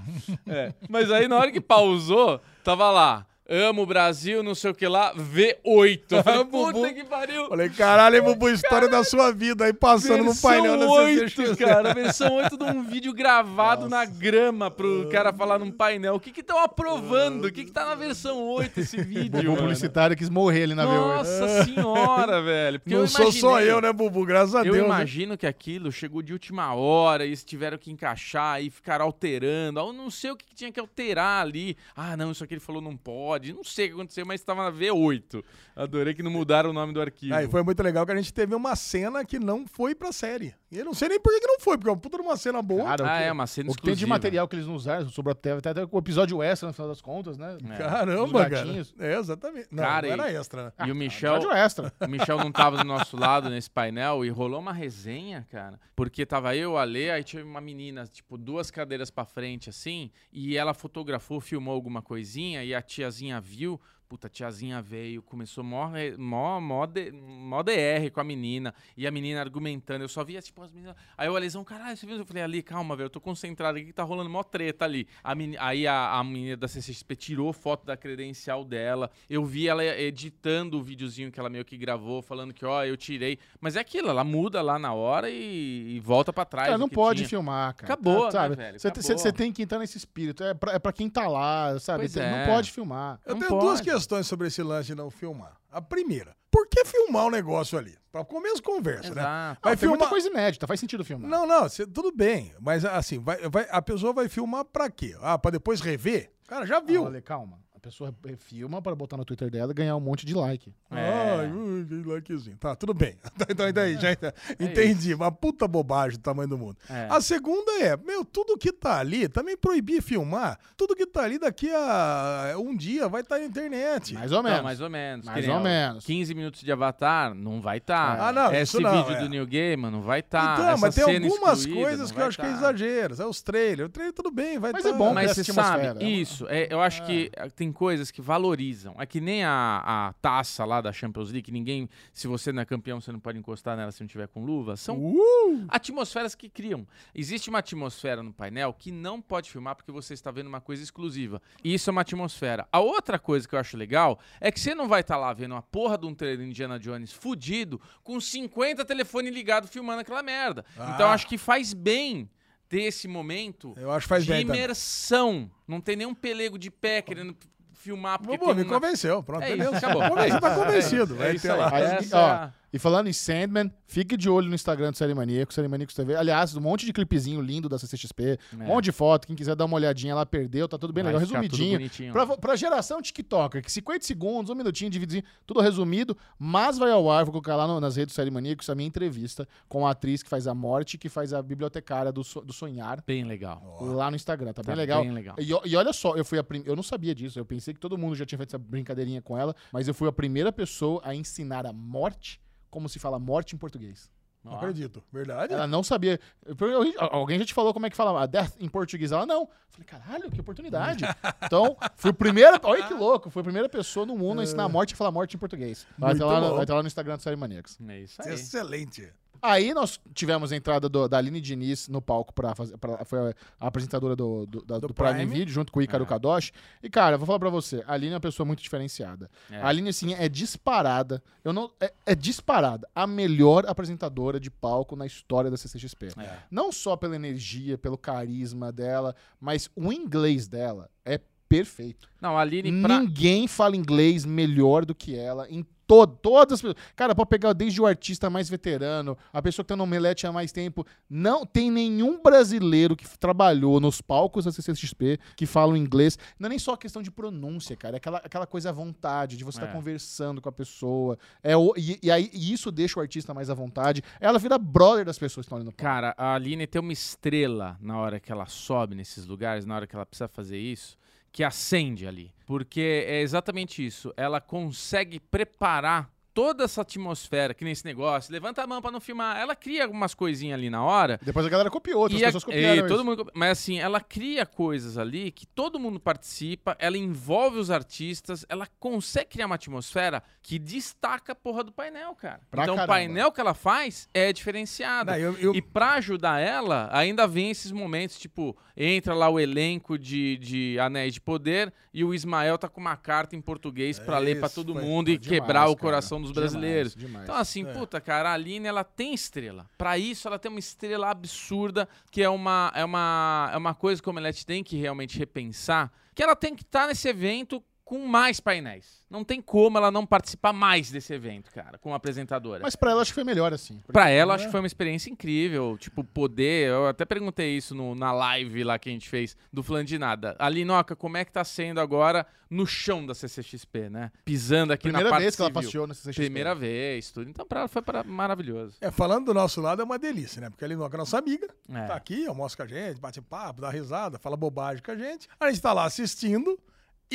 [SPEAKER 4] É. Mas aí na hora que pausou, tava lá: "Amo o Brasil, não sei o que lá, V8". Eu falei, Puta
[SPEAKER 3] Bubu.
[SPEAKER 4] que pariu.
[SPEAKER 3] Falei, caralho, hein, Bubu, história da sua vida aí passando no
[SPEAKER 4] Versão
[SPEAKER 3] painel da
[SPEAKER 4] 8,
[SPEAKER 3] CCXP.
[SPEAKER 4] cara. Versão 8 de um vídeo gravado na grama pro cara falar num painel. O que que estão aprovando? O que que tá na versão 8
[SPEAKER 3] [LAUGHS]
[SPEAKER 4] esse vídeo?
[SPEAKER 1] O
[SPEAKER 4] mano?
[SPEAKER 1] publicitário quis morrer ali na V8.
[SPEAKER 4] Nossa senhora, velho. Porque
[SPEAKER 3] Não
[SPEAKER 4] eu
[SPEAKER 3] sou só
[SPEAKER 4] imaginei-
[SPEAKER 3] eu, né, Bubu? Graças a
[SPEAKER 4] Eu
[SPEAKER 3] Deus. né?
[SPEAKER 4] imagino que aquilo chegou de última hora e eles tiveram que encaixar e ficaram alterando. Ah, Eu não sei o que que tinha que alterar ali. Ah, não, isso aqui ele falou não pode. Não sei o que aconteceu, mas estava na V8. Adorei que não mudaram o nome do arquivo.
[SPEAKER 3] Aí foi muito legal que a gente teve uma cena que não foi pra série. E eu não sei nem por que que não foi, porque é uma puta de uma cena boa.
[SPEAKER 1] Cara, o
[SPEAKER 4] Ah,
[SPEAKER 1] que-
[SPEAKER 4] é uma cena
[SPEAKER 1] O que tem de
[SPEAKER 4] exclusiva.
[SPEAKER 1] material que eles não usaram, sobrou até, até, até o episódio extra, no final das contas, né?
[SPEAKER 3] Caramba,
[SPEAKER 1] Dos
[SPEAKER 3] cara.
[SPEAKER 1] gatinhos.
[SPEAKER 3] É, exatamente. Não,
[SPEAKER 4] é. Cara,
[SPEAKER 3] não era
[SPEAKER 4] e-
[SPEAKER 3] extra, né?
[SPEAKER 4] E É o Michel.
[SPEAKER 1] Episódio extra.
[SPEAKER 4] O Michel não tava do nosso lado nesse painel e rolou uma resenha, cara. Porque tava eu, a Lê, aí tinha uma menina, tipo, duas cadeiras pra frente, assim, e ela fotografou, filmou alguma coisinha e a tiazinha viu. Puta, a tiazinha veio, começou mó, re- mó, mó, D- mó DR com a menina. E a menina argumentando. Eu só via, tipo, as meninas. Aí o Alesão, caralho, você viu? Eu falei, ali, calma, velho, eu tô concentrado aqui que tá rolando mó treta ali. A meni- aí a, a menina da CCXP tirou foto da credencial dela. Eu vi ela editando o videozinho que ela meio que gravou, falando que, ó, eu tirei. Mas é aquilo, ela muda lá na hora e, e volta pra trás.
[SPEAKER 1] Cara,
[SPEAKER 4] do
[SPEAKER 1] não
[SPEAKER 4] que
[SPEAKER 1] pode
[SPEAKER 4] tinha.
[SPEAKER 1] filmar, cara.
[SPEAKER 4] Acabou, né,
[SPEAKER 1] sabe?
[SPEAKER 4] velho?
[SPEAKER 1] Você te- você-
[SPEAKER 4] Acabou.
[SPEAKER 1] você tem que entrar nesse espírito. É pra, é pra quem tá lá, sabe?
[SPEAKER 4] Pois
[SPEAKER 1] Você Não
[SPEAKER 4] é.
[SPEAKER 1] pode filmar.
[SPEAKER 3] Eu
[SPEAKER 4] Não
[SPEAKER 3] tenho duas
[SPEAKER 4] pode.
[SPEAKER 3] questões sobre esse lance de não filmar. A primeira, por que filmar o negócio ali? Pra começo de conversa, né?
[SPEAKER 4] Exato.
[SPEAKER 1] Vai
[SPEAKER 3] Vai
[SPEAKER 1] não, tem muita
[SPEAKER 3] filmar.
[SPEAKER 1] coisa inédita, faz sentido filmar.
[SPEAKER 3] Não, não, cê- tudo bem. Mas assim, vai- vai- a pessoa vai filmar pra quê? Ah, pra depois rever? Cara, já viu.
[SPEAKER 1] Ale, calma. A pessoa eh, filma pra botar no Twitter dela e ganhar um monte de like.
[SPEAKER 4] É.
[SPEAKER 3] Ai, ui, que likezinho. Tá, tudo bem. [LAUGHS] Então, então aí, já ent- entendi. Uma puta bobagem do tamanho do mundo.
[SPEAKER 4] É.
[SPEAKER 3] A segunda é, meu, tudo que tá ali, também proibir filmar, tudo que tá ali daqui a um dia vai estar na internet.
[SPEAKER 1] Mais ou
[SPEAKER 4] Não,
[SPEAKER 1] menos.
[SPEAKER 4] mais ou menos.
[SPEAKER 1] Mais
[SPEAKER 4] que nem
[SPEAKER 1] ou menos.
[SPEAKER 4] 15 minutos de Avatar, não vai estar.
[SPEAKER 3] Ah, não,
[SPEAKER 4] Esse
[SPEAKER 3] isso não,
[SPEAKER 4] vídeo
[SPEAKER 3] é.
[SPEAKER 4] do New Game, não vai tá. estar.
[SPEAKER 3] então, mas tem algumas coisas que eu acho que é exagero. É os trailers. O trailer tudo bem, vai
[SPEAKER 1] Mas
[SPEAKER 3] tá-
[SPEAKER 1] é bom,
[SPEAKER 4] tá. Mas
[SPEAKER 1] pra
[SPEAKER 4] você
[SPEAKER 1] assistir uma
[SPEAKER 4] sabe,
[SPEAKER 3] né?
[SPEAKER 1] esfera.
[SPEAKER 4] isso, é, eu acho que eh, tem coisas que valorizam. É que nem a, a taça lá da Champions League, que ninguém, se você não é campeão, você não pode encostar nela se não tiver com luva. São
[SPEAKER 3] Uh!
[SPEAKER 4] atmosferas que criam. Existe uma atmosfera no painel que não pode filmar porque você está vendo uma coisa exclusiva. E isso é uma atmosfera. A outra coisa que eu acho legal é que você não vai estar lá vendo uma porra de um trailer de Indiana Jones fudido com 50 telefones ligados filmando aquela merda. Então eu
[SPEAKER 3] Ah.
[SPEAKER 4] acho que faz bem ter esse momento
[SPEAKER 3] Eu acho que faz
[SPEAKER 4] de
[SPEAKER 3] bem tá. também.
[SPEAKER 4] imersão. Não tem nenhum pelego de pé querendo filmar porque
[SPEAKER 3] Bubu,
[SPEAKER 4] tem
[SPEAKER 3] me
[SPEAKER 4] uma...
[SPEAKER 3] convenceu. Pronto,
[SPEAKER 4] Um É
[SPEAKER 3] beleza.
[SPEAKER 4] isso, acabou.
[SPEAKER 3] Você tá convencido.
[SPEAKER 4] É
[SPEAKER 3] Vai
[SPEAKER 4] isso
[SPEAKER 3] ter
[SPEAKER 4] aí.
[SPEAKER 3] lá.
[SPEAKER 1] Aí,
[SPEAKER 4] Essa-
[SPEAKER 1] ó, e falando em Sandman, fique de olho no Instagram do Série Maníaco, Série Maníaco TV. Aliás, um monte de clipezinho lindo da CCXP, um monte de foto. Quem quiser dar uma olhadinha lá, perdeu, tá tudo bem
[SPEAKER 4] É. Vai
[SPEAKER 1] legal,
[SPEAKER 4] ficar tudo
[SPEAKER 1] resumidinho.
[SPEAKER 4] bonitinho
[SPEAKER 1] Pra,
[SPEAKER 4] lá.
[SPEAKER 1] pra geração TikToker, que 50 segundos, um minutinho, divididinho, tudo resumido, mas vai ao ar, vou colocar lá no- nas redes do Série Maníaco, é a minha entrevista com a atriz que faz a morte, que faz a bibliotecária do, so- do Sonhar.
[SPEAKER 4] Bem legal.
[SPEAKER 1] Lá no Instagram, tá,
[SPEAKER 4] Tá
[SPEAKER 1] bem legal.
[SPEAKER 4] bem legal.
[SPEAKER 1] E, o- e olha só, eu fui a prim... eu não sabia disso, eu pensei que todo mundo já tinha feito essa brincadeirinha com ela, mas eu fui a primeira pessoa a ensinar a morte como se fala morte em português.
[SPEAKER 3] Não acredito. Verdade?
[SPEAKER 4] Tá
[SPEAKER 1] Ela não sabia. Eu- eu- Alguém já te falou como é que fala a death em português? Ela não. Eu falei, caralho, que
[SPEAKER 3] [LAUGHS]
[SPEAKER 1] oportunidade. então, fui a primeira. Olha
[SPEAKER 3] Ah.
[SPEAKER 1] que louco, fui a primeira pessoa no mundo a ensinar a morte e falar morte em português. Vai
[SPEAKER 3] É. Muito
[SPEAKER 1] ter, lá, no-
[SPEAKER 3] bom.
[SPEAKER 1] vai ter lá no Instagram do Série Maníacos.
[SPEAKER 4] É isso aí.
[SPEAKER 3] Excelente.
[SPEAKER 1] Aí nós tivemos a entrada do- da Aline Diniz no palco pra fazer. pra- foi a apresentadora do, do, da-
[SPEAKER 3] Do
[SPEAKER 1] do Prime
[SPEAKER 3] Prime.
[SPEAKER 1] Video, junto com o Ícaro
[SPEAKER 4] É.
[SPEAKER 1] Kadosh. E, cara, eu vou falar pra você, a Aline é uma pessoa muito diferenciada.
[SPEAKER 4] É.
[SPEAKER 1] A Aline, assim, é disparada. Eu não. É, é disparada. A melhor apresentadora de palco na história da CCXP.
[SPEAKER 4] É.
[SPEAKER 1] Não só pela energia, pelo carisma dela, mas o inglês dela é perfeito.
[SPEAKER 4] Não, a Aline, pra,
[SPEAKER 1] Ninguém fala inglês melhor do que ela em todo, todas as pessoas. Cara, pode pegar desde o artista mais veterano, a pessoa que tá no Omelete há mais tempo. Não tem nenhum brasileiro que trabalhou nos palcos da CCXP que fala o inglês. Não é nem só questão de pronúncia, cara. É aquela, aquela coisa à vontade, de você estar
[SPEAKER 4] É.
[SPEAKER 1] conversando com a pessoa. É, o- e, e aí e isso deixa o artista mais à vontade. Ela vira brother das pessoas que estão ali no palco.
[SPEAKER 4] Cara, a Aline tem uma estrela na hora que ela sobe nesses lugares, na hora que ela precisa fazer isso, que acende ali. Porque é exatamente isso. Ela consegue preparar toda essa atmosfera, que nem esse negócio, levanta a mão pra não filmar. Ela cria algumas coisinhas ali na hora.
[SPEAKER 1] Depois a galera copiou, outras
[SPEAKER 4] e a-
[SPEAKER 1] pessoas copiaram.
[SPEAKER 4] e
[SPEAKER 1] isso.
[SPEAKER 4] todo mundo copi- mas assim, ela cria coisas ali que todo mundo participa, ela envolve os artistas, ela consegue criar uma atmosfera que destaca a porra do painel, cara.
[SPEAKER 1] Pra
[SPEAKER 4] então
[SPEAKER 1] caramba.
[SPEAKER 4] o painel que ela faz é diferenciado.
[SPEAKER 3] Não, eu- eu-
[SPEAKER 4] E pra ajudar ela, ainda vem esses momentos, tipo, entra lá o elenco de, de Anéis de Poder e o Ismael tá com uma carta em português pra ler pra
[SPEAKER 3] Isso,
[SPEAKER 4] todo
[SPEAKER 3] foi-
[SPEAKER 4] mundo e
[SPEAKER 1] Demais,
[SPEAKER 4] quebrar o
[SPEAKER 1] cara.
[SPEAKER 4] coração dos
[SPEAKER 1] Demais,
[SPEAKER 4] brasileiros.
[SPEAKER 1] demais.
[SPEAKER 4] Então, assim,
[SPEAKER 3] É.
[SPEAKER 4] puta, cara, a Aline, ela tem estrela. Pra isso, ela tem uma estrela absurda, que é uma, é uma, é uma coisa que o Omelete tem que realmente repensar, que ela tem que estar nesse evento com mais painéis. Não tem como ela não participar mais desse evento, cara, como apresentadora.
[SPEAKER 1] Mas pra ela acho que foi melhor assim.
[SPEAKER 4] Pra ela,
[SPEAKER 3] é.
[SPEAKER 4] acho que foi uma experiência incrível. Tipo, poder. Eu até perguntei isso no- na live lá que a gente fez do Flan de Nada. Alinoca, como é que tá sendo agora no chão da CCXP, né? Pisando aqui na
[SPEAKER 1] Primeira
[SPEAKER 4] parte
[SPEAKER 1] vez que ela
[SPEAKER 4] civil.
[SPEAKER 1] passeou no CCXP.
[SPEAKER 4] Primeira vez, tudo. Então, pra ela foi pra- maravilhoso.
[SPEAKER 3] É, falando do nosso lado é uma delícia, né? Porque a Linoca é nossa amiga,
[SPEAKER 4] É.
[SPEAKER 3] tá aqui, almoça com a gente, bate papo, dá risada, fala bobagem com a gente. A gente tá lá assistindo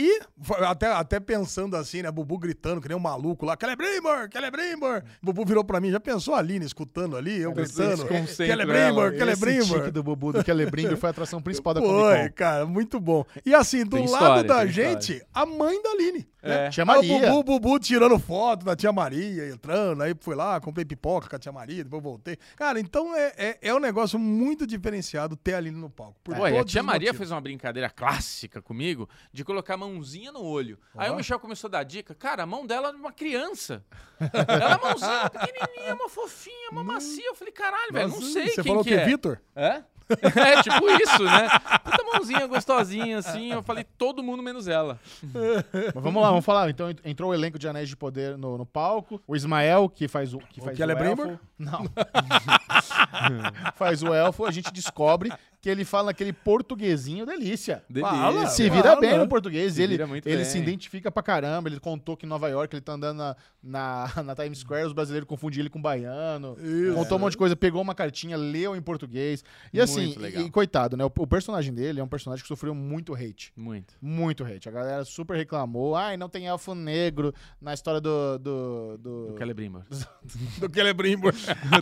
[SPEAKER 3] e fa- até, até pensando assim, né? Bubu gritando que nem um maluco lá, Celebrimbor, Celebrimbor. Bubu virou pra mim, já pensou a Aline escutando ali, eu gritando,
[SPEAKER 4] desconcentra
[SPEAKER 3] Celebrimbor,
[SPEAKER 1] Esse
[SPEAKER 3] Celebrimbor.
[SPEAKER 1] tique do Bubu do Celebrimbor foi a atração principal da
[SPEAKER 3] Foi,
[SPEAKER 1] Comic
[SPEAKER 3] cara, muito bom. E assim, do
[SPEAKER 4] Tem
[SPEAKER 3] lado
[SPEAKER 4] história, É.
[SPEAKER 3] da
[SPEAKER 4] tem
[SPEAKER 3] gente, a mãe da Aline. né?
[SPEAKER 1] Con. É. Tia
[SPEAKER 3] Aí o
[SPEAKER 1] Maria.
[SPEAKER 3] Bubu, Bubu tirando foto da tia Maria, entrando, aí fui lá, comprei pipoca com a tia Maria, depois voltei. Cara, então é, é, é um negócio muito diferenciado ter a Aline no palco. Por
[SPEAKER 4] Pô, É. e a
[SPEAKER 3] todos
[SPEAKER 4] tia
[SPEAKER 3] os
[SPEAKER 4] Maria
[SPEAKER 3] motivos.
[SPEAKER 4] fez uma brincadeira clássica comigo de colocar a mãozinha no olho. Aí o Michel começou a dar dica. Cara, a mão dela é de uma criança. Ela é uma mãozinha pequenininha, uma fofinha, uma macia. Eu falei, caralho, velho, não
[SPEAKER 3] Nossa,
[SPEAKER 4] sei
[SPEAKER 3] Hum. Você
[SPEAKER 4] quem
[SPEAKER 3] falou
[SPEAKER 4] que
[SPEAKER 3] o quê,
[SPEAKER 4] é.
[SPEAKER 3] Vitor?
[SPEAKER 4] É? [LAUGHS] É, tipo isso, né? Puta mãozinha gostosinha, assim. Eu falei, todo mundo menos ela.
[SPEAKER 1] Mas vamos lá, vamos falar. Então ent- entrou o elenco de Anéis de Poder no, no palco. O Ismael, que faz o que faz o,
[SPEAKER 4] é
[SPEAKER 3] Celebrimbor?
[SPEAKER 1] elfo. Não. [LAUGHS] faz o elfo, a gente descobre que ele fala aquele portuguesinho delícia.
[SPEAKER 3] Fala.
[SPEAKER 1] Ele se vira
[SPEAKER 3] Claro.
[SPEAKER 1] bem no português,
[SPEAKER 4] Se
[SPEAKER 1] ele,
[SPEAKER 4] vira muito
[SPEAKER 1] ele
[SPEAKER 4] bem.
[SPEAKER 1] se identifica pra caramba. Ele contou que em Nova York ele tá andando na, na, [LAUGHS] na Times Square, os brasileiros confundiam ele com baiano.
[SPEAKER 3] Isso.
[SPEAKER 1] Contou um monte de coisa, pegou uma cartinha, leu em português. E assim,
[SPEAKER 4] Muito legal.
[SPEAKER 1] e- e coitado, né? O, o personagem dele é um personagem que sofreu muito hate.
[SPEAKER 4] Muito.
[SPEAKER 1] Muito hate. A galera super reclamou. Ai, não tem elfo negro na história do. do. do,
[SPEAKER 4] Do Celebrimbor.
[SPEAKER 3] Do
[SPEAKER 4] é
[SPEAKER 3] Celebrimbor.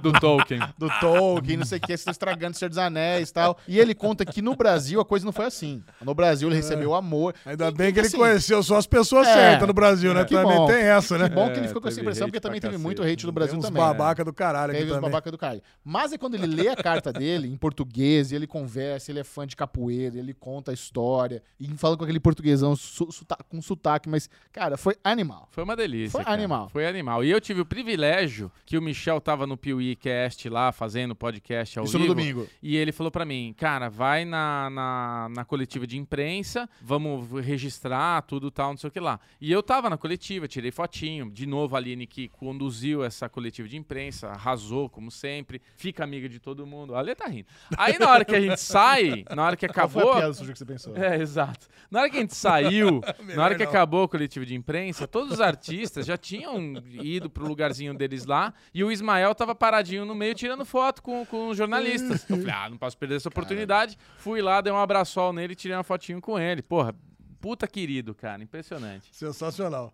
[SPEAKER 4] Do Tolkien.
[SPEAKER 1] do Tolkien, não sei o que, vocês estão estragando o Senhor dos Anéis e tal. E ele conta que no Brasil a coisa não foi assim. No Brasil ele recebeu amor.
[SPEAKER 3] É. Ainda
[SPEAKER 1] E-
[SPEAKER 4] [LAUGHS]
[SPEAKER 3] bem que ele
[SPEAKER 1] assim,
[SPEAKER 3] conheceu só as pessoas
[SPEAKER 1] É.
[SPEAKER 3] certas no Brasil, né?
[SPEAKER 1] Que
[SPEAKER 3] também
[SPEAKER 1] bom.
[SPEAKER 3] tem essa, né?
[SPEAKER 1] Que bom
[SPEAKER 4] É,
[SPEAKER 1] que ele ficou com essa
[SPEAKER 4] teve
[SPEAKER 1] impressão,
[SPEAKER 4] hate
[SPEAKER 1] porque também
[SPEAKER 4] pra
[SPEAKER 1] teve
[SPEAKER 4] cacete.
[SPEAKER 1] muito hate no Brasil
[SPEAKER 3] Tem uns
[SPEAKER 1] também. né?
[SPEAKER 3] babaca do caralho aqui
[SPEAKER 1] Teve os
[SPEAKER 3] também.
[SPEAKER 1] babaca do caralho. Mas é quando ele lê a carta dele em português, e ele conversa, ele é fã de capoeira, ele conta a história, e fala com aquele portuguesão su- suta- com sotaque, mas, cara, foi animal.
[SPEAKER 4] Foi uma delícia.
[SPEAKER 1] Foi
[SPEAKER 4] cara.
[SPEAKER 1] animal.
[SPEAKER 4] Foi animal. E eu tive o privilégio que o Michel tava no Piuí Cast lá, fazendo podcast ao
[SPEAKER 1] Isso no
[SPEAKER 4] vivo.
[SPEAKER 1] domingo.
[SPEAKER 4] E ele falou pra mim, cara, vai na, na, na coletiva de imprensa, vamos registrar tudo tal, não sei o que lá. E eu tava na coletiva, tirei fotinho. De novo, a Aline que conduziu essa coletiva de imprensa, arrasou, como sempre, fica amiga de todo mundo. A Aline tá rindo. Aí na hora que a gente sai, na hora que
[SPEAKER 1] [LAUGHS] Qual foi a
[SPEAKER 4] acabou,
[SPEAKER 1] piada suja que você pensou?
[SPEAKER 4] é, exato. Na hora que a gente
[SPEAKER 3] [LAUGHS]
[SPEAKER 4] saiu, na hora que
[SPEAKER 3] não.
[SPEAKER 4] acabou o coletivo de imprensa, todos os artistas já tinham ido pro lugarzinho deles lá e o Ismael tava paradinho no meio tirando foto com, com os jornalistas. Eu falei, ah, não posso perder essa oportunidade. Fui lá, dei um abraçol nele e tirei uma fotinho com ele. Porra, puta querido, cara, impressionante.
[SPEAKER 3] Sensacional.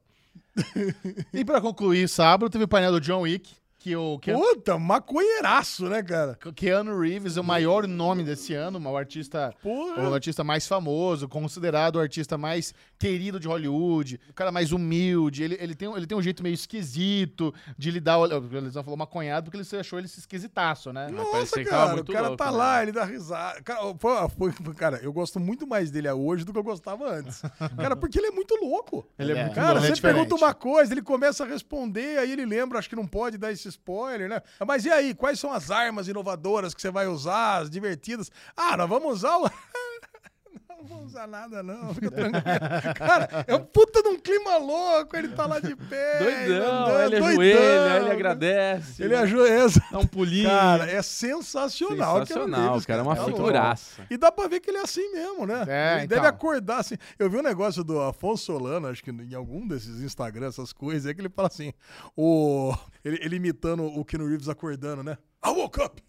[SPEAKER 1] E pra concluir, sábado teve o painel do John Wick, que é- o Ke-
[SPEAKER 3] Puta, maconheiraço, né, cara?
[SPEAKER 1] Keanu Reeves é o maior nome desse ano, o artista
[SPEAKER 3] Porra.
[SPEAKER 1] O artista mais famoso, considerado o artista mais querido de Hollywood, o cara mais humilde, ele, ele, tem, um- ele tem um jeito meio esquisito de lidar. O Elisão falou maconhado porque ele achou ele esse esquisitaço, né?
[SPEAKER 4] Mas
[SPEAKER 3] Nossa,
[SPEAKER 4] parecia que tava
[SPEAKER 3] cara, o
[SPEAKER 4] muito
[SPEAKER 3] cara
[SPEAKER 4] louco,
[SPEAKER 3] tá
[SPEAKER 4] né?
[SPEAKER 3] lá, ele dá risada. Cara, foi- foi- cara, eu gosto muito mais dele hoje do que eu gostava antes.
[SPEAKER 4] [LAUGHS]
[SPEAKER 3] Cara, porque ele é muito louco.
[SPEAKER 1] Ele é muito
[SPEAKER 3] Cara,
[SPEAKER 1] louco,
[SPEAKER 3] você
[SPEAKER 1] é diferente.
[SPEAKER 3] pergunta uma coisa, ele começa a responder, aí ele lembra, acho que não pode dar esse spoiler, né? Mas e aí, quais são as armas inovadoras que você vai usar, as divertidas? Ah, nós vamos usar o. [LAUGHS] não vou usar nada, não.
[SPEAKER 4] [LAUGHS]
[SPEAKER 3] Fica tranquilo. Cara, é um puta de um clima louco. Ele tá lá de pé.
[SPEAKER 4] Doidão,
[SPEAKER 3] andando,
[SPEAKER 4] ele
[SPEAKER 3] doidão. né?
[SPEAKER 4] ajoelha, ele agradece.
[SPEAKER 3] Ele ajoelha.
[SPEAKER 4] dá um pulinho.
[SPEAKER 3] Cara, é sensacional. o
[SPEAKER 4] Sensacional,
[SPEAKER 3] Davis,
[SPEAKER 4] cara, é uma
[SPEAKER 3] Tá louco.
[SPEAKER 4] figuraça.
[SPEAKER 3] E dá pra ver que ele é assim mesmo, né?
[SPEAKER 1] É,
[SPEAKER 3] ele
[SPEAKER 1] então.
[SPEAKER 3] deve acordar assim. Eu vi um negócio do Afonso Solano, acho que em algum desses Instagram, essas coisas, é que ele fala assim, o... ele, ele imitando o Keanu Reeves acordando, né? I woke up!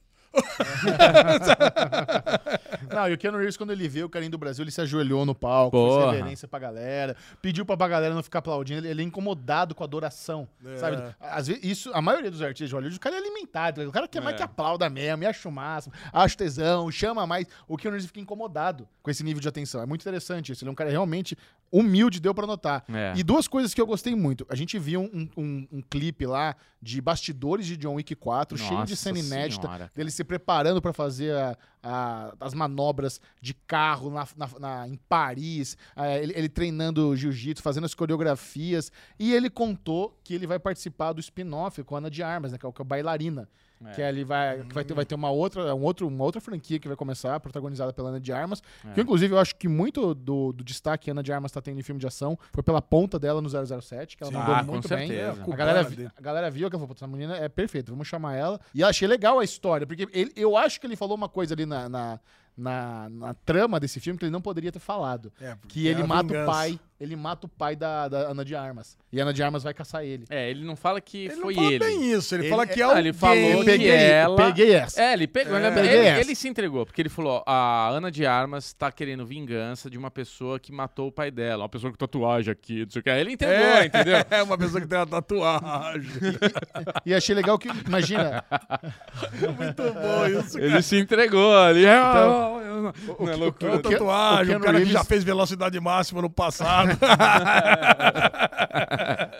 [SPEAKER 1] [LAUGHS] Não, e o Keanu Reeves, quando ele veio o carinho do Brasil, ele se ajoelhou no palco,
[SPEAKER 4] Porra.
[SPEAKER 1] fez reverência pra galera, pediu pra, pra galera não ficar aplaudindo, ele, ele é incomodado com a adoração,
[SPEAKER 3] É.
[SPEAKER 1] sabe? Às vezes, isso, a maioria dos artistas de Hollywood, o cara é alimentado, o cara quer mais
[SPEAKER 4] É.
[SPEAKER 1] que aplauda mesmo, e acha o máximo, acha tesão, chama mais. O Keanu Reeves fica incomodado com esse nível de atenção, é muito interessante isso, ele é um cara realmente humilde, deu pra notar.
[SPEAKER 4] É.
[SPEAKER 1] E duas coisas que eu gostei muito, a gente viu um, um- um clipe lá de bastidores de John Wick 4, cheio de
[SPEAKER 4] Nossa
[SPEAKER 1] cena inédita,
[SPEAKER 4] Senhora.
[SPEAKER 1] dele se preparando para fazer a- a- as manobras de carro na- na- na- em Paris, ah, ele, ele treinando jiu-jitsu, fazendo as coreografias. E ele contou que ele vai participar do spin-off com a Ana de Armas, né, que é o que é o Bailarina.
[SPEAKER 4] É.
[SPEAKER 1] Que ele vai, que vai, ter, vai ter uma outra, um outro, uma outra franquia que vai começar, protagonizada pela Ana de Armas.
[SPEAKER 4] É.
[SPEAKER 1] Que, inclusive, eu acho que muito do, do destaque que a Ana de Armas está tendo em filme de ação foi pela ponta dela no 007, que ela
[SPEAKER 3] Sim.
[SPEAKER 1] mandou
[SPEAKER 4] Ah, com
[SPEAKER 1] muito bem.
[SPEAKER 4] certeza.
[SPEAKER 1] A galera, vi-
[SPEAKER 3] dele.
[SPEAKER 1] a galera viu que ela falou, "Pô, essa menina é perfeita, vamos chamar ela. E eu achei legal a história, porque ele, eu acho que ele falou uma coisa ali na, na, na, na trama desse filme que ele não poderia ter falado.
[SPEAKER 3] É,
[SPEAKER 1] Que
[SPEAKER 3] é
[SPEAKER 1] ele
[SPEAKER 3] a
[SPEAKER 1] mata
[SPEAKER 3] vingança.
[SPEAKER 1] o pai, ele mata o pai da, da Ana de Armas. E a Ana de Armas vai caçar ele.
[SPEAKER 4] É, ele não fala que
[SPEAKER 3] Ele
[SPEAKER 4] foi
[SPEAKER 3] não fala
[SPEAKER 4] ele.
[SPEAKER 3] bem isso, ele,
[SPEAKER 1] Ele-
[SPEAKER 3] fala que é
[SPEAKER 4] Não,
[SPEAKER 3] o
[SPEAKER 4] ele falou
[SPEAKER 1] Eu
[SPEAKER 4] que ela-
[SPEAKER 1] peguei essa.
[SPEAKER 4] É, ele pegou.
[SPEAKER 3] É.
[SPEAKER 4] Ele,
[SPEAKER 1] Peguei
[SPEAKER 4] ele-
[SPEAKER 1] essa.
[SPEAKER 4] ele se entregou, porque ele falou: ó, a Ana de Armas tá querendo vingança de uma pessoa que matou o pai dela, uma pessoa com tatuagem aqui, não sei o que. Aí Ele entregou,
[SPEAKER 3] É, [LAUGHS]
[SPEAKER 4] entendeu?
[SPEAKER 3] É uma pessoa que tem
[SPEAKER 4] [LAUGHS]
[SPEAKER 3] uma tatuagem.
[SPEAKER 1] E achei legal que, imagina,
[SPEAKER 3] Muito bom isso, cara.
[SPEAKER 4] Ele se entregou ali. Ah,
[SPEAKER 1] Então,
[SPEAKER 4] eu não- não é
[SPEAKER 3] É uma
[SPEAKER 4] loucura.
[SPEAKER 1] o que- o
[SPEAKER 3] tatuagem, um
[SPEAKER 1] Keanu
[SPEAKER 3] cara que já
[SPEAKER 1] Reeves-
[SPEAKER 3] fez velocidade máxima no passado.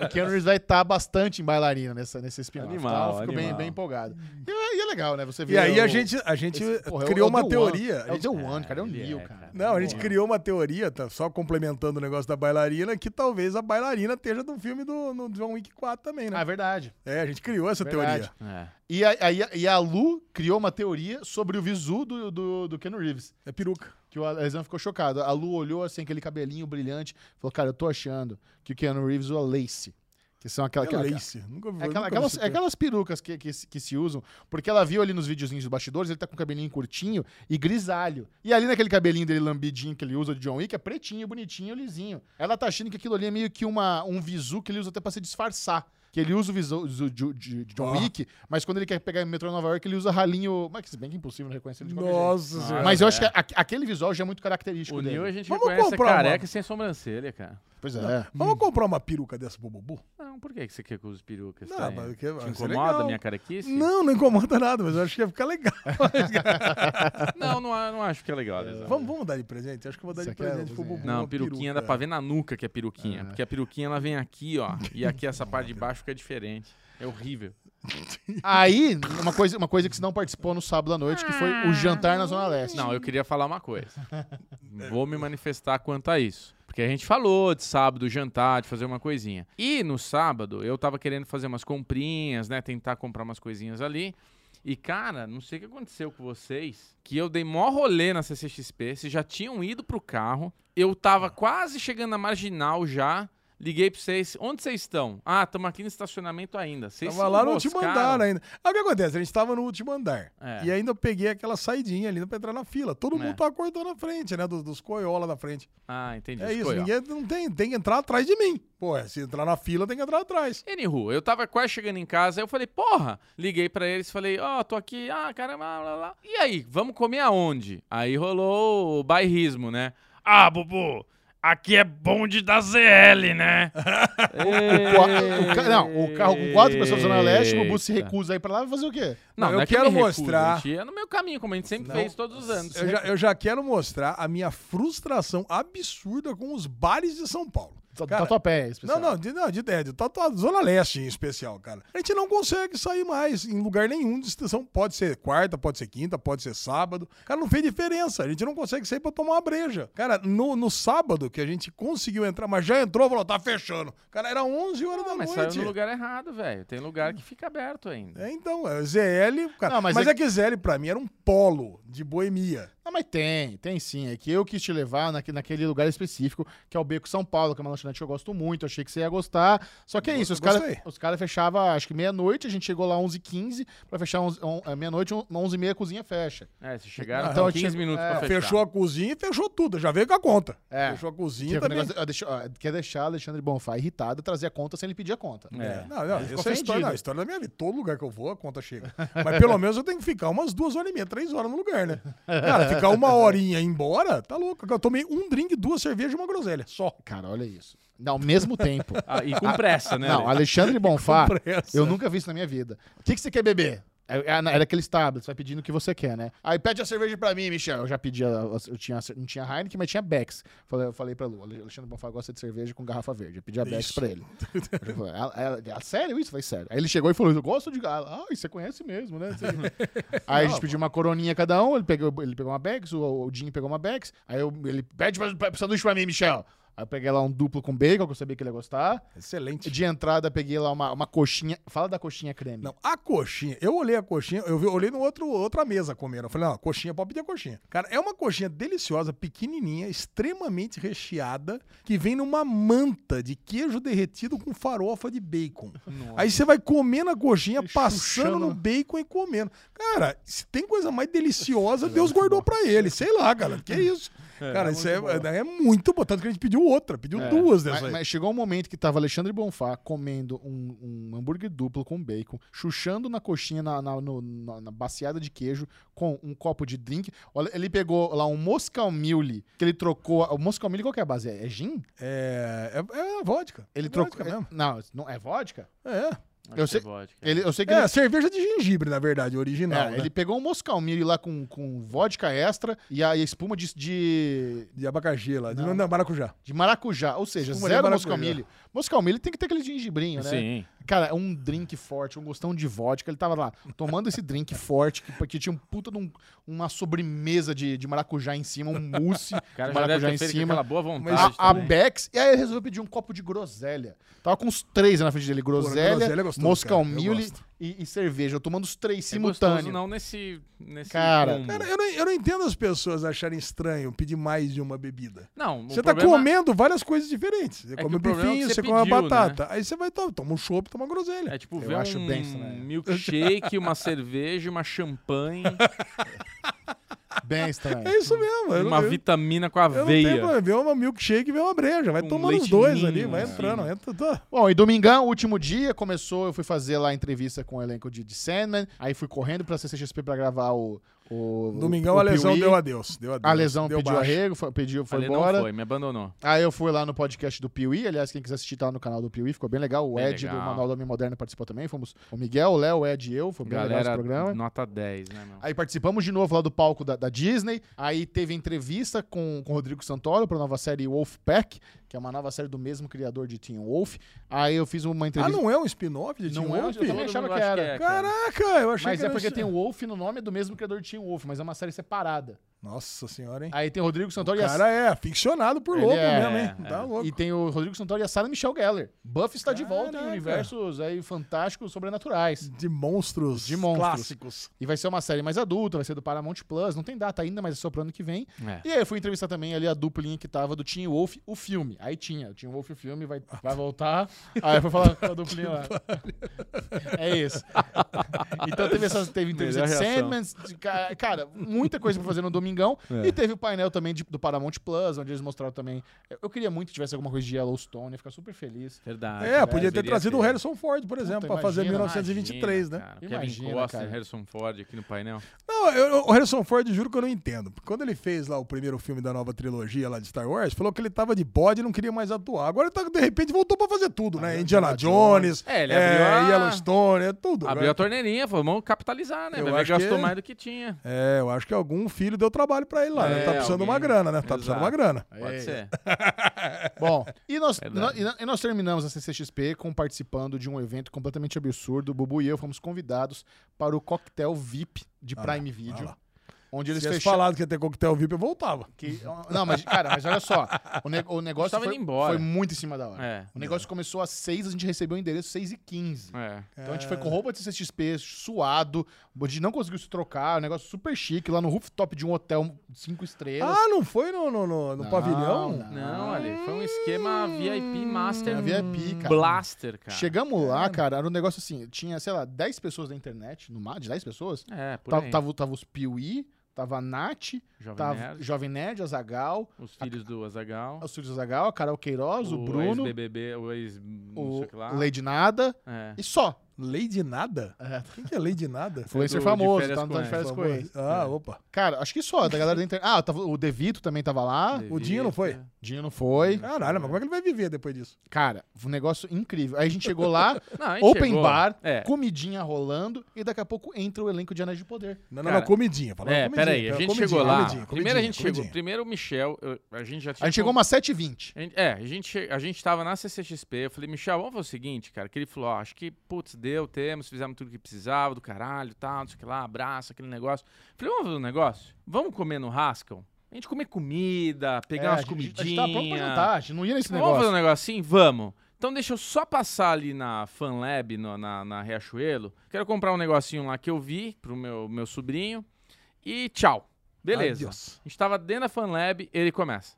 [SPEAKER 1] o Keanu Reeves vai estar bastante em bailarina nessa, nesse spin-off. tá?
[SPEAKER 4] Animal,
[SPEAKER 1] Eu fico bem,
[SPEAKER 4] animal.
[SPEAKER 1] bem empolgado. E, é- e é legal, né? Você vê
[SPEAKER 3] E aí a
[SPEAKER 1] o-
[SPEAKER 3] gente, a gente
[SPEAKER 1] esse- porra, é o-
[SPEAKER 3] criou
[SPEAKER 1] é o
[SPEAKER 3] uma
[SPEAKER 1] The
[SPEAKER 3] teoria.
[SPEAKER 1] One. É
[SPEAKER 3] A
[SPEAKER 1] o
[SPEAKER 3] gente-
[SPEAKER 1] The One, cara. É o
[SPEAKER 4] ele
[SPEAKER 1] Neil,
[SPEAKER 4] é,
[SPEAKER 1] cara.
[SPEAKER 3] Não, a gente
[SPEAKER 1] Porra.
[SPEAKER 3] criou uma teoria, tá, só complementando o negócio da bailarina, que talvez a bailarina esteja no filme do no John Wick 4 também, né?
[SPEAKER 1] Ah, verdade.
[SPEAKER 3] É, a gente criou essa
[SPEAKER 1] Verdade.
[SPEAKER 3] teoria.
[SPEAKER 4] É.
[SPEAKER 1] E a, aí a- e a Lu criou uma teoria sobre o visu do, do, do Ken Reeves.
[SPEAKER 3] É peruca.
[SPEAKER 1] Que o Alexandre ficou chocado. A Lu olhou assim, aquele cabelinho brilhante, falou: Cara, eu tô achando que o Keanu Reeves usa lace. Que são aquela,
[SPEAKER 3] Aquela,
[SPEAKER 1] aquela,
[SPEAKER 3] é lace. Nunca vi.
[SPEAKER 1] é aquela-
[SPEAKER 3] nunca vi
[SPEAKER 1] aquelas,
[SPEAKER 3] esse
[SPEAKER 1] é aquelas perucas que, que, se- que se usam, porque ela viu ali nos videozinhos dos bastidores, ele tá com o cabelinho curtinho e grisalho. E ali naquele cabelinho dele lambidinho que ele usa de John Wick, é pretinho, bonitinho, lisinho. Ela tá achando que aquilo ali é meio que uma, um visu que ele usa até pra se disfarçar. Que ele usa o visu de, de- de John
[SPEAKER 3] Ó.
[SPEAKER 1] Wick, mas quando ele quer pegar o metrô em Nova York, ele usa ralinho. Mas que se bem que é impossível não reconhecer ele de qualquer jeito.
[SPEAKER 3] Nossa
[SPEAKER 4] Ah,
[SPEAKER 3] senhora.
[SPEAKER 1] Mas eu acho que
[SPEAKER 4] é.
[SPEAKER 1] a- aquele visual já é muito característico
[SPEAKER 4] O
[SPEAKER 1] dele.
[SPEAKER 4] Neil a gente
[SPEAKER 3] Vamos
[SPEAKER 4] reconhece
[SPEAKER 3] comprar uma.
[SPEAKER 4] careca e sem sobrancelha, cara.
[SPEAKER 1] Pois é.
[SPEAKER 3] Vamos comprar uma peruca dessa pro Bubu?
[SPEAKER 4] Não, por que que você quer que eu use peruca?
[SPEAKER 3] Não,
[SPEAKER 4] Tá aí?
[SPEAKER 3] mas que- vai
[SPEAKER 4] Te
[SPEAKER 3] ser
[SPEAKER 4] incomoda a
[SPEAKER 3] legal.
[SPEAKER 4] minha carequice?
[SPEAKER 3] Não, não incomoda nada, mas eu acho que ia ficar legal.
[SPEAKER 1] É.
[SPEAKER 4] não, não, a- não acho que é legal. Alessandro.
[SPEAKER 3] vamos, vamos dar de presente? Acho que eu vou dar
[SPEAKER 1] Você
[SPEAKER 3] de
[SPEAKER 1] quer,
[SPEAKER 3] presente pro
[SPEAKER 1] Bubuzinho?
[SPEAKER 3] Bubu.
[SPEAKER 4] Não,
[SPEAKER 3] uma
[SPEAKER 4] peruquinha
[SPEAKER 3] peruca.
[SPEAKER 4] dá pra ver na nuca que é peruquinha. Porque a peruquinha ela vem aqui, ó. E aqui essa parte de baixo fica diferente. É horrível.
[SPEAKER 1] Aí, uma coisa, uma coisa que você não participou no sábado à noite, que foi o jantar na Zona Leste.
[SPEAKER 4] Não, eu queria falar uma
[SPEAKER 3] [LAUGHS]
[SPEAKER 4] coisa. Vou me manifestar quanto a isso. Porque a gente falou de sábado, jantar, de fazer uma coisinha. E no sábado, eu tava querendo fazer umas comprinhas, né? Tentar comprar umas coisinhas ali. E, cara, não sei o que aconteceu com vocês, que eu dei mó rolê na CCXP, vocês já tinham ido pro carro, eu tava quase chegando na marginal já, liguei pra vocês, onde vocês estão? Ah, estamos aqui no estacionamento ainda. Vocês
[SPEAKER 3] Tava
[SPEAKER 4] se
[SPEAKER 3] lá no último
[SPEAKER 4] enroscaram.
[SPEAKER 3] andar ainda. Aí o que acontece? A gente tava no último andar.
[SPEAKER 4] É.
[SPEAKER 3] E ainda eu peguei aquela saidinha ali pra entrar na fila. Todo mundo tava cortando na frente, né? Dos, dos coiola na frente.
[SPEAKER 4] Ah, entendi.
[SPEAKER 3] é isso,
[SPEAKER 4] Foi, ó.
[SPEAKER 3] ninguém não tem, tem que entrar atrás de mim. Pô, é, se entrar na fila, tem que entrar atrás.
[SPEAKER 4] Anywho, eu tava quase chegando em casa, aí eu falei, porra! Liguei pra eles, falei, ó, tô aqui, ah, caramba, lá, lá, lá. E aí, vamos comer aonde? Aí rolou o bairrismo, né? Ah, Bubu, aqui é bonde da ZL, né?
[SPEAKER 1] O qua- o ca- não, o carro com quatro pessoas na Zona Leste, o Bubu se recusa a ir pra lá vai fazer o quê?
[SPEAKER 4] Não,
[SPEAKER 3] Não,
[SPEAKER 4] não
[SPEAKER 3] eu
[SPEAKER 4] é que eu
[SPEAKER 3] quero
[SPEAKER 4] me recuso,
[SPEAKER 3] mostrar-
[SPEAKER 4] a gente ia no meu caminho, como a gente sempre
[SPEAKER 3] Não.
[SPEAKER 4] fez todos os anos.
[SPEAKER 3] Eu já, eu já quero mostrar a minha frustração absurda com os bares de São Paulo.
[SPEAKER 1] Tá
[SPEAKER 3] Cara,
[SPEAKER 1] Tatuapé,
[SPEAKER 3] Não,
[SPEAKER 1] especial.
[SPEAKER 3] não, de, não, de, de, de tatuado, Zona Leste em especial, cara. A gente não consegue sair mais em lugar nenhum de estação. Pode ser quarta, pode ser quinta, pode ser sábado. Cara, não fez diferença. A gente não consegue sair pra tomar uma breja. Cara, no, no sábado que a gente conseguiu entrar, mas já entrou, falou, tá fechando. Cara, era 11 horas da
[SPEAKER 4] Não, mas
[SPEAKER 3] noite.
[SPEAKER 4] saiu no lugar errado, velho. Tem lugar que fica aberto ainda.
[SPEAKER 3] É, então, é, ZL, cara.
[SPEAKER 1] Não, mas
[SPEAKER 3] mas,
[SPEAKER 1] é
[SPEAKER 3] é que ZL pra mim era um polo de boemia.
[SPEAKER 1] Ah, mas tem, tem sim. É que eu quis te levar naque- naquele lugar específico, que é o Beco São Paulo, que é uma lanchonete que eu gosto muito, achei que você ia gostar. Só que é isso, os caras
[SPEAKER 3] gostei.
[SPEAKER 1] os cara fechavam, acho que meia-noite, a gente chegou lá 11h15, pra fechar onze- on- é, meia-noite, on- 11h30 a cozinha fecha.
[SPEAKER 4] É, vocês chegaram
[SPEAKER 1] Então,
[SPEAKER 4] então,
[SPEAKER 1] eu
[SPEAKER 4] 15
[SPEAKER 1] tinha-
[SPEAKER 4] minutos
[SPEAKER 1] é,
[SPEAKER 4] pra fechar.
[SPEAKER 3] Fechou a cozinha e fechou tudo. Já veio com a conta.
[SPEAKER 1] É.
[SPEAKER 3] Fechou a
[SPEAKER 1] Que
[SPEAKER 3] cozinha
[SPEAKER 1] é o
[SPEAKER 3] também.
[SPEAKER 1] negócio- ó, deixa- ó, quer deixar Alexandre Bonfá irritado, trazer a conta sem ele pedir a conta.
[SPEAKER 3] É, Não, não,
[SPEAKER 1] ficou
[SPEAKER 3] essa é a história,
[SPEAKER 1] ofendido.
[SPEAKER 3] não, a história da minha vida. Todo lugar que eu vou, a conta chega. Mas pelo menos eu tenho que ficar umas duas horas e meia, três horas no lugar, né? Cara, ficar uma horinha e ir embora, tá louco. Eu tomei um drink, duas cervejas e uma groselha. Só.
[SPEAKER 1] Cara, olha isso. Ao mesmo [LAUGHS] tempo.
[SPEAKER 4] Ah, e com pressa, né?
[SPEAKER 1] Não,
[SPEAKER 4] Ale? [LAUGHS]
[SPEAKER 1] Alexandre Bonfá,
[SPEAKER 3] pressa.
[SPEAKER 1] eu nunca vi isso na minha vida. O que, que você quer beber? É- é na- Era aquele tablet, você vai pedindo o que você quer, né? Aí pede a cerveja pra mim, Michel. Eu já pedi, a- a- eu tinha, não tinha Heineken, mas tinha Bex. Falei, eu falei pra Lu, Ale- Alexandre Bonfá gosta de cerveja com garrafa verde. Eu pedi a Bex
[SPEAKER 3] Isso.
[SPEAKER 1] pra ele. Ele falou, "Ah, ah, ah, sério isso? Eu falei, sério. Aí ele chegou e falou, eu gosto de... Ah, você conhece mesmo, né?
[SPEAKER 4] [LAUGHS]
[SPEAKER 1] Aí a gente pediu uma coroninha cada um, ele pegou, ele pegou uma Bex, o, o Dinho pegou uma Bex. Aí eu- ele pede pra, pra, sanduíche pra mim, Michel. Aí eu peguei lá um duplo com bacon, que eu sabia que ele ia gostar.
[SPEAKER 3] Excelente.
[SPEAKER 1] De entrada, peguei lá uma, uma coxinha. Fala da coxinha creme.
[SPEAKER 3] Não, a coxinha, eu olhei a coxinha, eu vi- olhei no outro outra mesa comendo. Eu falei, não, coxinha, pode pedir a coxinha. Cara, é uma coxinha deliciosa, pequenininha, extremamente recheada, que vem numa manta de queijo derretido com farofa de bacon. Aí você vai comendo a coxinha,
[SPEAKER 1] E
[SPEAKER 3] passando no
[SPEAKER 1] chuchando.
[SPEAKER 3] bacon e comendo. Cara, se tem coisa mais deliciosa, Deus guardou pra ele. Sei lá, cara, que é isso. cara, isso é, é muito bom. Tanto que a gente pediu outra, pediu
[SPEAKER 1] É, mas,
[SPEAKER 3] duas dessas aí.
[SPEAKER 1] mas chegou um momento que tava Alexandre Bonfá comendo um, um hambúrguer duplo com bacon, chuchando na coxinha, na, na, no- na- na baciada de queijo, com um copo de drink. Olha, ele pegou lá um Moscow Mule, que ele trocou. O Moscow Mule qual que é a base? É, é gin?
[SPEAKER 3] É, é, é vodka.
[SPEAKER 1] Ele
[SPEAKER 3] é
[SPEAKER 1] trocou.
[SPEAKER 3] vodka mesmo.
[SPEAKER 1] é- não, não, é vodka?
[SPEAKER 3] É.
[SPEAKER 4] Acho
[SPEAKER 1] eu
[SPEAKER 4] que
[SPEAKER 1] sei-
[SPEAKER 4] é vodka.
[SPEAKER 1] Ele, eu sei que
[SPEAKER 3] É,
[SPEAKER 1] ele.
[SPEAKER 3] cerveja de gengibre, na verdade, original.
[SPEAKER 1] é,
[SPEAKER 3] né?
[SPEAKER 1] ele pegou um Moscow Mule lá com, com vodka extra e a, e a espuma de- de,
[SPEAKER 3] De abacaxi lá. de-
[SPEAKER 1] Não.
[SPEAKER 3] Não, maracujá.
[SPEAKER 1] De maracujá, ou seja,
[SPEAKER 3] Espuma de
[SPEAKER 1] zero
[SPEAKER 3] maracujá.
[SPEAKER 1] moscalmilho. Moscalmilho tem que ter aquele gengibrinho, né?
[SPEAKER 4] Sim.
[SPEAKER 1] Cara, é um drink forte, um gostão de vodka. Ele tava lá tomando esse drink [LAUGHS] forte, que, que tinha um puta de um- uma sobremesa de, de maracujá em cima, um mousse
[SPEAKER 4] O cara já deve
[SPEAKER 1] de maracujá
[SPEAKER 4] ter
[SPEAKER 1] em
[SPEAKER 4] feito
[SPEAKER 1] cima.
[SPEAKER 4] aquela boa vontade.
[SPEAKER 1] A, a
[SPEAKER 4] também.
[SPEAKER 1] Bex, e aí ele resolveu pedir um copo de groselha. Tava com os três na frente dele: groselha,
[SPEAKER 3] groselha é gostoso,
[SPEAKER 1] moscal
[SPEAKER 3] cara, eu
[SPEAKER 1] mule
[SPEAKER 3] gosto.
[SPEAKER 1] e, e cerveja. Eu tomando os três
[SPEAKER 4] É gostoso,
[SPEAKER 1] simultâneo.
[SPEAKER 4] não nesse, nesse
[SPEAKER 1] Cara,
[SPEAKER 4] combo.
[SPEAKER 3] Cara, eu não, eu não entendo as pessoas acharem estranho pedir mais de uma bebida.
[SPEAKER 4] não, o
[SPEAKER 3] Você tá
[SPEAKER 4] problema-
[SPEAKER 3] comendo várias coisas diferentes. Você
[SPEAKER 4] que
[SPEAKER 3] come um
[SPEAKER 4] o problema é
[SPEAKER 3] bifinho,
[SPEAKER 4] que
[SPEAKER 3] você,
[SPEAKER 4] você
[SPEAKER 3] come uma
[SPEAKER 4] pediu, né?
[SPEAKER 3] batata. Aí você vai to- toma um chopp, toma uma groselha.
[SPEAKER 4] É tipo
[SPEAKER 1] Eu
[SPEAKER 4] ver
[SPEAKER 1] acho
[SPEAKER 4] um
[SPEAKER 1] bem
[SPEAKER 3] né?
[SPEAKER 1] estranho.
[SPEAKER 4] milkshake, uma cerveja, uma champanhe,
[SPEAKER 1] Bem estranho.
[SPEAKER 3] [LAUGHS] É, isso mesmo. [LAUGHS] eu não-
[SPEAKER 4] uma
[SPEAKER 3] eu-
[SPEAKER 4] vitamina com
[SPEAKER 3] Eu não tenho
[SPEAKER 4] aveia.
[SPEAKER 3] problema. Vê uma milkshake e vê uma breja. Vai
[SPEAKER 4] Um
[SPEAKER 3] tomando os
[SPEAKER 4] leitinho,
[SPEAKER 3] dois ali, vai
[SPEAKER 4] assim.
[SPEAKER 3] entrando. Entra, tá.
[SPEAKER 1] Bom, e domingão, último dia, começou, eu fui fazer lá a entrevista com o elenco de, de Sandman, aí fui correndo pra CCXP pra gravar o... o
[SPEAKER 3] Domingão
[SPEAKER 1] o, o
[SPEAKER 3] a lesão
[SPEAKER 1] Piuí.
[SPEAKER 3] deu adeus. Deu adeus.
[SPEAKER 1] A lesão
[SPEAKER 3] deu
[SPEAKER 1] pediu
[SPEAKER 3] baixo.
[SPEAKER 1] arrego, foi, pediu, foi
[SPEAKER 4] Ele
[SPEAKER 1] embora.
[SPEAKER 4] não foi, me abandonou.
[SPEAKER 1] Aí eu fui lá no podcast do Piuí, aliás, quem quiser assistir tá lá no canal do Piuí, ficou bem legal. O
[SPEAKER 4] Bem
[SPEAKER 1] Ed
[SPEAKER 4] legal.
[SPEAKER 1] do Manual do Homem Moderno participou também, fomos o Miguel, o Léo, o Ed e eu, foi bem legal
[SPEAKER 4] Galera,
[SPEAKER 1] esse programa.
[SPEAKER 4] nota 10, né, meu?
[SPEAKER 1] Aí participamos de novo lá do palco da, da Disney. Aí teve entrevista com, com o Rodrigo Santoro pra nova série Wolfpack, que é uma nova série do mesmo criador de Teen Wolf. Aí eu fiz uma
[SPEAKER 3] Ah,
[SPEAKER 1] entrevista.
[SPEAKER 3] não é um spin-off de
[SPEAKER 1] Não
[SPEAKER 3] Teen
[SPEAKER 1] é,
[SPEAKER 3] Wolf?
[SPEAKER 1] eu também
[SPEAKER 4] Todo
[SPEAKER 1] achava
[SPEAKER 4] mundo
[SPEAKER 1] que
[SPEAKER 4] acha
[SPEAKER 1] era.
[SPEAKER 4] né, é, cara.
[SPEAKER 3] Caraca, eu achei
[SPEAKER 1] Mas
[SPEAKER 3] que
[SPEAKER 1] é
[SPEAKER 3] era
[SPEAKER 1] porque
[SPEAKER 3] isso.
[SPEAKER 1] tem Wolf no nome é do mesmo criador de Teen Wolf, mas é uma série separada.
[SPEAKER 3] Nossa senhora, hein?
[SPEAKER 1] Aí tem o Rodrigo Santoro
[SPEAKER 3] O
[SPEAKER 1] e a-
[SPEAKER 3] cara é aficionado por
[SPEAKER 1] Ele
[SPEAKER 3] louco
[SPEAKER 1] é,
[SPEAKER 3] mesmo, hein?
[SPEAKER 4] é.
[SPEAKER 3] Tá louco.
[SPEAKER 1] E tem o Rodrigo Santoro e a Sarah Michelle Geller. Buffy está de volta em
[SPEAKER 3] Caraca.
[SPEAKER 1] universos aí fantásticos sobrenaturais.
[SPEAKER 3] De monstros,
[SPEAKER 1] De monstros.
[SPEAKER 3] clássicos.
[SPEAKER 1] E vai ser uma série mais adulta, vai ser do Paramount Plus, não tem data ainda, mas é só pro ano que vem.
[SPEAKER 4] É.
[SPEAKER 1] E aí eu fui entrevistar também ali a duplinha que tava do Teen Wolf, o filme. Aí tinha, o Teen Wolf, o filme, vai, vai voltar. Aí eu fui falar com a duplinha lá. É isso. Então teve, essas, teve entrevista de
[SPEAKER 4] Melhor reação.
[SPEAKER 1] Sandman, de ca- cara, muita coisa pra fazer no Domingão.
[SPEAKER 4] É.
[SPEAKER 1] E teve o painel também de- do Paramount Plus, onde eles mostraram também. Eu, eu queria muito que tivesse alguma coisa de Yellowstone, eu ia ficar super feliz.
[SPEAKER 4] Verdade.
[SPEAKER 3] É,
[SPEAKER 4] né?
[SPEAKER 3] podia ter
[SPEAKER 4] Deveria
[SPEAKER 3] trazido o Harrison Ford, por exemplo, pra fazer
[SPEAKER 1] imagina,
[SPEAKER 3] 1923,
[SPEAKER 4] Imagina,
[SPEAKER 3] né?
[SPEAKER 4] cara,
[SPEAKER 1] Imagina,
[SPEAKER 4] Kevin Costner,
[SPEAKER 1] cara.
[SPEAKER 4] Harrison Ford aqui no painel.
[SPEAKER 3] Não, eu- eu- o Harrison Ford, juro que eu não entendo. Porque Quando ele fez lá o primeiro filme da nova trilogia lá de Star Wars, falou que ele tava de bode e não queria mais atuar. Agora ele tá, de repente voltou pra fazer tudo,
[SPEAKER 4] Ah,
[SPEAKER 3] né? Indiana Jones,
[SPEAKER 4] É, ele
[SPEAKER 3] é,
[SPEAKER 4] abriu a-
[SPEAKER 3] Yellowstone, é tudo.
[SPEAKER 4] Abriu a
[SPEAKER 3] Agora-
[SPEAKER 4] torneirinha, falou, vamos capitalizar, né?
[SPEAKER 3] Eu
[SPEAKER 4] Vai ver,
[SPEAKER 3] acho
[SPEAKER 4] gastou
[SPEAKER 3] que-
[SPEAKER 4] mais do que tinha.
[SPEAKER 3] É, eu acho que algum filho deu trabalho pra ele lá, né?
[SPEAKER 4] É,
[SPEAKER 3] Tá precisando de uma
[SPEAKER 4] alguém.
[SPEAKER 3] grana, né? Tá precisando
[SPEAKER 4] Exato.
[SPEAKER 3] de uma grana.
[SPEAKER 4] Pode ser.
[SPEAKER 3] tá.
[SPEAKER 1] Bom, e nós,
[SPEAKER 4] Verdade.
[SPEAKER 1] e nó- e nós terminamos a CCXP com participando de um evento completamente absurdo. O Bubu e eu fomos convidados para o coquetel VIP de
[SPEAKER 3] Ah lá,
[SPEAKER 1] Prime Video.
[SPEAKER 3] ah lá.
[SPEAKER 1] onde
[SPEAKER 3] Se
[SPEAKER 1] eles
[SPEAKER 3] eles
[SPEAKER 1] fecharam.
[SPEAKER 3] falaram que ia ter coquetel VIP, eu voltava.
[SPEAKER 1] Que, não, mas, cara, mas olha só. O, ne- o negócio
[SPEAKER 4] tava
[SPEAKER 1] foi,
[SPEAKER 4] indo embora.
[SPEAKER 1] foi muito em cima da hora.
[SPEAKER 4] É.
[SPEAKER 1] O negócio começou às 6, a gente recebeu o endereço 6 e 15.
[SPEAKER 4] É.
[SPEAKER 1] Então a gente foi com roupa de CXP, suado, a gente não conseguiu se trocar, um negócio super chique, lá no rooftop de um hotel 5 estrelas.
[SPEAKER 3] Ah, não foi no, no, no- no
[SPEAKER 1] Não,
[SPEAKER 3] pavilhão?
[SPEAKER 1] não.
[SPEAKER 4] Não, Ale, foi um esquema VIP Master.
[SPEAKER 1] É VIP, cara.
[SPEAKER 4] Blaster, cara.
[SPEAKER 1] Chegamos lá, cara, era um negócio assim, tinha, sei lá, 10 pessoas na internet, no mar, de 10 pessoas.
[SPEAKER 4] É, por
[SPEAKER 1] Tava,
[SPEAKER 4] aí.
[SPEAKER 1] tava, tava os Piuí, tava a Nath,
[SPEAKER 4] Jovem
[SPEAKER 1] tava
[SPEAKER 4] Nerd,
[SPEAKER 1] Jovem Nerd, Azagal,
[SPEAKER 4] os filhos do Azagal,
[SPEAKER 1] os filhos do Azagal, a Carol Queiroz, o, Bruno,
[SPEAKER 4] ex-BBB, o ex... não
[SPEAKER 1] o
[SPEAKER 4] sei o que lá.
[SPEAKER 1] Lady Nada
[SPEAKER 4] É.
[SPEAKER 1] e só.
[SPEAKER 3] Lei de nada?
[SPEAKER 1] É.
[SPEAKER 3] Quem que é lei
[SPEAKER 4] [LAUGHS]
[SPEAKER 3] de nada?
[SPEAKER 1] Influencer
[SPEAKER 4] do- de
[SPEAKER 1] famoso,
[SPEAKER 4] férias
[SPEAKER 1] tá no
[SPEAKER 4] com
[SPEAKER 1] de férias
[SPEAKER 4] ex.
[SPEAKER 1] com ex.
[SPEAKER 4] É.
[SPEAKER 3] Ah, opa.
[SPEAKER 1] Cara, acho que só, da galera da internet. Ah, tava- o Devito também tava lá.
[SPEAKER 4] Devia
[SPEAKER 3] o Dinho não foi?
[SPEAKER 4] ter.
[SPEAKER 1] Ah, Dinho não foi.
[SPEAKER 3] Caralho, mas como é que ele vai viver depois disso?
[SPEAKER 1] Cara, um negócio incrível. Aí a gente chegou lá,
[SPEAKER 4] Não, a gente
[SPEAKER 1] open
[SPEAKER 4] chegou. [LAUGHS]
[SPEAKER 1] bar,
[SPEAKER 4] É.
[SPEAKER 1] comidinha rolando, e daqui a pouco entra o elenco de Anéis de Poder.
[SPEAKER 3] Não, não,
[SPEAKER 4] Cara,
[SPEAKER 3] não, comidinha. Falando
[SPEAKER 4] É,
[SPEAKER 3] comidinha,
[SPEAKER 4] peraí, a
[SPEAKER 3] então,
[SPEAKER 4] gente
[SPEAKER 3] comidinha,
[SPEAKER 4] chegou lá.
[SPEAKER 3] comidinha,
[SPEAKER 4] Primeiro a gente
[SPEAKER 3] comidinha,
[SPEAKER 4] chegou.
[SPEAKER 3] comidinha.
[SPEAKER 4] Primeiro o Michel, eu- a gente já tinha.
[SPEAKER 1] A gente chegou
[SPEAKER 4] com-
[SPEAKER 1] umas 7h20.
[SPEAKER 4] a gente- É, a gente, che- a gente tava na CCXP, eu falei, Michel, vamos fazer o seguinte, cara, que ele falou, ó, acho que, putz, deu, temos, fizemos tudo que precisava, do caralho, tal, não sei o que lá, abraço, aquele negócio. Eu falei, vamos fazer um negócio? Vamos comer no Rascal? A gente comer comida, pegar
[SPEAKER 1] É, a
[SPEAKER 4] umas
[SPEAKER 1] gente-
[SPEAKER 4] comidinhas.
[SPEAKER 1] A gente tava pronto pra jantar, a gente não ia nesse
[SPEAKER 4] Vamos fazer um
[SPEAKER 1] negócio.
[SPEAKER 4] negocinho? Vamos. Então deixa eu só passar ali na FanLab, no- na, na Riachuelo. Quero comprar um negocinho lá que eu vi pro meu, meu sobrinho. E tchau. Beleza.
[SPEAKER 3] Adiós.
[SPEAKER 4] A gente tava dentro da FanLab, ele começa.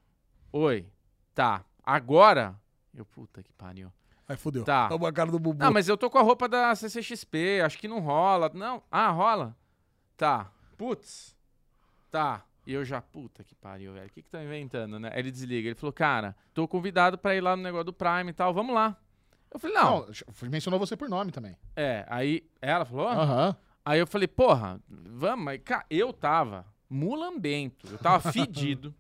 [SPEAKER 4] Oi, tá. Agora... Eu, puta que pariu.
[SPEAKER 3] Aí fodeu.
[SPEAKER 4] Tá.
[SPEAKER 3] Toma a cara do Bubu.
[SPEAKER 4] Não, mas eu tô com a roupa da CCXP, acho que não rola. Não, ah, rola? Tá. Putz. Tá. E eu já, puta que pariu, velho. O que que tá inventando, né? Aí ele desliga. Ele falou, cara, tô convidado pra ir lá no negócio do Prime e tal, vamos lá. Eu falei, não.
[SPEAKER 1] Não, mencionou você por nome também.
[SPEAKER 4] É, aí ela falou, "Ah."
[SPEAKER 1] Aham.
[SPEAKER 4] aí eu falei, porra, vamos. Aí, cara, eu tava mulambento, eu [LAUGHS] tava fedido,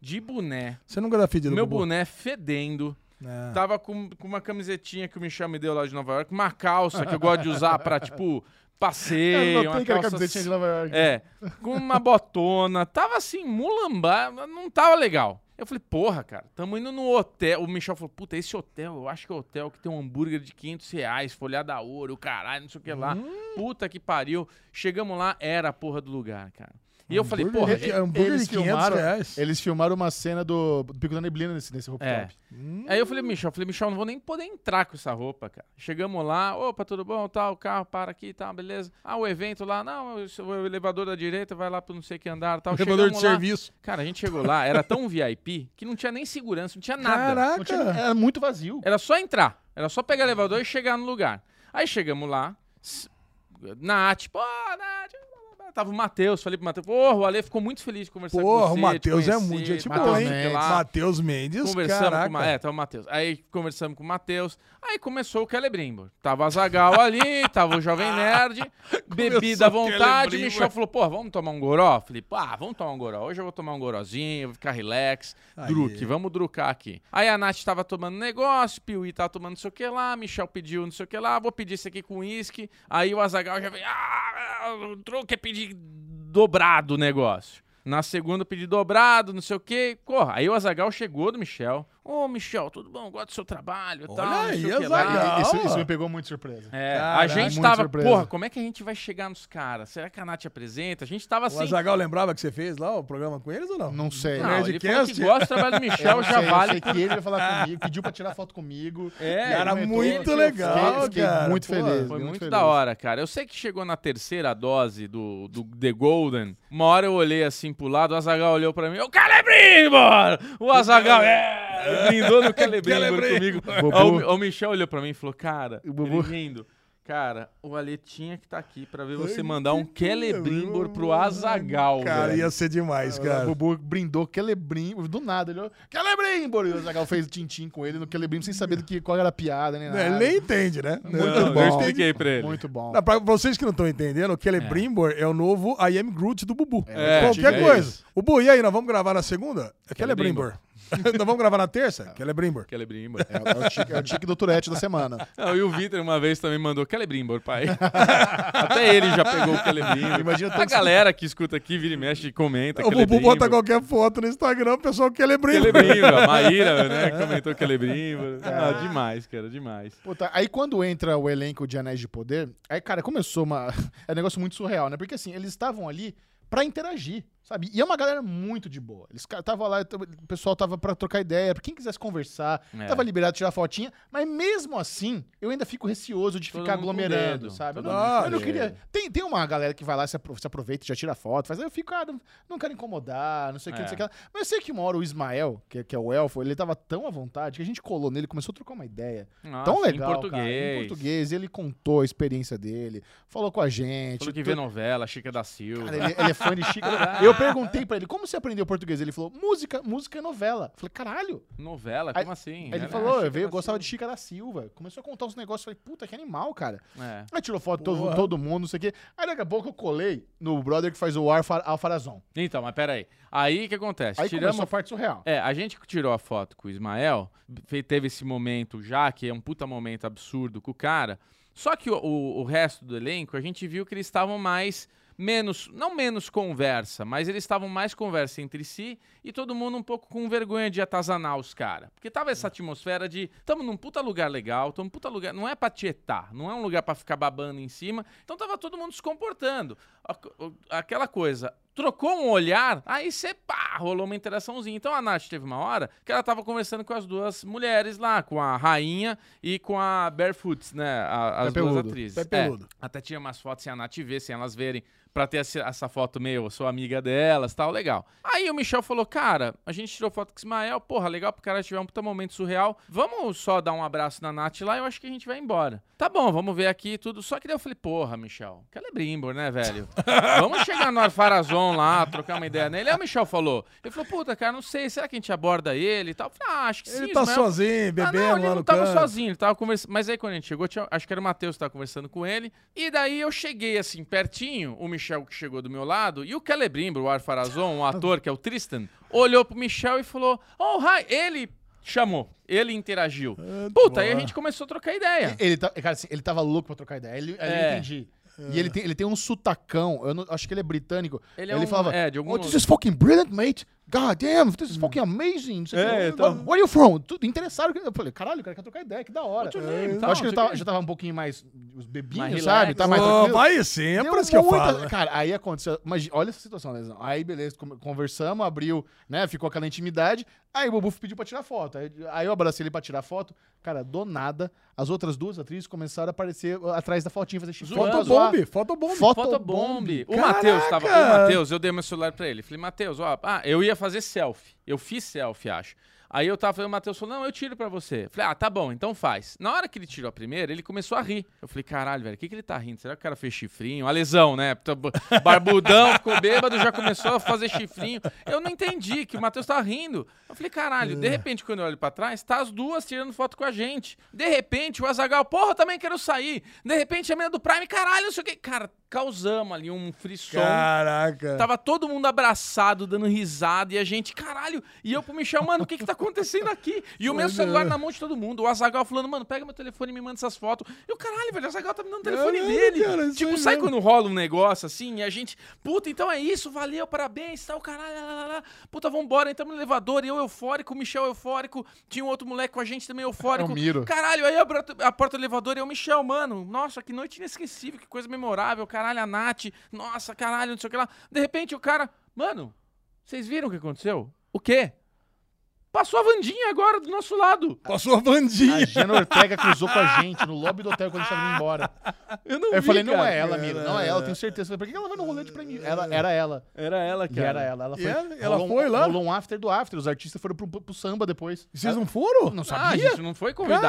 [SPEAKER 4] de boné,
[SPEAKER 3] Você nunca dá feed do
[SPEAKER 4] meu Tá,
[SPEAKER 3] Bubu?
[SPEAKER 4] boné fedendo.
[SPEAKER 1] Ah.
[SPEAKER 3] É.
[SPEAKER 4] Tava com, com uma camisetinha que o Michel me deu lá de Nova York, uma calça que eu gosto de usar pra,
[SPEAKER 1] [LAUGHS]
[SPEAKER 4] tipo, passeio, uma
[SPEAKER 1] Eu notei que era
[SPEAKER 4] calça...
[SPEAKER 1] camisetinha de Nova York.
[SPEAKER 4] É, com uma botona. Tava assim, mulambá, não tava legal. Eu falei, porra, cara, tamo indo no hotel. O Michel falou, puta, esse hotel, eu acho que é o hotel que tem um hambúrguer de 500 reais, folhada a ouro, caralho, não sei o que lá.
[SPEAKER 1] Hum.
[SPEAKER 4] Puta que pariu. Chegamos lá, era a porra do lugar, cara. E
[SPEAKER 1] Ah,
[SPEAKER 4] eu falei, porra,
[SPEAKER 1] é
[SPEAKER 4] gente,
[SPEAKER 3] Hambúrguer de- hambúrguer
[SPEAKER 1] eles
[SPEAKER 3] de 500
[SPEAKER 1] filmaram-
[SPEAKER 3] reais.
[SPEAKER 1] Eles filmaram uma cena do, do Pico da Neblina nesse, nesse rooftop.
[SPEAKER 4] É.
[SPEAKER 3] Hum.
[SPEAKER 4] Aí eu falei, pro Michel, eu falei, Michel, não vou nem poder entrar com essa roupa, cara. Chegamos lá, opa, tudo bom, tal, o carro para aqui, tal, beleza. Ah, o evento lá, não, o o elevador da direita vai lá pro não sei que andar, tal.
[SPEAKER 3] Elevador Um de
[SPEAKER 4] Chegamos lá.
[SPEAKER 3] serviço.
[SPEAKER 4] Cara, a gente chegou lá, era tão VIP que não tinha nem segurança, não tinha nada.
[SPEAKER 3] É,
[SPEAKER 1] Não tinha- era muito vazio.
[SPEAKER 4] Era só entrar, era só pegar o elevador e chegar no lugar. Aí chegamos lá, s- Nath, pô, Nath, blá, blá, blá. tava o Matheus, falei pro Matheus, porra, o Ale ficou muito feliz de conversar com você.
[SPEAKER 3] Porra, o
[SPEAKER 4] te
[SPEAKER 3] Matheus é
[SPEAKER 4] conhecer,
[SPEAKER 3] muito gente
[SPEAKER 4] Matheus
[SPEAKER 3] boa, hein?
[SPEAKER 4] Mendes lá.
[SPEAKER 3] Matheus Mendes,
[SPEAKER 4] Conversamos com o Ma-
[SPEAKER 3] caraca.
[SPEAKER 4] É, tá o Matheus. Aí conversamos com o Matheus. Aí começou o Celebrimbo. Tava a Zagal ali, tava o
[SPEAKER 3] [LAUGHS]
[SPEAKER 4] Jovem Nerd. bebida à
[SPEAKER 3] o
[SPEAKER 4] vontade.
[SPEAKER 3] Celebrimbo.
[SPEAKER 4] O Michel falou, pô, vamos tomar um goró? Falei, pá, vamos tomar um goró. Hoje eu vou tomar um gorozinho, vou ficar relax.
[SPEAKER 3] Aí.
[SPEAKER 4] Druk, vamos drucar aqui. Aí a Nath tava tomando negócio, Piuí tava tomando não sei o que lá, Michel pediu não sei o que lá, vou pedir isso aqui com uísque. Aí o Azagal já veio, ah, o Druk é pedir dobrado o negócio. Na segunda eu pedi dobrado, não sei o quê. Corra. Aí o Azagal chegou do Michel. Ô, Michel, tudo bom? Gosto do seu trabalho e tal.
[SPEAKER 3] Olha
[SPEAKER 4] não sei
[SPEAKER 3] aí,
[SPEAKER 4] o que lá."
[SPEAKER 3] Azaghal.
[SPEAKER 1] Isso,
[SPEAKER 3] Ah,
[SPEAKER 1] isso
[SPEAKER 3] ó.
[SPEAKER 1] me pegou muito de surpresa.
[SPEAKER 4] É, a
[SPEAKER 3] Caraca,
[SPEAKER 4] gente
[SPEAKER 1] muito
[SPEAKER 4] tava.
[SPEAKER 1] surpresa.
[SPEAKER 4] Porra, como é que a gente vai chegar nos caras? Será que a Nath apresenta? A gente tava
[SPEAKER 3] O
[SPEAKER 4] assim.
[SPEAKER 3] Azagal lembrava que você fez lá o programa com eles ou não?
[SPEAKER 1] Não sei.
[SPEAKER 4] Não, ele falou que
[SPEAKER 3] Nerdcast?
[SPEAKER 4] gosta do trabalho do
[SPEAKER 1] [LAUGHS] Eu
[SPEAKER 4] Michel,
[SPEAKER 1] não
[SPEAKER 4] já
[SPEAKER 1] sei, eu
[SPEAKER 4] vale.
[SPEAKER 1] sei que ele
[SPEAKER 4] [LAUGHS]
[SPEAKER 1] vai falar comigo, pediu pra tirar foto comigo.
[SPEAKER 4] É,
[SPEAKER 3] Cara,
[SPEAKER 1] Ele
[SPEAKER 3] muito
[SPEAKER 1] comentou,
[SPEAKER 3] legal,
[SPEAKER 1] Fiquei, fiquei
[SPEAKER 3] cara.
[SPEAKER 1] muito
[SPEAKER 3] Pô,
[SPEAKER 1] feliz.
[SPEAKER 4] Foi
[SPEAKER 1] é muito
[SPEAKER 4] muito
[SPEAKER 1] feliz.
[SPEAKER 4] da hora, cara. Eu sei que chegou na terceira dose do, do The Golden. Uma hora eu olhei assim pro lado, o Azagal olhou pra mim. O Calebrimbo! O Azagal, é!
[SPEAKER 1] [LAUGHS]
[SPEAKER 4] Brindou no Calebrimbo comigo. Aí O, Mi- o Michel olhou pra mim e falou: Cara, ele rindo. Cara, o Ale tinha que tá aqui pra ver você mandar um Celebrimbor pro Azagal.
[SPEAKER 3] Cara, ia ser
[SPEAKER 4] Ah,
[SPEAKER 3] demais,
[SPEAKER 1] O
[SPEAKER 3] cara.
[SPEAKER 1] Bubu brindou Celebrim, do nada, ele olhou, Celebrim, E o Zagal fez tintim com ele no Celebrim, sem saber do que, qual era a piada, nem nada.
[SPEAKER 3] Ele nem entende, né?
[SPEAKER 1] Muito
[SPEAKER 4] Muito bom.
[SPEAKER 1] bom.
[SPEAKER 4] Eu expliquei pra ele.
[SPEAKER 1] Muito bom.
[SPEAKER 3] Não, pra vocês que não estão entendendo, o Celebrimbor é. o novo I Am Groot do Bubu.
[SPEAKER 4] É,
[SPEAKER 3] Qualquer
[SPEAKER 4] é
[SPEAKER 3] coisa. O Bubu, e aí, nós vamos gravar na segunda? É
[SPEAKER 4] Celebrimbor.
[SPEAKER 3] Celebrimbor. [LAUGHS] nós vamos gravar na terça? Celebrimbor.
[SPEAKER 4] [LAUGHS] Celebrimbor.
[SPEAKER 1] É, é o tique, é o tique do Tourette da semana.
[SPEAKER 4] Não, e o Vitor uma vez também mandou Celebrimbor,
[SPEAKER 1] [LAUGHS]
[SPEAKER 4] pai. Até ele já pegou o Celebrimbor.
[SPEAKER 1] Imagina
[SPEAKER 4] a galera que escuta aqui, vira e mexe e
[SPEAKER 1] É
[SPEAKER 4] comenta.
[SPEAKER 3] O Bubu
[SPEAKER 4] Celebrimbor.
[SPEAKER 3] bota qualquer foto no Instagram, o pessoal Celebrimbor.
[SPEAKER 4] Celebrimbor. A Maíra,
[SPEAKER 1] É.
[SPEAKER 4] né, comentou Celebrimbor. Ah, demais, cara, demais.
[SPEAKER 1] Puta, aí quando entra o [LAUGHS] elenco de Anéis de Poder, aí, cara, começou uma. É um negócio muito surreal, né? Porque assim, eles estavam ali pra interagir, sabe? E é uma galera muito de boa. Eles ca- tava lá, t- o pessoal tava pra trocar ideia, pra quem quisesse conversar,
[SPEAKER 4] É.
[SPEAKER 1] tava liberado de tirar fotinha, mas mesmo assim, eu ainda fico receoso de
[SPEAKER 4] Todo
[SPEAKER 1] ficar
[SPEAKER 4] mundo com
[SPEAKER 1] aglomerando,
[SPEAKER 4] dedo,
[SPEAKER 1] sabe? Eu
[SPEAKER 4] todo
[SPEAKER 1] não,
[SPEAKER 3] mundo com
[SPEAKER 1] eu não
[SPEAKER 3] dedo.
[SPEAKER 1] queria. Tem, tem uma galera que vai lá, se apro- se aproveita, já tira foto, faz. Aí eu fico, ah, não, não quero incomodar, não sei o
[SPEAKER 4] É.
[SPEAKER 1] que, não sei o que. lá. Mas eu sei que uma hora o Ismael, que, é- que é o elfo, ele tava tão à vontade que a gente colou nele, começou a trocar uma ideia
[SPEAKER 4] Nossa,
[SPEAKER 1] tão legal.
[SPEAKER 4] Ah, Em
[SPEAKER 1] cara.
[SPEAKER 4] português.
[SPEAKER 1] Em português, ele contou a experiência dele, falou com a gente.
[SPEAKER 4] Falou que
[SPEAKER 1] tudo.
[SPEAKER 4] vê novela, Chica da Silva.
[SPEAKER 1] tipo Cara, ele, ele é fã de Chico.
[SPEAKER 4] [LAUGHS]
[SPEAKER 1] Eu perguntei pra ele, como você aprendeu português? Ele falou, música, música é novela. Eu falei, caralho.
[SPEAKER 4] Novela?
[SPEAKER 1] Aí-
[SPEAKER 4] Como assim?
[SPEAKER 1] Aí ele
[SPEAKER 4] Era
[SPEAKER 1] falou,
[SPEAKER 4] Chica
[SPEAKER 1] eu, veio,
[SPEAKER 4] da
[SPEAKER 1] gostava de
[SPEAKER 4] Silva.
[SPEAKER 1] Chica da Silva. Começou a contar uns negócios, eu falei, puta, que animal, cara.
[SPEAKER 4] É.
[SPEAKER 1] Aí tirou foto de todo,
[SPEAKER 3] Porra.
[SPEAKER 1] todo mundo, não sei o quê. Aí daqui a pouco eu colei no brother que faz o Alfa- Alfarazon.
[SPEAKER 4] Então, mas peraí. Aí o que acontece?
[SPEAKER 1] Aí
[SPEAKER 4] Tiramos
[SPEAKER 1] começou a parte surreal.
[SPEAKER 4] É, a gente que tirou a foto com o Ismael, fe- teve esse momento já, que é um puta momento absurdo com o cara. Só que o, o- o resto do elenco, a gente viu que eles estavam mais. Menos, não menos conversa, mas eles estavam mais conversa entre si e todo mundo um pouco com vergonha de atazanar os caras. Porque tava essa atmosfera de tamo num puta lugar legal, tamo num puta lugar. Não é pra tietar, não é um lugar pra ficar babando em cima. Então tava todo mundo se comportando. A- o- Aquela coisa, trocou um olhar, aí você pá, rolou uma interaçãozinha. Então a Nath teve uma hora que ela tava conversando com as duas mulheres lá, com a rainha e com a Barefoots, né? a- as
[SPEAKER 1] Pé
[SPEAKER 4] duas
[SPEAKER 1] peludo,
[SPEAKER 4] atrizes.
[SPEAKER 3] pé peludo.
[SPEAKER 4] É, até tinha umas fotos sem a Nath ver, sem elas verem, pra ter essa, essa foto, meu, eu sou amiga delas tal, legal. Aí o Michel falou, cara, a gente tirou foto com o Ismael, porra, legal pro cara tiver um puta momento surreal. Vamos só dar um abraço na Nath lá, eu acho que a gente vai embora. Tá bom, vamos ver aqui tudo. Só que daí eu falei, porra, Michel, calebrimbo, né,
[SPEAKER 3] [LAUGHS]
[SPEAKER 4] velho? Vamos chegar no Alfarazon lá, trocar uma ideia nele. Aí o Michel falou. Ele falou, puta, cara, não sei, será que a gente aborda ele e tal? Eu falei, ah, acho que sim.
[SPEAKER 3] Ele tá
[SPEAKER 4] Ismael.
[SPEAKER 3] sozinho,
[SPEAKER 4] Ah,
[SPEAKER 3] bebendo
[SPEAKER 4] não,
[SPEAKER 3] lá
[SPEAKER 4] ele não
[SPEAKER 3] no
[SPEAKER 4] tava
[SPEAKER 3] canto.
[SPEAKER 4] sozinho, ele tava conversando. Mas aí quando a gente chegou, tinha- acho que era o Matheus que tava conversando com ele. E daí eu cheguei assim, pertinho, o Michel que chegou do meu lado, e o Celebrimbro, o
[SPEAKER 1] [LAUGHS]
[SPEAKER 4] Arfarazon, o ator, que é o Tristan, olhou pro Michel e falou: Oh, hi! Ele chamou, ele interagiu.
[SPEAKER 1] Ah, tá
[SPEAKER 4] Puta, aí a gente começou a trocar ideia.
[SPEAKER 1] Ele, tá, cara, assim, ele tava louco pra trocar ideia. Ele, aí
[SPEAKER 4] É.
[SPEAKER 1] eu entendi. E ele tem, ele tem um sotacão, eu não- acho que ele é britânico.
[SPEAKER 4] Ele
[SPEAKER 1] Ele,
[SPEAKER 4] é um-
[SPEAKER 1] falava,
[SPEAKER 4] é, de algum
[SPEAKER 1] oh, this is fucking brilliant, mate. God damn, this is fucking amazing. não sei o
[SPEAKER 4] Hum. É,
[SPEAKER 1] quê.
[SPEAKER 4] então-
[SPEAKER 1] Where are you from? Tudo interessado. Eu falei, caralho, o cara quer trocar ideia, que da hora.
[SPEAKER 4] What's your name?
[SPEAKER 1] Eu
[SPEAKER 4] Tal,
[SPEAKER 1] acho que
[SPEAKER 4] não
[SPEAKER 1] ele
[SPEAKER 4] sei o
[SPEAKER 1] tava-
[SPEAKER 4] quê.
[SPEAKER 1] já tava um pouquinho mais os bebinhos,
[SPEAKER 4] Mais
[SPEAKER 1] sabe?
[SPEAKER 4] relax.
[SPEAKER 1] Tá mais
[SPEAKER 3] Ô,
[SPEAKER 1] tranquilo.
[SPEAKER 3] vai sim, é
[SPEAKER 1] Deu
[SPEAKER 3] por isso que eu
[SPEAKER 1] muita-
[SPEAKER 3] falo. né?
[SPEAKER 1] Cara, aí aconteceu. Mas olha essa situação, Lesão. Aí, beleza, come- conversamos, abriu, né? Ficou aquela intimidade. Aí o Bobuf pediu pra tirar foto. Aí, aí eu abracei ele pra tirar foto. Cara, do nada, as outras duas atrizes começaram a aparecer ó, atrás da fotinha, fazer xixi.
[SPEAKER 4] Zoando.
[SPEAKER 1] pra zoar.
[SPEAKER 3] Fotobomb, fotobomb.
[SPEAKER 4] Fotobomb. O
[SPEAKER 3] Caraca!
[SPEAKER 4] Matheus tava. O Matheus, eu dei meu celular pra ele. Falei, Matheus, ó, ah, eu ia fazer selfie. Eu fiz selfie, acho. Aí eu tava falando, o Matheus falou, não, eu tiro pra você. Falei, ah, tá bom, então faz. Na hora que ele tirou a primeira, ele começou a rir. Eu falei, caralho, velho, o que, que ele tá rindo? Será que o cara fez chifrinho? A lesão, né? Tá b- [LAUGHS] Barbudão, ficou bêbado, já começou a fazer chifrinho. Eu não entendi que o Matheus tava rindo. Eu falei, caralho, de repente, quando eu olho pra trás, tá as duas tirando foto com a gente. De repente, o Azagal, porra, eu também quero sair. De repente, a menina do Prime, caralho, não sei o que. Cara, causamos ali um frisson.
[SPEAKER 3] Caraca.
[SPEAKER 4] Tava todo mundo abraçado, dando risada, e a gente, caralho, e eu pro Michel, mano, o que que tá acontecendo aqui? E o meu celular na mão de todo mundo, o Azagal falando, mano, pega meu telefone e me manda essas fotos. E o caralho, velho, o Azagal tá me dando o telefone
[SPEAKER 3] Caralho,
[SPEAKER 4] dele.
[SPEAKER 3] É cara, isso
[SPEAKER 4] tipo,
[SPEAKER 3] aí
[SPEAKER 4] sai
[SPEAKER 3] mesmo.
[SPEAKER 4] quando rola um negócio assim, e a gente, puta, então é isso, valeu, parabéns, tal, caralho, lá, lá, lá. puta, vambora, entramos no elevador, e eu eufórico, o Michel eufórico, tinha um outro moleque com a gente também eufórico.
[SPEAKER 1] É o Miro.
[SPEAKER 4] Caralho, aí abriu a t- a porta do elevador e eu, Michel, mano, nossa, que noite inesquecível, que coisa memorável, caralho, a Nath, nossa, caralho, não sei o que lá. De repente o cara, mano, vocês viram o que aconteceu? O quê? Passou a Vandinha agora do nosso lado.
[SPEAKER 3] Passou a
[SPEAKER 1] A
[SPEAKER 3] [LAUGHS] bandinha.
[SPEAKER 1] Gina Ortega cruzou com a gente no lobby do hotel quando a gente tava indo embora.
[SPEAKER 4] Eu não
[SPEAKER 1] Aí eu
[SPEAKER 4] vi,
[SPEAKER 1] falei, não
[SPEAKER 4] cara.
[SPEAKER 1] é ela, Miro, não é ela, tenho certeza. Eu falei, por que ela vai no rolê de prêmio? Ela, era ela.
[SPEAKER 4] Era ela,
[SPEAKER 1] E era ela. Ela
[SPEAKER 3] É. E
[SPEAKER 1] foi,
[SPEAKER 3] ela- ela
[SPEAKER 1] rolou um-
[SPEAKER 3] foi lá? é-
[SPEAKER 1] Rolou um after do after. Os artistas foram pro, pro samba depois.
[SPEAKER 3] Vocês não foram?
[SPEAKER 4] Ah,
[SPEAKER 1] Não
[SPEAKER 4] a
[SPEAKER 1] sabia?
[SPEAKER 4] gente não foi convidado.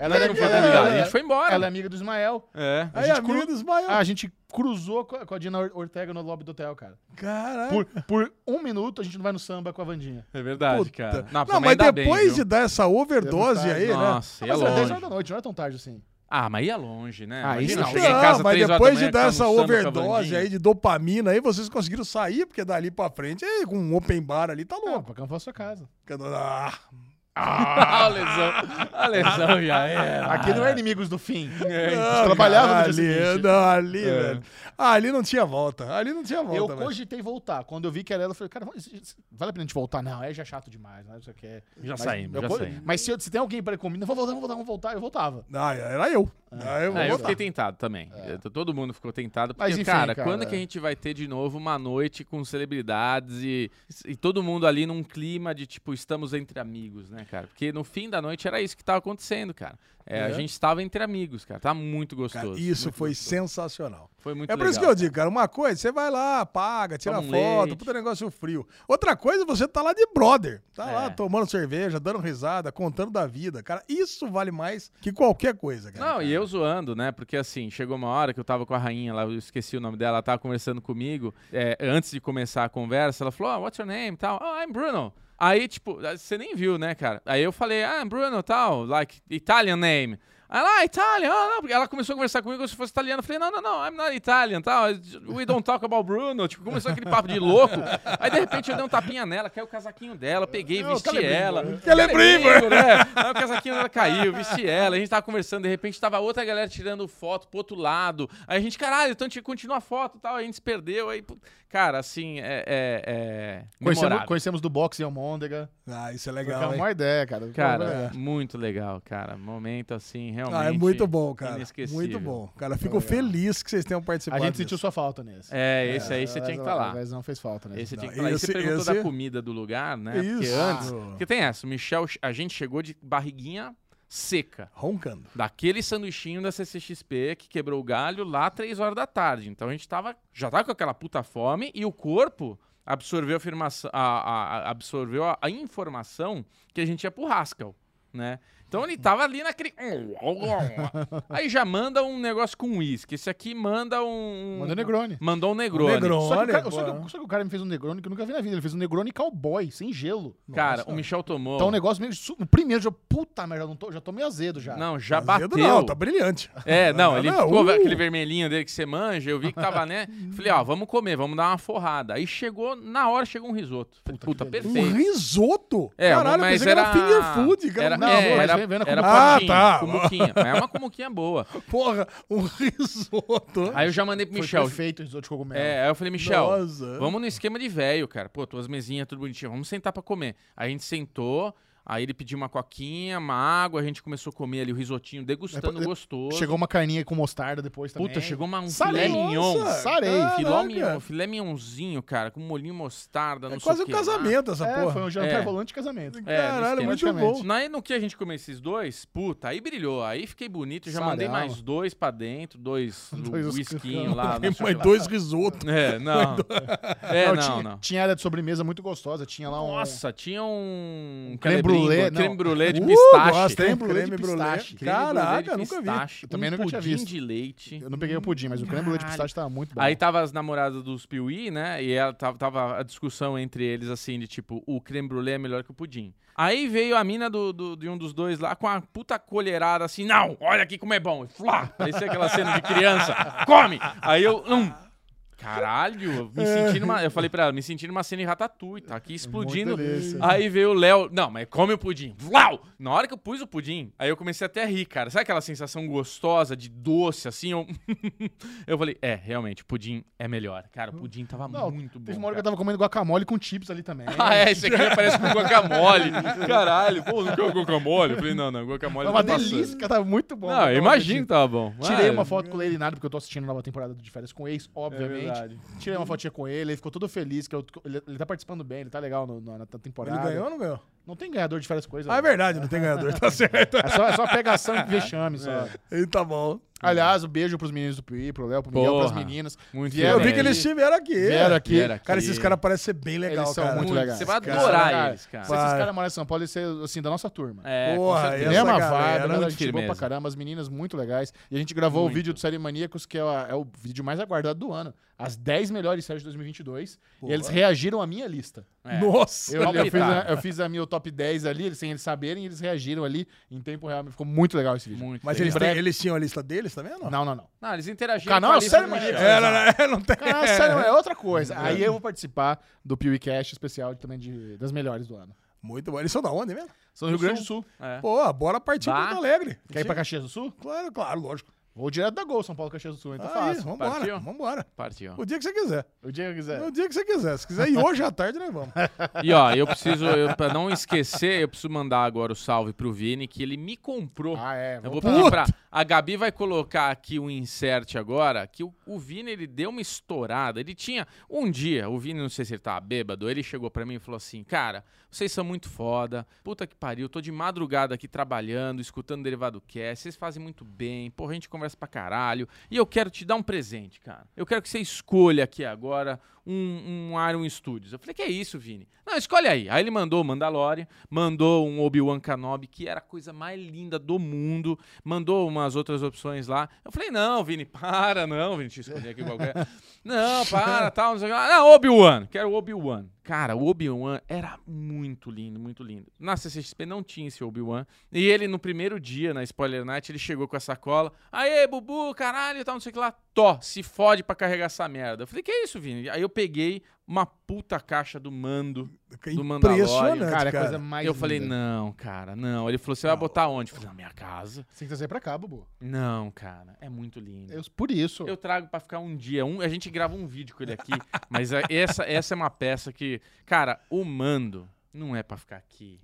[SPEAKER 1] ela
[SPEAKER 4] não foi convidado, a gente foi embora.
[SPEAKER 1] Ela é amiga do Ismael.
[SPEAKER 4] É.
[SPEAKER 3] Aí
[SPEAKER 1] gente
[SPEAKER 3] a minha
[SPEAKER 1] cru-
[SPEAKER 3] dos maiores.
[SPEAKER 1] Ah, a gente cruzou co- com a Dina Or- Ortega no lobby do hotel, cara.
[SPEAKER 3] Caraca.
[SPEAKER 1] Por, por um minuto a gente não vai no samba com a Vandinha.
[SPEAKER 4] É verdade,
[SPEAKER 3] Puta.
[SPEAKER 4] cara.
[SPEAKER 3] Não, mas depois de dar essa overdose
[SPEAKER 1] Deu vontade.
[SPEAKER 3] aí, né?
[SPEAKER 4] tá- Nossa, ia
[SPEAKER 1] mas era 10 horas
[SPEAKER 4] longe.
[SPEAKER 1] da noite, não é tão tarde assim.
[SPEAKER 4] Ah, mas ia longe, né?
[SPEAKER 1] Ah, isso
[SPEAKER 4] Imagina, eu
[SPEAKER 1] não.
[SPEAKER 4] cheguei em casa
[SPEAKER 3] mas
[SPEAKER 4] três horas
[SPEAKER 3] depois
[SPEAKER 4] da manhã,
[SPEAKER 3] de dar
[SPEAKER 4] ficar
[SPEAKER 3] essa
[SPEAKER 4] almoçando com a
[SPEAKER 3] overdose
[SPEAKER 4] Vandinha.
[SPEAKER 3] aí de dopamina aí, vocês conseguiram sair, porque dali pra frente, aí, com um open bar ali, tá
[SPEAKER 1] Não,
[SPEAKER 3] louco.
[SPEAKER 4] É.
[SPEAKER 1] pra campar a sua casa.
[SPEAKER 3] Ah,
[SPEAKER 4] [LAUGHS] Ah, a lesão. A lesão já era.
[SPEAKER 1] Aqui não é inimigos do [LAUGHS] fim.
[SPEAKER 4] É,
[SPEAKER 1] É,
[SPEAKER 3] Não,
[SPEAKER 1] trabalhavam
[SPEAKER 3] cara,
[SPEAKER 1] no dia
[SPEAKER 3] ali,
[SPEAKER 1] seguinte.
[SPEAKER 3] Não, ali, velho. Ah, ali não tinha volta. Ali não tinha volta,
[SPEAKER 1] Eu
[SPEAKER 3] velho.
[SPEAKER 1] cogitei voltar. Quando eu vi que era ela, eu falei, cara, vamos- vale a pena a gente voltar? Não, é já chato demais, não sei o que é.
[SPEAKER 4] Já
[SPEAKER 1] Mas
[SPEAKER 4] saímos,
[SPEAKER 1] eu
[SPEAKER 4] já
[SPEAKER 1] co-
[SPEAKER 4] saímos.
[SPEAKER 1] Mas se, eu- se tem alguém pra ir comigo, não, vamos voltar, vamos voltar, vamos voltar, eu voltava.
[SPEAKER 3] Ah, era eu. Ah, eu,
[SPEAKER 4] É, eu
[SPEAKER 3] vou
[SPEAKER 4] fiquei
[SPEAKER 3] voltar. É.
[SPEAKER 4] tentado também. Eh, Todo mundo ficou tentado. Porque,
[SPEAKER 1] Mas enfim,
[SPEAKER 4] cara,
[SPEAKER 1] cara,
[SPEAKER 4] quando que a
[SPEAKER 1] é.
[SPEAKER 4] gente vai ter de novo uma noite com celebridades e, e todo mundo ali num clima de tipo, estamos entre amigos, né, cara? Porque no fim da noite era isso que tava acontecendo, cara. É, A
[SPEAKER 3] É.
[SPEAKER 4] gente estava entre amigos, cara. Tá muito
[SPEAKER 3] Cara,
[SPEAKER 4] gostoso.
[SPEAKER 3] isso
[SPEAKER 4] muito
[SPEAKER 3] foi
[SPEAKER 4] gostoso.
[SPEAKER 3] sensacional.
[SPEAKER 4] Foi muito
[SPEAKER 3] É por isso que
[SPEAKER 4] legal,
[SPEAKER 3] eu digo, cara, uma coisa, você vai lá, paga, tira
[SPEAKER 4] Toma um
[SPEAKER 3] foto,
[SPEAKER 4] leite.
[SPEAKER 3] puta negócio frio. Outra coisa, você tá lá de brother. Tá
[SPEAKER 4] É.
[SPEAKER 3] lá tomando cerveja, dando risada, contando da vida. Cara, isso vale mais que qualquer coisa, cara.
[SPEAKER 4] Não, e eu zoando, né? Porque assim, chegou uma hora que eu tava com a rainha lá, eu esqueci o nome dela, ela tava conversando comigo. é, antes de começar a conversa, ela falou: oh, what's your name? Tal. Oh, I'm Bruno. Aí, tipo, você nem viu, né, cara? Aí eu falei, ah, I'm Bruno, tal, like, Italian name. Ela, ah, Italian, ah, não. porque Ela começou a conversar comigo como se fosse italiano. Eu falei, não, não, não, I'm not Italian, tal. We don't talk about Bruno. Tipo, começou aquele papo de louco. Aí, de repente, eu dei um tapinha nela, caiu o casaquinho dela, peguei,
[SPEAKER 1] Não,
[SPEAKER 4] vesti
[SPEAKER 1] Calebrinho,
[SPEAKER 4] ela.
[SPEAKER 1] né?
[SPEAKER 4] Calebrinho, né? Aí o casaquinho dela caiu, vesti ela, a gente tava conversando, de repente tava outra galera tirando foto pro outro lado. Aí a gente, caralho, então a gente continua a foto e tal, aí a gente se perdeu. Aí, put- cara, assim, é. é, é
[SPEAKER 1] Conhecemos,
[SPEAKER 4] memorável.
[SPEAKER 1] conhecemos do boxe e Almôndega.
[SPEAKER 3] Ah, isso é
[SPEAKER 1] Foi a
[SPEAKER 3] legal, hein?
[SPEAKER 1] maior ideia, cara.
[SPEAKER 4] [LAUGHS] Cara, muito legal, cara. Momento assim, realmente.
[SPEAKER 3] Ah, é muito bom, cara.
[SPEAKER 4] inesquecível.
[SPEAKER 3] Muito bom. Cara, fico feliz que vocês tenham
[SPEAKER 1] a
[SPEAKER 3] participado.
[SPEAKER 1] gente sentiu
[SPEAKER 3] disso.
[SPEAKER 1] sua falta nesse.
[SPEAKER 4] É, esse aí você tinha que estar lá.
[SPEAKER 1] Mas não fez falta, né?
[SPEAKER 4] Esse você tinha que
[SPEAKER 3] Não,
[SPEAKER 4] estar lá. E
[SPEAKER 3] esse-
[SPEAKER 4] você perguntou da
[SPEAKER 3] esse-
[SPEAKER 4] comida do lugar, né? Porque
[SPEAKER 3] Isso.
[SPEAKER 4] antes. Porque tem essa, o Michel, a gente chegou de barriguinha seca.
[SPEAKER 3] Roncando.
[SPEAKER 4] daquele sanduichinho da CCXP que quebrou o galho lá três horas da tarde. Então a gente tava, já tava com aquela puta fome e o corpo absorveu a, afirmação, a- a- a- absorveu a, a informação que a gente ia pro Haskell, né? Então ele tava ali naquele... Aí já manda um negócio com uísque. Esse aqui manda um...
[SPEAKER 1] Mandou Negroni.
[SPEAKER 4] Mandou um Negroni.
[SPEAKER 3] Negroni.
[SPEAKER 1] Só que, o cara,
[SPEAKER 3] Olha,
[SPEAKER 1] só, que,
[SPEAKER 3] boa.
[SPEAKER 1] o- só que o cara me fez um Negroni que eu nunca vi na vida. Ele fez um Negroni cowboy, sem gelo.
[SPEAKER 4] Cara,
[SPEAKER 3] Nossa. um
[SPEAKER 4] o Michel tomou...
[SPEAKER 1] Então o negócio meio. su- No primeiro jogo, puta merda, eu não tô, já tô meio azedo já.
[SPEAKER 4] Não, já
[SPEAKER 3] Azedo
[SPEAKER 4] bateu.
[SPEAKER 3] Não, tá brilhante.
[SPEAKER 4] É, não,
[SPEAKER 3] Não,
[SPEAKER 4] ele
[SPEAKER 3] não,
[SPEAKER 4] ficou
[SPEAKER 3] uh.
[SPEAKER 4] aquele vermelhinho dele que você manja, eu vi que tava,
[SPEAKER 3] [LAUGHS]
[SPEAKER 4] né? Falei, ó, vamos comer, vamos dar uma forrada. Aí chegou, na hora chegou um risoto. Falei, Puta,
[SPEAKER 1] que
[SPEAKER 3] um
[SPEAKER 4] perfeito.
[SPEAKER 3] risoto?
[SPEAKER 4] É,
[SPEAKER 3] Caralho,
[SPEAKER 4] mas
[SPEAKER 3] pensei
[SPEAKER 4] era,
[SPEAKER 3] que era finger food, cara.
[SPEAKER 4] Era,
[SPEAKER 1] Não,
[SPEAKER 4] é,
[SPEAKER 1] amor, mas
[SPEAKER 4] era,
[SPEAKER 1] vem- vem na
[SPEAKER 4] era
[SPEAKER 3] cumbuquinha.
[SPEAKER 4] potinho,
[SPEAKER 3] Ah, tá.
[SPEAKER 4] cumbuquinha. Mas é uma cumbuquinha
[SPEAKER 3] [LAUGHS]
[SPEAKER 4] boa.
[SPEAKER 3] Porra, um risoto.
[SPEAKER 4] Aí eu já mandei pro
[SPEAKER 1] Foi
[SPEAKER 4] Michel.
[SPEAKER 1] perfeito o risoto de cogumelo.
[SPEAKER 4] É, aí eu falei, Michel,
[SPEAKER 3] Nossa.
[SPEAKER 4] vamos no esquema de velho, cara. Pô, tuas mesinhas, tudo bonitinho. Vamos sentar pra comer. Aí a gente sentou, aí ele pediu uma coquinha, uma água, a gente começou a comer ali o risotinho, degustando
[SPEAKER 1] Depois-
[SPEAKER 4] gostoso.
[SPEAKER 1] Chegou uma carninha com mostarda depois também.
[SPEAKER 4] Puta, chegou uma, um
[SPEAKER 1] Sarei.
[SPEAKER 4] filé mignon.
[SPEAKER 3] Nossa,
[SPEAKER 1] Sarei.
[SPEAKER 3] caraca.
[SPEAKER 4] Filé mignon, filé mignonzinho, cara, com molinho mostarda, não
[SPEAKER 3] É
[SPEAKER 4] sei
[SPEAKER 3] quase
[SPEAKER 4] o
[SPEAKER 3] um
[SPEAKER 4] quê.
[SPEAKER 3] casamento essa
[SPEAKER 1] É,
[SPEAKER 3] porra.
[SPEAKER 1] foi um jantar
[SPEAKER 4] É.
[SPEAKER 1] volante de casamento.
[SPEAKER 4] É,
[SPEAKER 3] Caralho,
[SPEAKER 4] nesse
[SPEAKER 3] muito
[SPEAKER 1] esquema,
[SPEAKER 3] bom.
[SPEAKER 4] Ah, na- no que a gente comeu esses dois, puta, aí brilhou. Aí fiquei bonito, já
[SPEAKER 1] Sarau.
[SPEAKER 4] mandei mais dois pra dentro,
[SPEAKER 3] [LAUGHS]
[SPEAKER 4] dois,
[SPEAKER 1] Dois
[SPEAKER 4] dois whiskinhos lá.
[SPEAKER 3] Tem
[SPEAKER 4] não sei
[SPEAKER 3] mais
[SPEAKER 4] o é que lá.
[SPEAKER 3] dois risotos.
[SPEAKER 4] É, não. É, não,
[SPEAKER 1] tinha,
[SPEAKER 4] não.
[SPEAKER 1] tinha área de sobremesa muito gostosa. Tinha lá um.
[SPEAKER 4] Nossa, tinha um...
[SPEAKER 1] creme
[SPEAKER 4] calebrinho,
[SPEAKER 1] brulé,
[SPEAKER 4] um creme
[SPEAKER 1] não.
[SPEAKER 4] brulé de
[SPEAKER 3] Uh,
[SPEAKER 4] pistache.
[SPEAKER 3] gosto,
[SPEAKER 1] creme
[SPEAKER 3] hein?
[SPEAKER 1] brûlée de
[SPEAKER 3] Creme brûlée.
[SPEAKER 1] pistache.
[SPEAKER 4] Creme brûlée de
[SPEAKER 3] Caraca, nunca vi.
[SPEAKER 4] pistache,
[SPEAKER 1] Eu também
[SPEAKER 4] um
[SPEAKER 1] nunca tinha
[SPEAKER 4] pudim
[SPEAKER 1] visto.
[SPEAKER 4] de leite.
[SPEAKER 1] Eu não peguei o pudim, mas o creme brulee de
[SPEAKER 4] Caralho.
[SPEAKER 1] pistache tava muito bom.
[SPEAKER 4] Aí tava as namoradas dos Piuí, né? E ela tava, tava a discussão entre eles, assim, de tipo, o creme brulee é melhor que o pudim. Aí veio a mina do, do- de um dos dois lá com a puta colherada, assim, não, olha aqui como é bom. E Flá! Parecia aquela cena de criança. Come! Aí eu, hum, caralho, eu me
[SPEAKER 1] É.
[SPEAKER 4] senti numa... Eu falei pra ela, me senti numa cena de ratatouille, tá aqui explodindo.
[SPEAKER 1] delícia.
[SPEAKER 4] Aí veio o Léo, não, mas come o pudim. Vlau! Na hora que eu pus o pudim, aí eu comecei até a rir, cara. Sabe aquela sensação gostosa de doce, assim? Eu... [LAUGHS] Eu falei, é, realmente, o pudim é melhor. Cara, o pudim tava
[SPEAKER 1] Não,
[SPEAKER 4] muito bom.
[SPEAKER 1] Teve uma hora que eu
[SPEAKER 4] cara.
[SPEAKER 1] tava comendo guacamole com chips
[SPEAKER 4] [LAUGHS]
[SPEAKER 1] ali também.
[SPEAKER 4] Ah, é, esse aqui parece
[SPEAKER 1] [LAUGHS]
[SPEAKER 4] com guacamole. Caralho, pô, não quer o guacamole? Eu falei, não, não, guacamole
[SPEAKER 1] Tava uma
[SPEAKER 4] tá passando.
[SPEAKER 1] delícia, cara, tava muito bom.
[SPEAKER 4] Não, eu imagino que tava bom.
[SPEAKER 1] Tirei
[SPEAKER 4] Ah,
[SPEAKER 1] uma foto com o Leirinado, porque eu tô assistindo a nova temporada do De Férias com o Ex,
[SPEAKER 3] É.
[SPEAKER 1] obviamente.
[SPEAKER 4] é verdade.
[SPEAKER 1] Tirei uma fotinha com ele, ele ficou todo feliz, que eu- ele, ele tá participando bem, ele tá legal no- na, na temporada.
[SPEAKER 3] Ele ganhou ou não ganhou?
[SPEAKER 1] Não tem ganhador de férias coisas.
[SPEAKER 3] Ah, é verdade, não tem ganhador,
[SPEAKER 4] [LAUGHS]
[SPEAKER 3] tá certo.
[SPEAKER 1] É só, é só pegação e vexame, só.
[SPEAKER 4] É.
[SPEAKER 3] E tá bom.
[SPEAKER 1] Aliás, um beijo pros meninos do Piuí, pro Léo, pro Miguel,
[SPEAKER 4] Porra.
[SPEAKER 1] pras meninas.
[SPEAKER 4] Muito
[SPEAKER 1] Vieram-
[SPEAKER 3] Eu
[SPEAKER 4] bem.
[SPEAKER 3] vi que eles estiveram aqui.
[SPEAKER 1] Vieram aqui.
[SPEAKER 4] Vieram aqui.
[SPEAKER 3] Cara, esses caras parecem ser bem legal,
[SPEAKER 1] Eles são
[SPEAKER 3] cara.
[SPEAKER 1] muito legais.
[SPEAKER 4] Você vai
[SPEAKER 1] Cara,
[SPEAKER 4] adorar
[SPEAKER 1] cara,
[SPEAKER 4] eles, cara.
[SPEAKER 1] Se esses
[SPEAKER 3] Vai.
[SPEAKER 1] caras moram em São Paulo, eles são, assim, da nossa turma.
[SPEAKER 4] É, com
[SPEAKER 3] Porra,
[SPEAKER 4] certeza.
[SPEAKER 3] essa
[SPEAKER 1] Mesma
[SPEAKER 3] galera,
[SPEAKER 1] vibe, né?
[SPEAKER 4] muito
[SPEAKER 1] a gente boa pra
[SPEAKER 4] firmeza.
[SPEAKER 1] caramba, as meninas muito legais. E a gente gravou o
[SPEAKER 4] Muito.
[SPEAKER 1] vídeo do Série Maníacos, que é, a- é o vídeo mais aguardado do ano. As 10 melhores séries de 2022. E eles reagiram à minha lista.
[SPEAKER 4] É.
[SPEAKER 3] Nossa.
[SPEAKER 1] Eu,
[SPEAKER 4] Top
[SPEAKER 1] eu fiz a,
[SPEAKER 4] tá.
[SPEAKER 1] eu fiz a minha top 10 ali, eles- sem eles saberem, e eles reagiram ali em tempo real. Ficou muito legal esse vídeo.
[SPEAKER 4] Muito
[SPEAKER 3] Mas
[SPEAKER 4] legal.
[SPEAKER 3] eles, têm- eles tinham a lista deles, tá vendo?
[SPEAKER 1] Não, Ah, não, não.
[SPEAKER 4] Não, eles interagiram
[SPEAKER 1] O canal
[SPEAKER 4] com a
[SPEAKER 1] é
[SPEAKER 4] lista
[SPEAKER 1] sério,
[SPEAKER 4] do
[SPEAKER 1] mas-
[SPEAKER 4] Michel.
[SPEAKER 3] É, não, não, não tem.
[SPEAKER 1] Cara, sério, é outra coisa. Aí eu vou participar do PewCast especial de- também de, das melhores do ano.
[SPEAKER 3] Muito bom. Eles são da onde mesmo?
[SPEAKER 1] São do Rio Grande do Sul.
[SPEAKER 4] É.
[SPEAKER 3] Pô, bora partir
[SPEAKER 4] Bah.
[SPEAKER 3] para Porto Alegre.
[SPEAKER 1] Quer ir pra Caxias do Sul?
[SPEAKER 3] Claro, claro, lógico.
[SPEAKER 1] Vou direto da Gol, São Paulo Caxias do Sul, então
[SPEAKER 3] Aí,
[SPEAKER 1] fácil.
[SPEAKER 3] vambora,
[SPEAKER 4] Tá Partiu?
[SPEAKER 3] vambora.
[SPEAKER 4] Partiu.
[SPEAKER 3] O dia que você quiser.
[SPEAKER 1] O dia que eu quiser.
[SPEAKER 3] O dia que você quiser. Se quiser ir hoje à tarde,
[SPEAKER 4] [LAUGHS]
[SPEAKER 3] nós vamos.
[SPEAKER 4] E ó, eu preciso, eu, pra não esquecer, eu preciso mandar agora o salve pro Vini, que ele me comprou.
[SPEAKER 1] Ah, é.
[SPEAKER 4] Eu
[SPEAKER 1] vamos
[SPEAKER 4] vou
[SPEAKER 1] pra-
[SPEAKER 4] pedir
[SPEAKER 3] Puta!
[SPEAKER 4] pra. A Gabi vai colocar aqui um insert agora, que o, o Vini ele deu uma estourada. Ele tinha. Um dia, o Vini, não sei se ele tava bêbado, ele chegou pra mim e falou assim: Cara, vocês são muito foda. Puta que pariu, tô de madrugada aqui trabalhando, escutando o derivado cast, vocês fazem muito bem, porra, a gente conversa pra caralho. E eu quero te dar um presente, cara. Eu quero que você escolha aqui agora um, um Iron Studios. Eu falei, que é isso, Vini? Não, escolhe aí. Aí ele mandou o Mandalorian, mandou um Obi-Wan Kenobi, que era a coisa mais linda do mundo, mandou umas outras opções lá. Eu falei, não, Vini, para, não, Vini, deixa eu escolher aqui qualquer. não, para, tal, não sei o que lá. Não, Obi-Wan, quero o Obi-Wan. Cara, o Obi-Wan era muito lindo, muito lindo. Na CCXP não tinha esse Obi-Wan. E ele, no primeiro dia, na Spoiler Night, ele chegou com a sacola. Aê, Bubu, caralho, tal, não sei o que lá. Tó, se fode pra carregar essa merda. Eu falei, que é isso, Vini? Aí eu peguei uma puta caixa do mando. Do Mandalorian.
[SPEAKER 1] Cara,
[SPEAKER 3] Impressionante, cara.
[SPEAKER 1] é a coisa mais
[SPEAKER 4] eu falei,
[SPEAKER 1] linda.
[SPEAKER 4] não, cara, não. Ele falou, você vai botar onde? Eu falei, na minha casa.
[SPEAKER 1] Você tem que trazer pra cá, Bubu.
[SPEAKER 4] Não, cara, é muito lindo.
[SPEAKER 1] Eu- por isso.
[SPEAKER 4] Eu trago pra ficar um dia. Um, a gente grava um vídeo com ele aqui, [LAUGHS] mas a- essa, essa é uma peça que, cara, o mando não é pra ficar
[SPEAKER 1] [LAUGHS]
[SPEAKER 4] aqui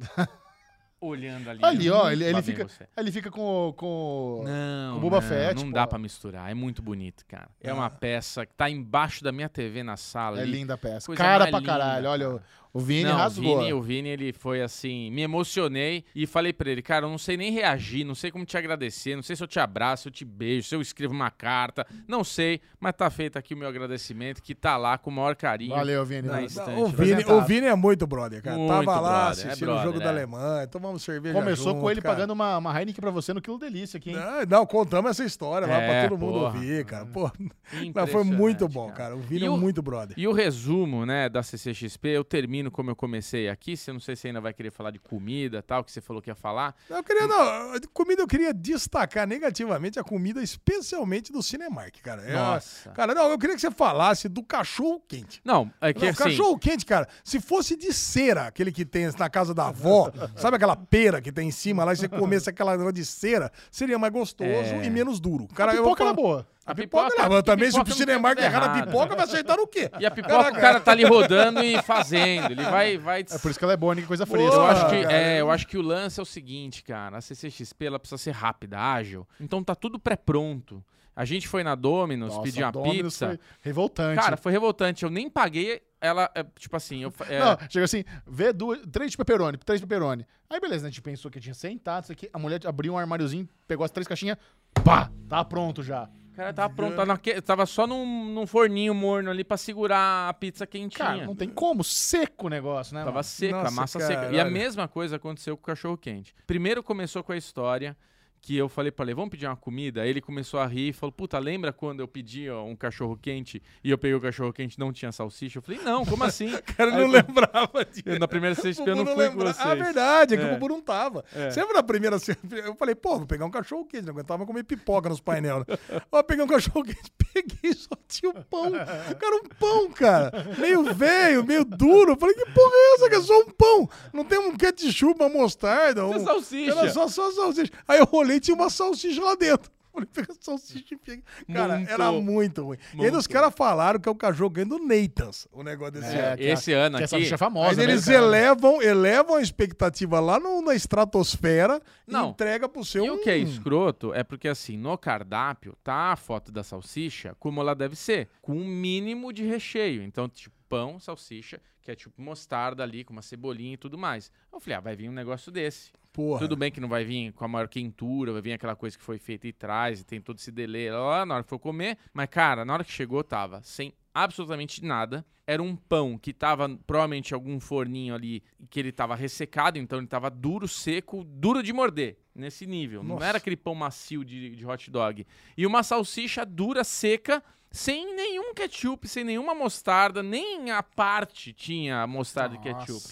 [SPEAKER 4] olhando ali.
[SPEAKER 1] Ali, ó,
[SPEAKER 4] Hum,
[SPEAKER 1] ele,
[SPEAKER 4] lá
[SPEAKER 1] ele
[SPEAKER 4] vem
[SPEAKER 1] fica,
[SPEAKER 4] você.
[SPEAKER 1] ele fica com. o- com... o-
[SPEAKER 4] Não,
[SPEAKER 1] o Boba tipo,
[SPEAKER 4] não,
[SPEAKER 1] Fett,
[SPEAKER 4] não
[SPEAKER 1] pô.
[SPEAKER 4] dá pra misturar. É muito bonito, cara. É uma peça que tá embaixo da minha TV na sala.
[SPEAKER 1] Ah. É
[SPEAKER 4] ali.
[SPEAKER 1] linda a peça.
[SPEAKER 4] Coisa
[SPEAKER 1] cara
[SPEAKER 4] mais
[SPEAKER 1] pra
[SPEAKER 4] linda,
[SPEAKER 1] caralho. Olha, o, o Vini
[SPEAKER 4] não,
[SPEAKER 1] rasgou.
[SPEAKER 4] O Vini, o Vini, ele foi assim, me emocionei e falei pra ele, cara, eu não sei nem reagir, não sei como te agradecer, não sei se eu te abraço, se eu te beijo, se eu escrevo uma carta, não sei, mas tá feito aqui o meu agradecimento, que tá lá com o maior carinho.
[SPEAKER 1] Valeu, Vini.
[SPEAKER 4] Na
[SPEAKER 1] Não,
[SPEAKER 4] estante.
[SPEAKER 3] O Vini, o
[SPEAKER 1] Apresentado.
[SPEAKER 3] Vini é muito brother, cara.
[SPEAKER 4] né? tá- Muito
[SPEAKER 3] Tava
[SPEAKER 4] brother,
[SPEAKER 3] lá
[SPEAKER 4] é
[SPEAKER 3] assistindo o
[SPEAKER 4] brother,
[SPEAKER 3] jogo
[SPEAKER 4] é.
[SPEAKER 3] da Alemanha, tomamos cerveja.
[SPEAKER 1] Começou
[SPEAKER 3] junto,
[SPEAKER 1] com ele
[SPEAKER 3] cara.
[SPEAKER 1] pagando uma, uma Heineken pra você no Quilo Delícia aqui, hein?
[SPEAKER 3] Não, não, contamos essa história lá
[SPEAKER 4] um É,
[SPEAKER 3] pra todo mundo
[SPEAKER 4] porra. Hum.
[SPEAKER 3] ouvir, cara. Pô, [LAUGHS] mas
[SPEAKER 4] Impressionante,
[SPEAKER 3] foi muito bom, cara. O Vini
[SPEAKER 4] E
[SPEAKER 3] é
[SPEAKER 4] o-
[SPEAKER 3] muito brother.
[SPEAKER 4] E o resumo, né, da CCXP, eu termino como eu comecei aqui, você não sei se ainda vai querer falar de comida, tal, que você falou que ia falar.
[SPEAKER 3] Eu queria, não, a comida eu queria destacar negativamente a comida, especialmente do Cinemark, cara. É,
[SPEAKER 4] Nossa.
[SPEAKER 3] Cara, não, eu queria que você falasse do cachorro quente.
[SPEAKER 4] Não, é que
[SPEAKER 3] Não,
[SPEAKER 4] assim,
[SPEAKER 3] Cachorro quente, cara, se fosse de cera, aquele que tem na casa
[SPEAKER 4] [LAUGHS]
[SPEAKER 3] da avó, sabe aquela pera que tem em cima lá, e você comesse aquela negócio de cera, seria mais gostoso
[SPEAKER 4] É.
[SPEAKER 3] e menos duro.
[SPEAKER 1] A
[SPEAKER 3] Cara, eu vou
[SPEAKER 1] pipoca era
[SPEAKER 3] falar-
[SPEAKER 1] é boa.
[SPEAKER 3] A
[SPEAKER 4] A
[SPEAKER 3] pipoca,
[SPEAKER 4] pipoca-
[SPEAKER 3] não, mas também se
[SPEAKER 4] pipoca
[SPEAKER 3] o
[SPEAKER 4] não
[SPEAKER 3] Cinemark
[SPEAKER 4] tem nada
[SPEAKER 3] errar na
[SPEAKER 4] errado.
[SPEAKER 3] pipoca, vai acertar o quê?
[SPEAKER 4] e a pipoca, o cara tá ali rodando e fazendo, ele vai, vai
[SPEAKER 1] É por isso que ela é boa, nem coisa fresca.
[SPEAKER 4] Eu
[SPEAKER 3] Porra,
[SPEAKER 4] acho, que,
[SPEAKER 3] cara.
[SPEAKER 4] é,
[SPEAKER 1] né?
[SPEAKER 4] eu acho que o lance é o seguinte, cara. A CCXP ela precisa ser rápida, ágil. Então tá tudo pré-pronto. A gente foi na Domino's,
[SPEAKER 1] Nossa,
[SPEAKER 4] pedir uma
[SPEAKER 1] Domino's
[SPEAKER 4] pizza.
[SPEAKER 1] foi revoltante.
[SPEAKER 4] Cara, foi revoltante. Eu nem paguei ela. é, tipo assim, eu. fa- é,
[SPEAKER 1] Não, chega assim, vê duas, três de pepperoni, três de pepperoni. Aí beleza, né, a gente pensou que tinha sentado, isso aqui. A mulher abriu um armáriozinho, pegou as três caixinhas, pá, tá pronto já.
[SPEAKER 4] Cara, tava pronto. Tava, naque- tava só num, num forninho morno ali pra segurar a pizza quentinha.
[SPEAKER 1] Cara, não tem como, seco o negócio, né?
[SPEAKER 4] Tava
[SPEAKER 1] mano?
[SPEAKER 4] seca,
[SPEAKER 3] Nossa,
[SPEAKER 4] a massa seca. E a
[SPEAKER 3] caralho.
[SPEAKER 4] mesma coisa aconteceu com o cachorro quente. Primeiro começou com a história que eu falei pra ele, vamos pedir uma comida? Aí Ele começou a rir e falou, puta, lembra quando eu pedi ó, um cachorro quente e eu peguei o cachorro quente e não tinha salsicha? Eu falei, não, como
[SPEAKER 3] [LAUGHS]
[SPEAKER 4] assim?
[SPEAKER 3] Cara,
[SPEAKER 4] Aí
[SPEAKER 3] [LAUGHS] eu não
[SPEAKER 4] eu-
[SPEAKER 3] lembrava disso.
[SPEAKER 4] Eu, na primeira
[SPEAKER 3] O
[SPEAKER 4] sexta eu
[SPEAKER 3] Bubu
[SPEAKER 4] não
[SPEAKER 3] não
[SPEAKER 4] fui com
[SPEAKER 3] lembra.
[SPEAKER 4] vocês.
[SPEAKER 3] Ah, verdade, é que
[SPEAKER 4] É.
[SPEAKER 3] o Bubu não tava. Você lembra da primeira? assim, Eu falei, pô, vou pegar um cachorro quente. Não aguentava comer pipoca
[SPEAKER 4] [LAUGHS]
[SPEAKER 3] nos painéis. Né? Ó, peguei um cachorro quente, [LAUGHS] peguei, só tinha o pão. Cara, um pão, cara. Meio velho, meio duro. Eu falei, que porra é essa? Que é só um pão. Não tem um ketchup, uma mostarda. Um...
[SPEAKER 4] Tinha é salsicha.
[SPEAKER 3] Era só, só salsicha. Aí eu olhei e tinha uma salsicha lá dentro. Falei, pega a salsicha e pega. Cara,
[SPEAKER 4] Muito.
[SPEAKER 3] era muito ruim. E ainda os
[SPEAKER 4] Muito.
[SPEAKER 3] caras falaram que é o cachorro quente do Nathan's, o negócio desse
[SPEAKER 1] É,
[SPEAKER 3] ano.
[SPEAKER 1] que a-
[SPEAKER 4] Esse ano aqui...
[SPEAKER 1] Que essa bicha é famosa,
[SPEAKER 3] Mas
[SPEAKER 1] né,
[SPEAKER 3] eles
[SPEAKER 1] cara?
[SPEAKER 3] elevam, elevam a expectativa lá no- na estratosfera e
[SPEAKER 4] Não.
[SPEAKER 3] entrega pro seu. um,
[SPEAKER 4] E o que é escroto é porque, assim, no cardápio tá a foto da salsicha como ela deve ser, com um mínimo de recheio. Então, tipo, pão, salsicha, que é tipo mostarda ali, com uma cebolinha e tudo mais. Eu falei, ah, vai vir um negócio desse.
[SPEAKER 3] Porra.
[SPEAKER 4] Tudo bem que não vai vir com a maior quentura, vai vir aquela coisa que foi feita e traz, e tem todo esse delay lá, lá, na hora que for comer. Mas, cara, na hora que chegou, tava sem absolutamente nada. Era um pão que tava provavelmente algum forninho ali que ele tava ressecado, então ele tava duro, seco, duro de morder. Nesse nível. Não
[SPEAKER 3] Nossa.
[SPEAKER 4] era aquele pão macio de, de hot dog. E uma salsicha dura, seca, sem nenhum ketchup, sem nenhuma mostarda, nem a parte tinha mostarda e ketchup.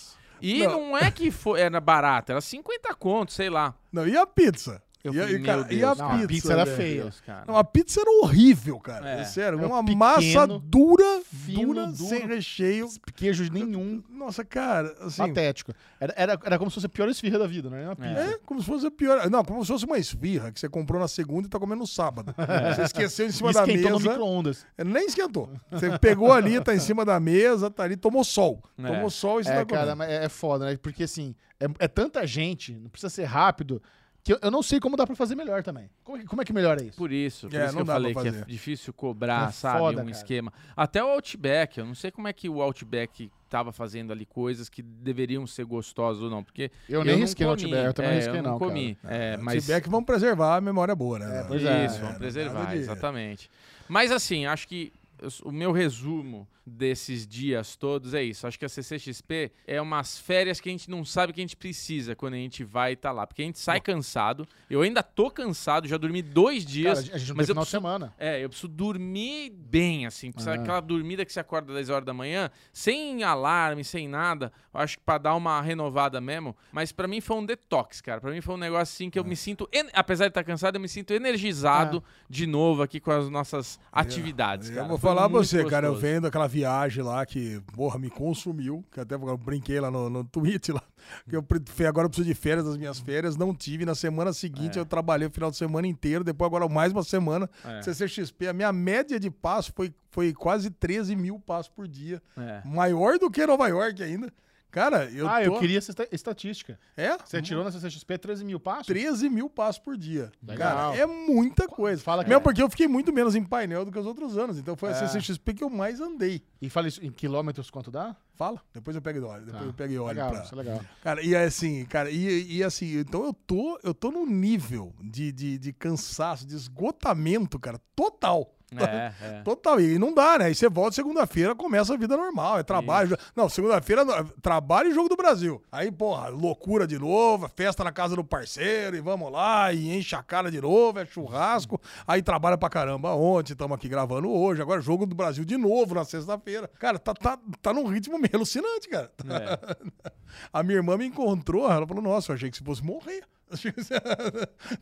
[SPEAKER 4] E não.
[SPEAKER 3] Não.
[SPEAKER 4] é que foi, era barato, era 50 conto, sei lá.
[SPEAKER 3] Não, e a pizza?
[SPEAKER 4] Eu
[SPEAKER 3] E a-
[SPEAKER 4] falei,
[SPEAKER 3] e, cara,
[SPEAKER 4] meu
[SPEAKER 3] e
[SPEAKER 4] Deus,
[SPEAKER 3] a
[SPEAKER 4] cara.
[SPEAKER 1] a
[SPEAKER 3] pizza,
[SPEAKER 1] pizza era
[SPEAKER 4] é.
[SPEAKER 3] velho?
[SPEAKER 1] feia.
[SPEAKER 4] Deus, cara.
[SPEAKER 3] Não, a pizza era horrível, cara.
[SPEAKER 4] É.
[SPEAKER 3] Sério,
[SPEAKER 1] Era
[SPEAKER 3] uma
[SPEAKER 1] pequeno,
[SPEAKER 3] massa dura,
[SPEAKER 1] fino,
[SPEAKER 3] dura,
[SPEAKER 1] duro.
[SPEAKER 3] sem recheio.
[SPEAKER 1] Queijo nenhum.
[SPEAKER 3] Nossa, cara, assim...
[SPEAKER 1] Patético. Era, era, era como se fosse a pior esfirra da vida, não era uma pizza.
[SPEAKER 3] É, como se fosse a pior. Não, como se fosse uma esfirra que você comprou na segunda e tá comendo
[SPEAKER 4] [LAUGHS]
[SPEAKER 3] no sábado.
[SPEAKER 4] É.
[SPEAKER 3] Você esqueceu em cima da
[SPEAKER 1] Esquentou no
[SPEAKER 3] mesa.
[SPEAKER 1] micro-ondas.
[SPEAKER 3] Nem esquentou. Você pegou ali, tá em cima da mesa, tá ali, tomou sol.
[SPEAKER 4] É.
[SPEAKER 3] Tomou sol e você
[SPEAKER 1] É,
[SPEAKER 3] tá comendo.
[SPEAKER 1] cara, mas é, é foda, né? Porque assim, é, é tanta gente, não precisa ser rápido, que eu, eu não sei como dá pra fazer melhor também. Como, é que- como é que melhora isso?
[SPEAKER 4] Por isso, por
[SPEAKER 3] É,
[SPEAKER 4] isso que
[SPEAKER 3] não
[SPEAKER 4] eu
[SPEAKER 3] dá pra
[SPEAKER 4] falei que é
[SPEAKER 3] fazer.
[SPEAKER 4] difícil cobrar,
[SPEAKER 1] É
[SPEAKER 4] sabe,
[SPEAKER 1] foda,
[SPEAKER 4] um
[SPEAKER 1] cara.
[SPEAKER 4] esquema. Até o Outback, eu não sei como é que o Outback tava fazendo ali coisas que deveriam ser gostosas ou não, porque
[SPEAKER 1] Eu nem
[SPEAKER 4] não
[SPEAKER 1] risquei o
[SPEAKER 4] comi.
[SPEAKER 1] Outback, eu também
[SPEAKER 4] É,
[SPEAKER 1] não risquei
[SPEAKER 4] eu não,
[SPEAKER 1] não,
[SPEAKER 4] comi. É, mas
[SPEAKER 3] Se bem que vamos preservar a memória boa, né?
[SPEAKER 1] pois é,
[SPEAKER 4] isso,
[SPEAKER 1] é,
[SPEAKER 4] vamos
[SPEAKER 3] nada
[SPEAKER 4] preservar,
[SPEAKER 3] de-
[SPEAKER 4] exatamente. Mas assim, acho que os- o meu resumo desses dias todos é isso. Acho que a CCXP é umas férias que a gente não sabe que a gente precisa quando a gente vai estar lá. Porque a gente sai cansado. Eu ainda tô cansado, já dormi dois
[SPEAKER 1] Cara,
[SPEAKER 4] dias.
[SPEAKER 1] a gente não tem
[SPEAKER 4] mas eu
[SPEAKER 1] final
[SPEAKER 4] preciso
[SPEAKER 1] de semana.
[SPEAKER 4] é, eu preciso dormir bem, assim. Precisa
[SPEAKER 1] Ah.
[SPEAKER 4] aquela dormida que você acorda 10 horas da manhã, sem alarme, sem nada. Eu acho que pra dar uma renovada mesmo. Mas pra mim foi um detox, cara. Pra mim foi um negócio assim
[SPEAKER 3] É.
[SPEAKER 4] que eu me sinto, en- apesar de estar cansado, eu me sinto energizado de novo aqui com as nossas atividades, cara.
[SPEAKER 3] eu vou
[SPEAKER 4] Foi
[SPEAKER 3] falar pra
[SPEAKER 4] muito
[SPEAKER 3] você, cara. Eu
[SPEAKER 4] gostoso.
[SPEAKER 3] vendo aquela viagem lá que, porra, me consumiu. Que até eu brinquei lá no, no tweet lá. Que eu pre- fe- agora eu preciso de férias das minhas férias. Não tive. Na semana seguinte eu trabalhei o final de semana inteiro. Depois, agora mais uma semana.
[SPEAKER 4] É.
[SPEAKER 3] CCXP. A minha média de passos foi, foi quase 13 mil passos por dia.
[SPEAKER 4] É.
[SPEAKER 3] Maior do que Nova York ainda. Cara, eu
[SPEAKER 1] ah,
[SPEAKER 3] tô...
[SPEAKER 1] eu queria essa esta- estatística.
[SPEAKER 3] É?
[SPEAKER 1] Você tirou na CCXP 13 mil passos?
[SPEAKER 3] 13 mil passos por dia.
[SPEAKER 1] Legal.
[SPEAKER 3] Cara, é muita coisa.
[SPEAKER 1] Fala que
[SPEAKER 3] Mesmo
[SPEAKER 1] é.
[SPEAKER 3] porque eu fiquei muito menos em painel do que os outros anos. Então foi a
[SPEAKER 1] É.
[SPEAKER 3] CCXP que eu mais andei.
[SPEAKER 1] E fala isso em quilômetros quanto dá?
[SPEAKER 3] Fala, depois eu pego e olho. Depois
[SPEAKER 1] Tá.
[SPEAKER 3] eu pego e olho
[SPEAKER 1] legal,
[SPEAKER 3] pra-
[SPEAKER 1] isso é legal.
[SPEAKER 3] Cara, e assim, cara, e, e assim, então eu tô, eu tô num nível de, de, de cansaço, de esgotamento, cara, total.
[SPEAKER 4] É, é.
[SPEAKER 3] Total, e não dá, né? E você volta segunda-feira, começa a vida normal, é trabalho. jo- Não, segunda-feira, no- trabalho e jogo do Brasil. Aí, porra, loucura de novo, festa na casa do parceiro, e vamos lá, e enche a cara de novo, é churrasco. Aí trabalha pra caramba ontem, estamos aqui gravando hoje, agora jogo do Brasil de novo na sexta-feira. Cara, tá, tá, tá num ritmo meio alucinante, cara. [LAUGHS] A minha irmã me encontrou, ela falou: Nossa, eu achei que você fosse morrer. [LAUGHS] Achei que você-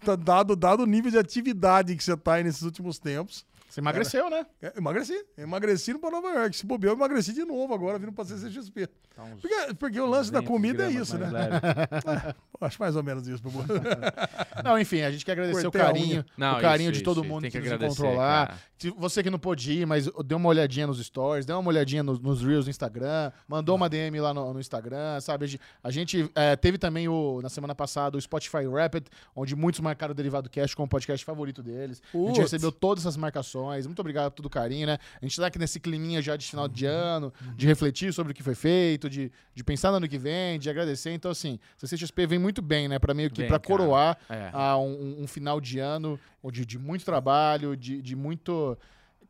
[SPEAKER 3] tá dado, dado o nível de atividade que você tá aí nesses últimos tempos.
[SPEAKER 1] Você emagreceu, né?
[SPEAKER 3] É, Emagreci. Emagreci indo pra Nova York. Se bobear, eu emagreci de novo agora, vindo pra CCXP.
[SPEAKER 4] Tá uns
[SPEAKER 3] Porque, porque o lance da
[SPEAKER 4] 200
[SPEAKER 3] comida é
[SPEAKER 4] gramas
[SPEAKER 3] isso, né?
[SPEAKER 4] mais leve.
[SPEAKER 3] Acho mais ou menos
[SPEAKER 4] [LAUGHS]
[SPEAKER 3] isso, Bubu.
[SPEAKER 1] Não, enfim, a gente quer agradecer
[SPEAKER 3] Cortei
[SPEAKER 1] o
[SPEAKER 3] a
[SPEAKER 1] carinho,
[SPEAKER 3] unha.
[SPEAKER 4] Não,
[SPEAKER 1] o carinho
[SPEAKER 4] isso,
[SPEAKER 1] de todo
[SPEAKER 4] isso,
[SPEAKER 1] mundo
[SPEAKER 4] tem
[SPEAKER 1] que,
[SPEAKER 4] que
[SPEAKER 1] nos
[SPEAKER 4] agradecer,
[SPEAKER 1] encontrou lá.
[SPEAKER 4] cara.
[SPEAKER 1] Se você que não pôde ir, mas deu uma olhadinha nos stories, deu uma olhadinha nos, nos reels do Instagram, mandou uma DM lá no, no Instagram, sabe? A gente, a gente, eh, teve também o, na semana passada o Spotify Rapid, onde muitos marcaram o Derivado Cast como o podcast favorito deles. A gente
[SPEAKER 3] Putz.
[SPEAKER 1] recebeu todas essas marcações. Muito obrigado por todo o carinho, né? A gente tá aqui nesse climinha já de final
[SPEAKER 3] Uhum.
[SPEAKER 1] de ano, de refletir sobre o que foi feito, de, de pensar no ano que vem, de agradecer. Então, assim, CCXP vem muito bem, né? Pra meio que
[SPEAKER 4] Vem,
[SPEAKER 1] pra
[SPEAKER 4] cara.
[SPEAKER 1] coroar
[SPEAKER 4] [LAUGHS] É.
[SPEAKER 1] a um- um, um final de ano de, de muito trabalho, de, de muito.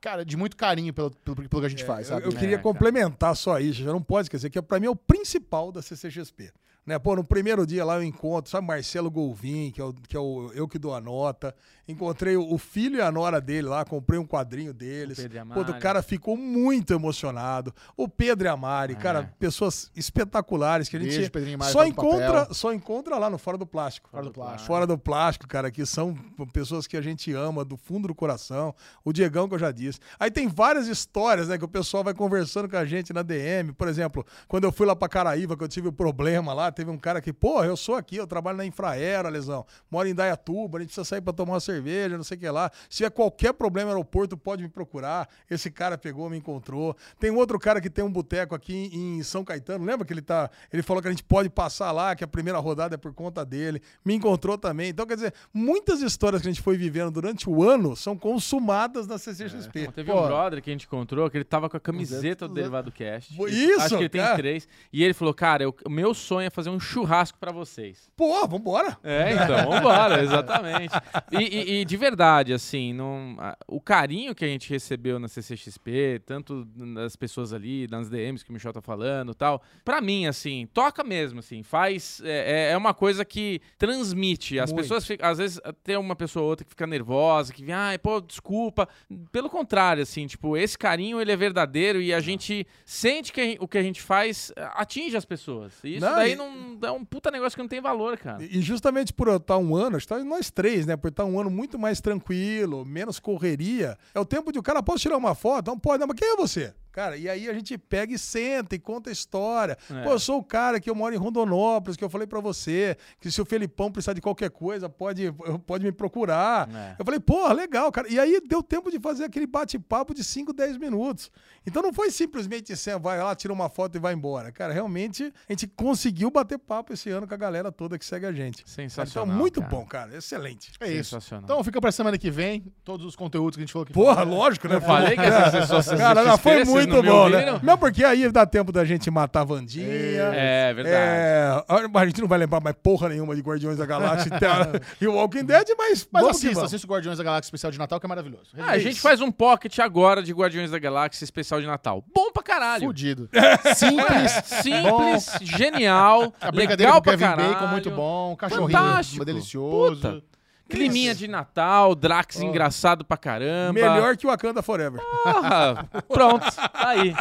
[SPEAKER 1] Cara, de muito carinho pelo, pelo, pelo que a gente faz,
[SPEAKER 3] Eu,
[SPEAKER 1] sabe?
[SPEAKER 3] eu queria
[SPEAKER 4] É, cara.
[SPEAKER 3] complementar só isso, já não pode esquecer que pra mim é o principal da CCXP. Né? Pô, no primeiro dia lá eu encontro, sabe, Marcelo Golvin, que é o, que é o eu que dou a nota. Encontrei o, o filho e a nora dele lá, comprei um quadrinho deles.
[SPEAKER 4] O Pedro e a
[SPEAKER 3] Pô, o
[SPEAKER 4] Mari.
[SPEAKER 3] cara ficou muito emocionado. O Pedro e a
[SPEAKER 4] É.
[SPEAKER 3] Mari, cara, pessoas espetaculares que a
[SPEAKER 1] Beijo,
[SPEAKER 3] gente
[SPEAKER 1] Pedrinho e Mari,
[SPEAKER 3] só
[SPEAKER 1] Fora do
[SPEAKER 3] encontra,
[SPEAKER 1] Papel.
[SPEAKER 3] só encontra lá no Fora do Plástico.
[SPEAKER 1] Fora do Plástico.
[SPEAKER 3] Fora do Plástico, cara, que são pessoas que a gente ama do fundo do coração. O Diegão que eu já disse. Aí tem várias histórias, né, que o pessoal vai conversando com a gente na DM. Por exemplo, quando eu fui lá pra Caraíva, que eu tive um problema lá, teve um cara que, pô, eu sou aqui, eu trabalho na Infraera, Lesão. Moro em Dayatuba, a gente precisa sair tá pra tomar uma cerveja, não sei o que lá. Se tiver qualquer problema no aeroporto, pode me procurar. Esse cara pegou, me encontrou. Tem um outro cara que tem um boteco aqui em São Caetano, lembra que ele tá, ele falou que a gente pode passar lá, que a primeira rodada é por conta dele. Me encontrou também. Então, quer dizer, muitas histórias que a gente foi vivendo durante o ano são consumadas na CCXP.
[SPEAKER 4] Bom, teve
[SPEAKER 3] Pô,
[SPEAKER 4] um brother que a gente encontrou que ele tava com a camiseta do Derivado Cast.
[SPEAKER 3] Pô, isso,
[SPEAKER 4] Acho que ele tem
[SPEAKER 3] cara.
[SPEAKER 4] três. E ele falou, cara, eu- o meu sonho é fazer um churrasco pra vocês.
[SPEAKER 3] Pô, vambora.
[SPEAKER 4] É, então, vambora, exatamente. E, e- e de verdade, assim, não, a- o carinho que a gente recebeu na CCXP, tanto das pessoas ali, nas DMs que o Michel tá falando e tal, pra mim, assim, toca mesmo, assim, faz. É, é- é uma coisa que transmite. As
[SPEAKER 3] Muito.
[SPEAKER 4] pessoas, ficam- às vezes, tem uma pessoa ou outra que fica nervosa, que vem, ai, pô, desculpa. Pelo contrário, assim, tipo, esse carinho, ele é verdadeiro e a gente sente que a gen- o que a gente faz eh, é, atinge as pessoas. E isso
[SPEAKER 3] Não,
[SPEAKER 4] daí
[SPEAKER 3] e-
[SPEAKER 4] não, um, é um puta negócio que não tem valor, cara.
[SPEAKER 3] E e justamente por eu estar um ano, acho que tá nós três, né? Por estar um ano muito mais tranquilo, menos correria. É o tempo de o cara, posso tirar uma foto? Não pode, não, mas quem é você? Cara, e aí a gente pega e senta e conta a história.
[SPEAKER 4] É.
[SPEAKER 3] Pô, eu sou o cara que eu moro em Rondonópolis, que eu falei pra você, que se o Felipão precisar de qualquer coisa, pode, pode me procurar.
[SPEAKER 4] É.
[SPEAKER 3] Eu falei, porra, legal, cara. E aí deu tempo de fazer aquele bate-papo de 5, 10 minutos. Então não foi simplesmente assim, vai lá, tira uma foto e vai embora. Cara, realmente a gente conseguiu bater papo esse ano com a galera toda que segue a gente. Então,
[SPEAKER 4] Sensacional.
[SPEAKER 3] muito
[SPEAKER 4] cara.
[SPEAKER 3] bom, cara. Excelente.
[SPEAKER 1] É isso.
[SPEAKER 4] Sensacional.
[SPEAKER 1] Então fica pra semana que vem todos os conteúdos que a gente falou que
[SPEAKER 3] Porra, lógico, né?
[SPEAKER 4] Eu falei que essas pessoas essas
[SPEAKER 3] Cara, não, foi
[SPEAKER 4] XP, vocês
[SPEAKER 3] muito
[SPEAKER 4] não me
[SPEAKER 3] bom, né?
[SPEAKER 4] ouviram?
[SPEAKER 3] Não, porque aí dá tempo da gente matar a Vandinha.
[SPEAKER 4] É, verdade.
[SPEAKER 3] É, a gente não vai lembrar mais porra nenhuma de Guardiões da Galáxia e tal, né?
[SPEAKER 4] [LAUGHS]
[SPEAKER 3] e o Walking Dead, mas,
[SPEAKER 1] Mas um
[SPEAKER 3] vamos que
[SPEAKER 1] assista,
[SPEAKER 3] vamos.
[SPEAKER 1] assista o Guardiões da Galáxia Especial de Natal, que é maravilhoso.
[SPEAKER 4] Ah, a gente faz um pocket agora de Guardiões da Galáxia especial de Natal. Bom pra caralho.
[SPEAKER 1] Fudido.
[SPEAKER 4] Simples,
[SPEAKER 1] [LAUGHS]
[SPEAKER 4] simples, genial,
[SPEAKER 1] A
[SPEAKER 4] legal
[SPEAKER 1] brincadeira com o
[SPEAKER 4] pra
[SPEAKER 1] Kevin
[SPEAKER 4] caralho.
[SPEAKER 1] Bacon, muito bom. Cachorrinho
[SPEAKER 4] Fantástico.
[SPEAKER 1] delicioso.
[SPEAKER 4] Puta. Climinha de Natal, Drax engraçado pra caramba.
[SPEAKER 3] Melhor que o Wakanda Forever.
[SPEAKER 4] Ah, Porra, pronto, tá aí,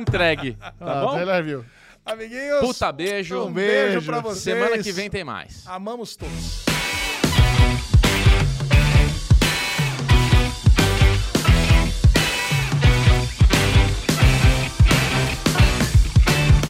[SPEAKER 4] entregue, tá
[SPEAKER 1] Ah,
[SPEAKER 4] bom?
[SPEAKER 1] trailer review.
[SPEAKER 3] Amiguinhos,
[SPEAKER 4] Puta, beijo.
[SPEAKER 3] um beijo pra vocês.
[SPEAKER 4] Semana que vem tem mais.
[SPEAKER 3] amamos todos.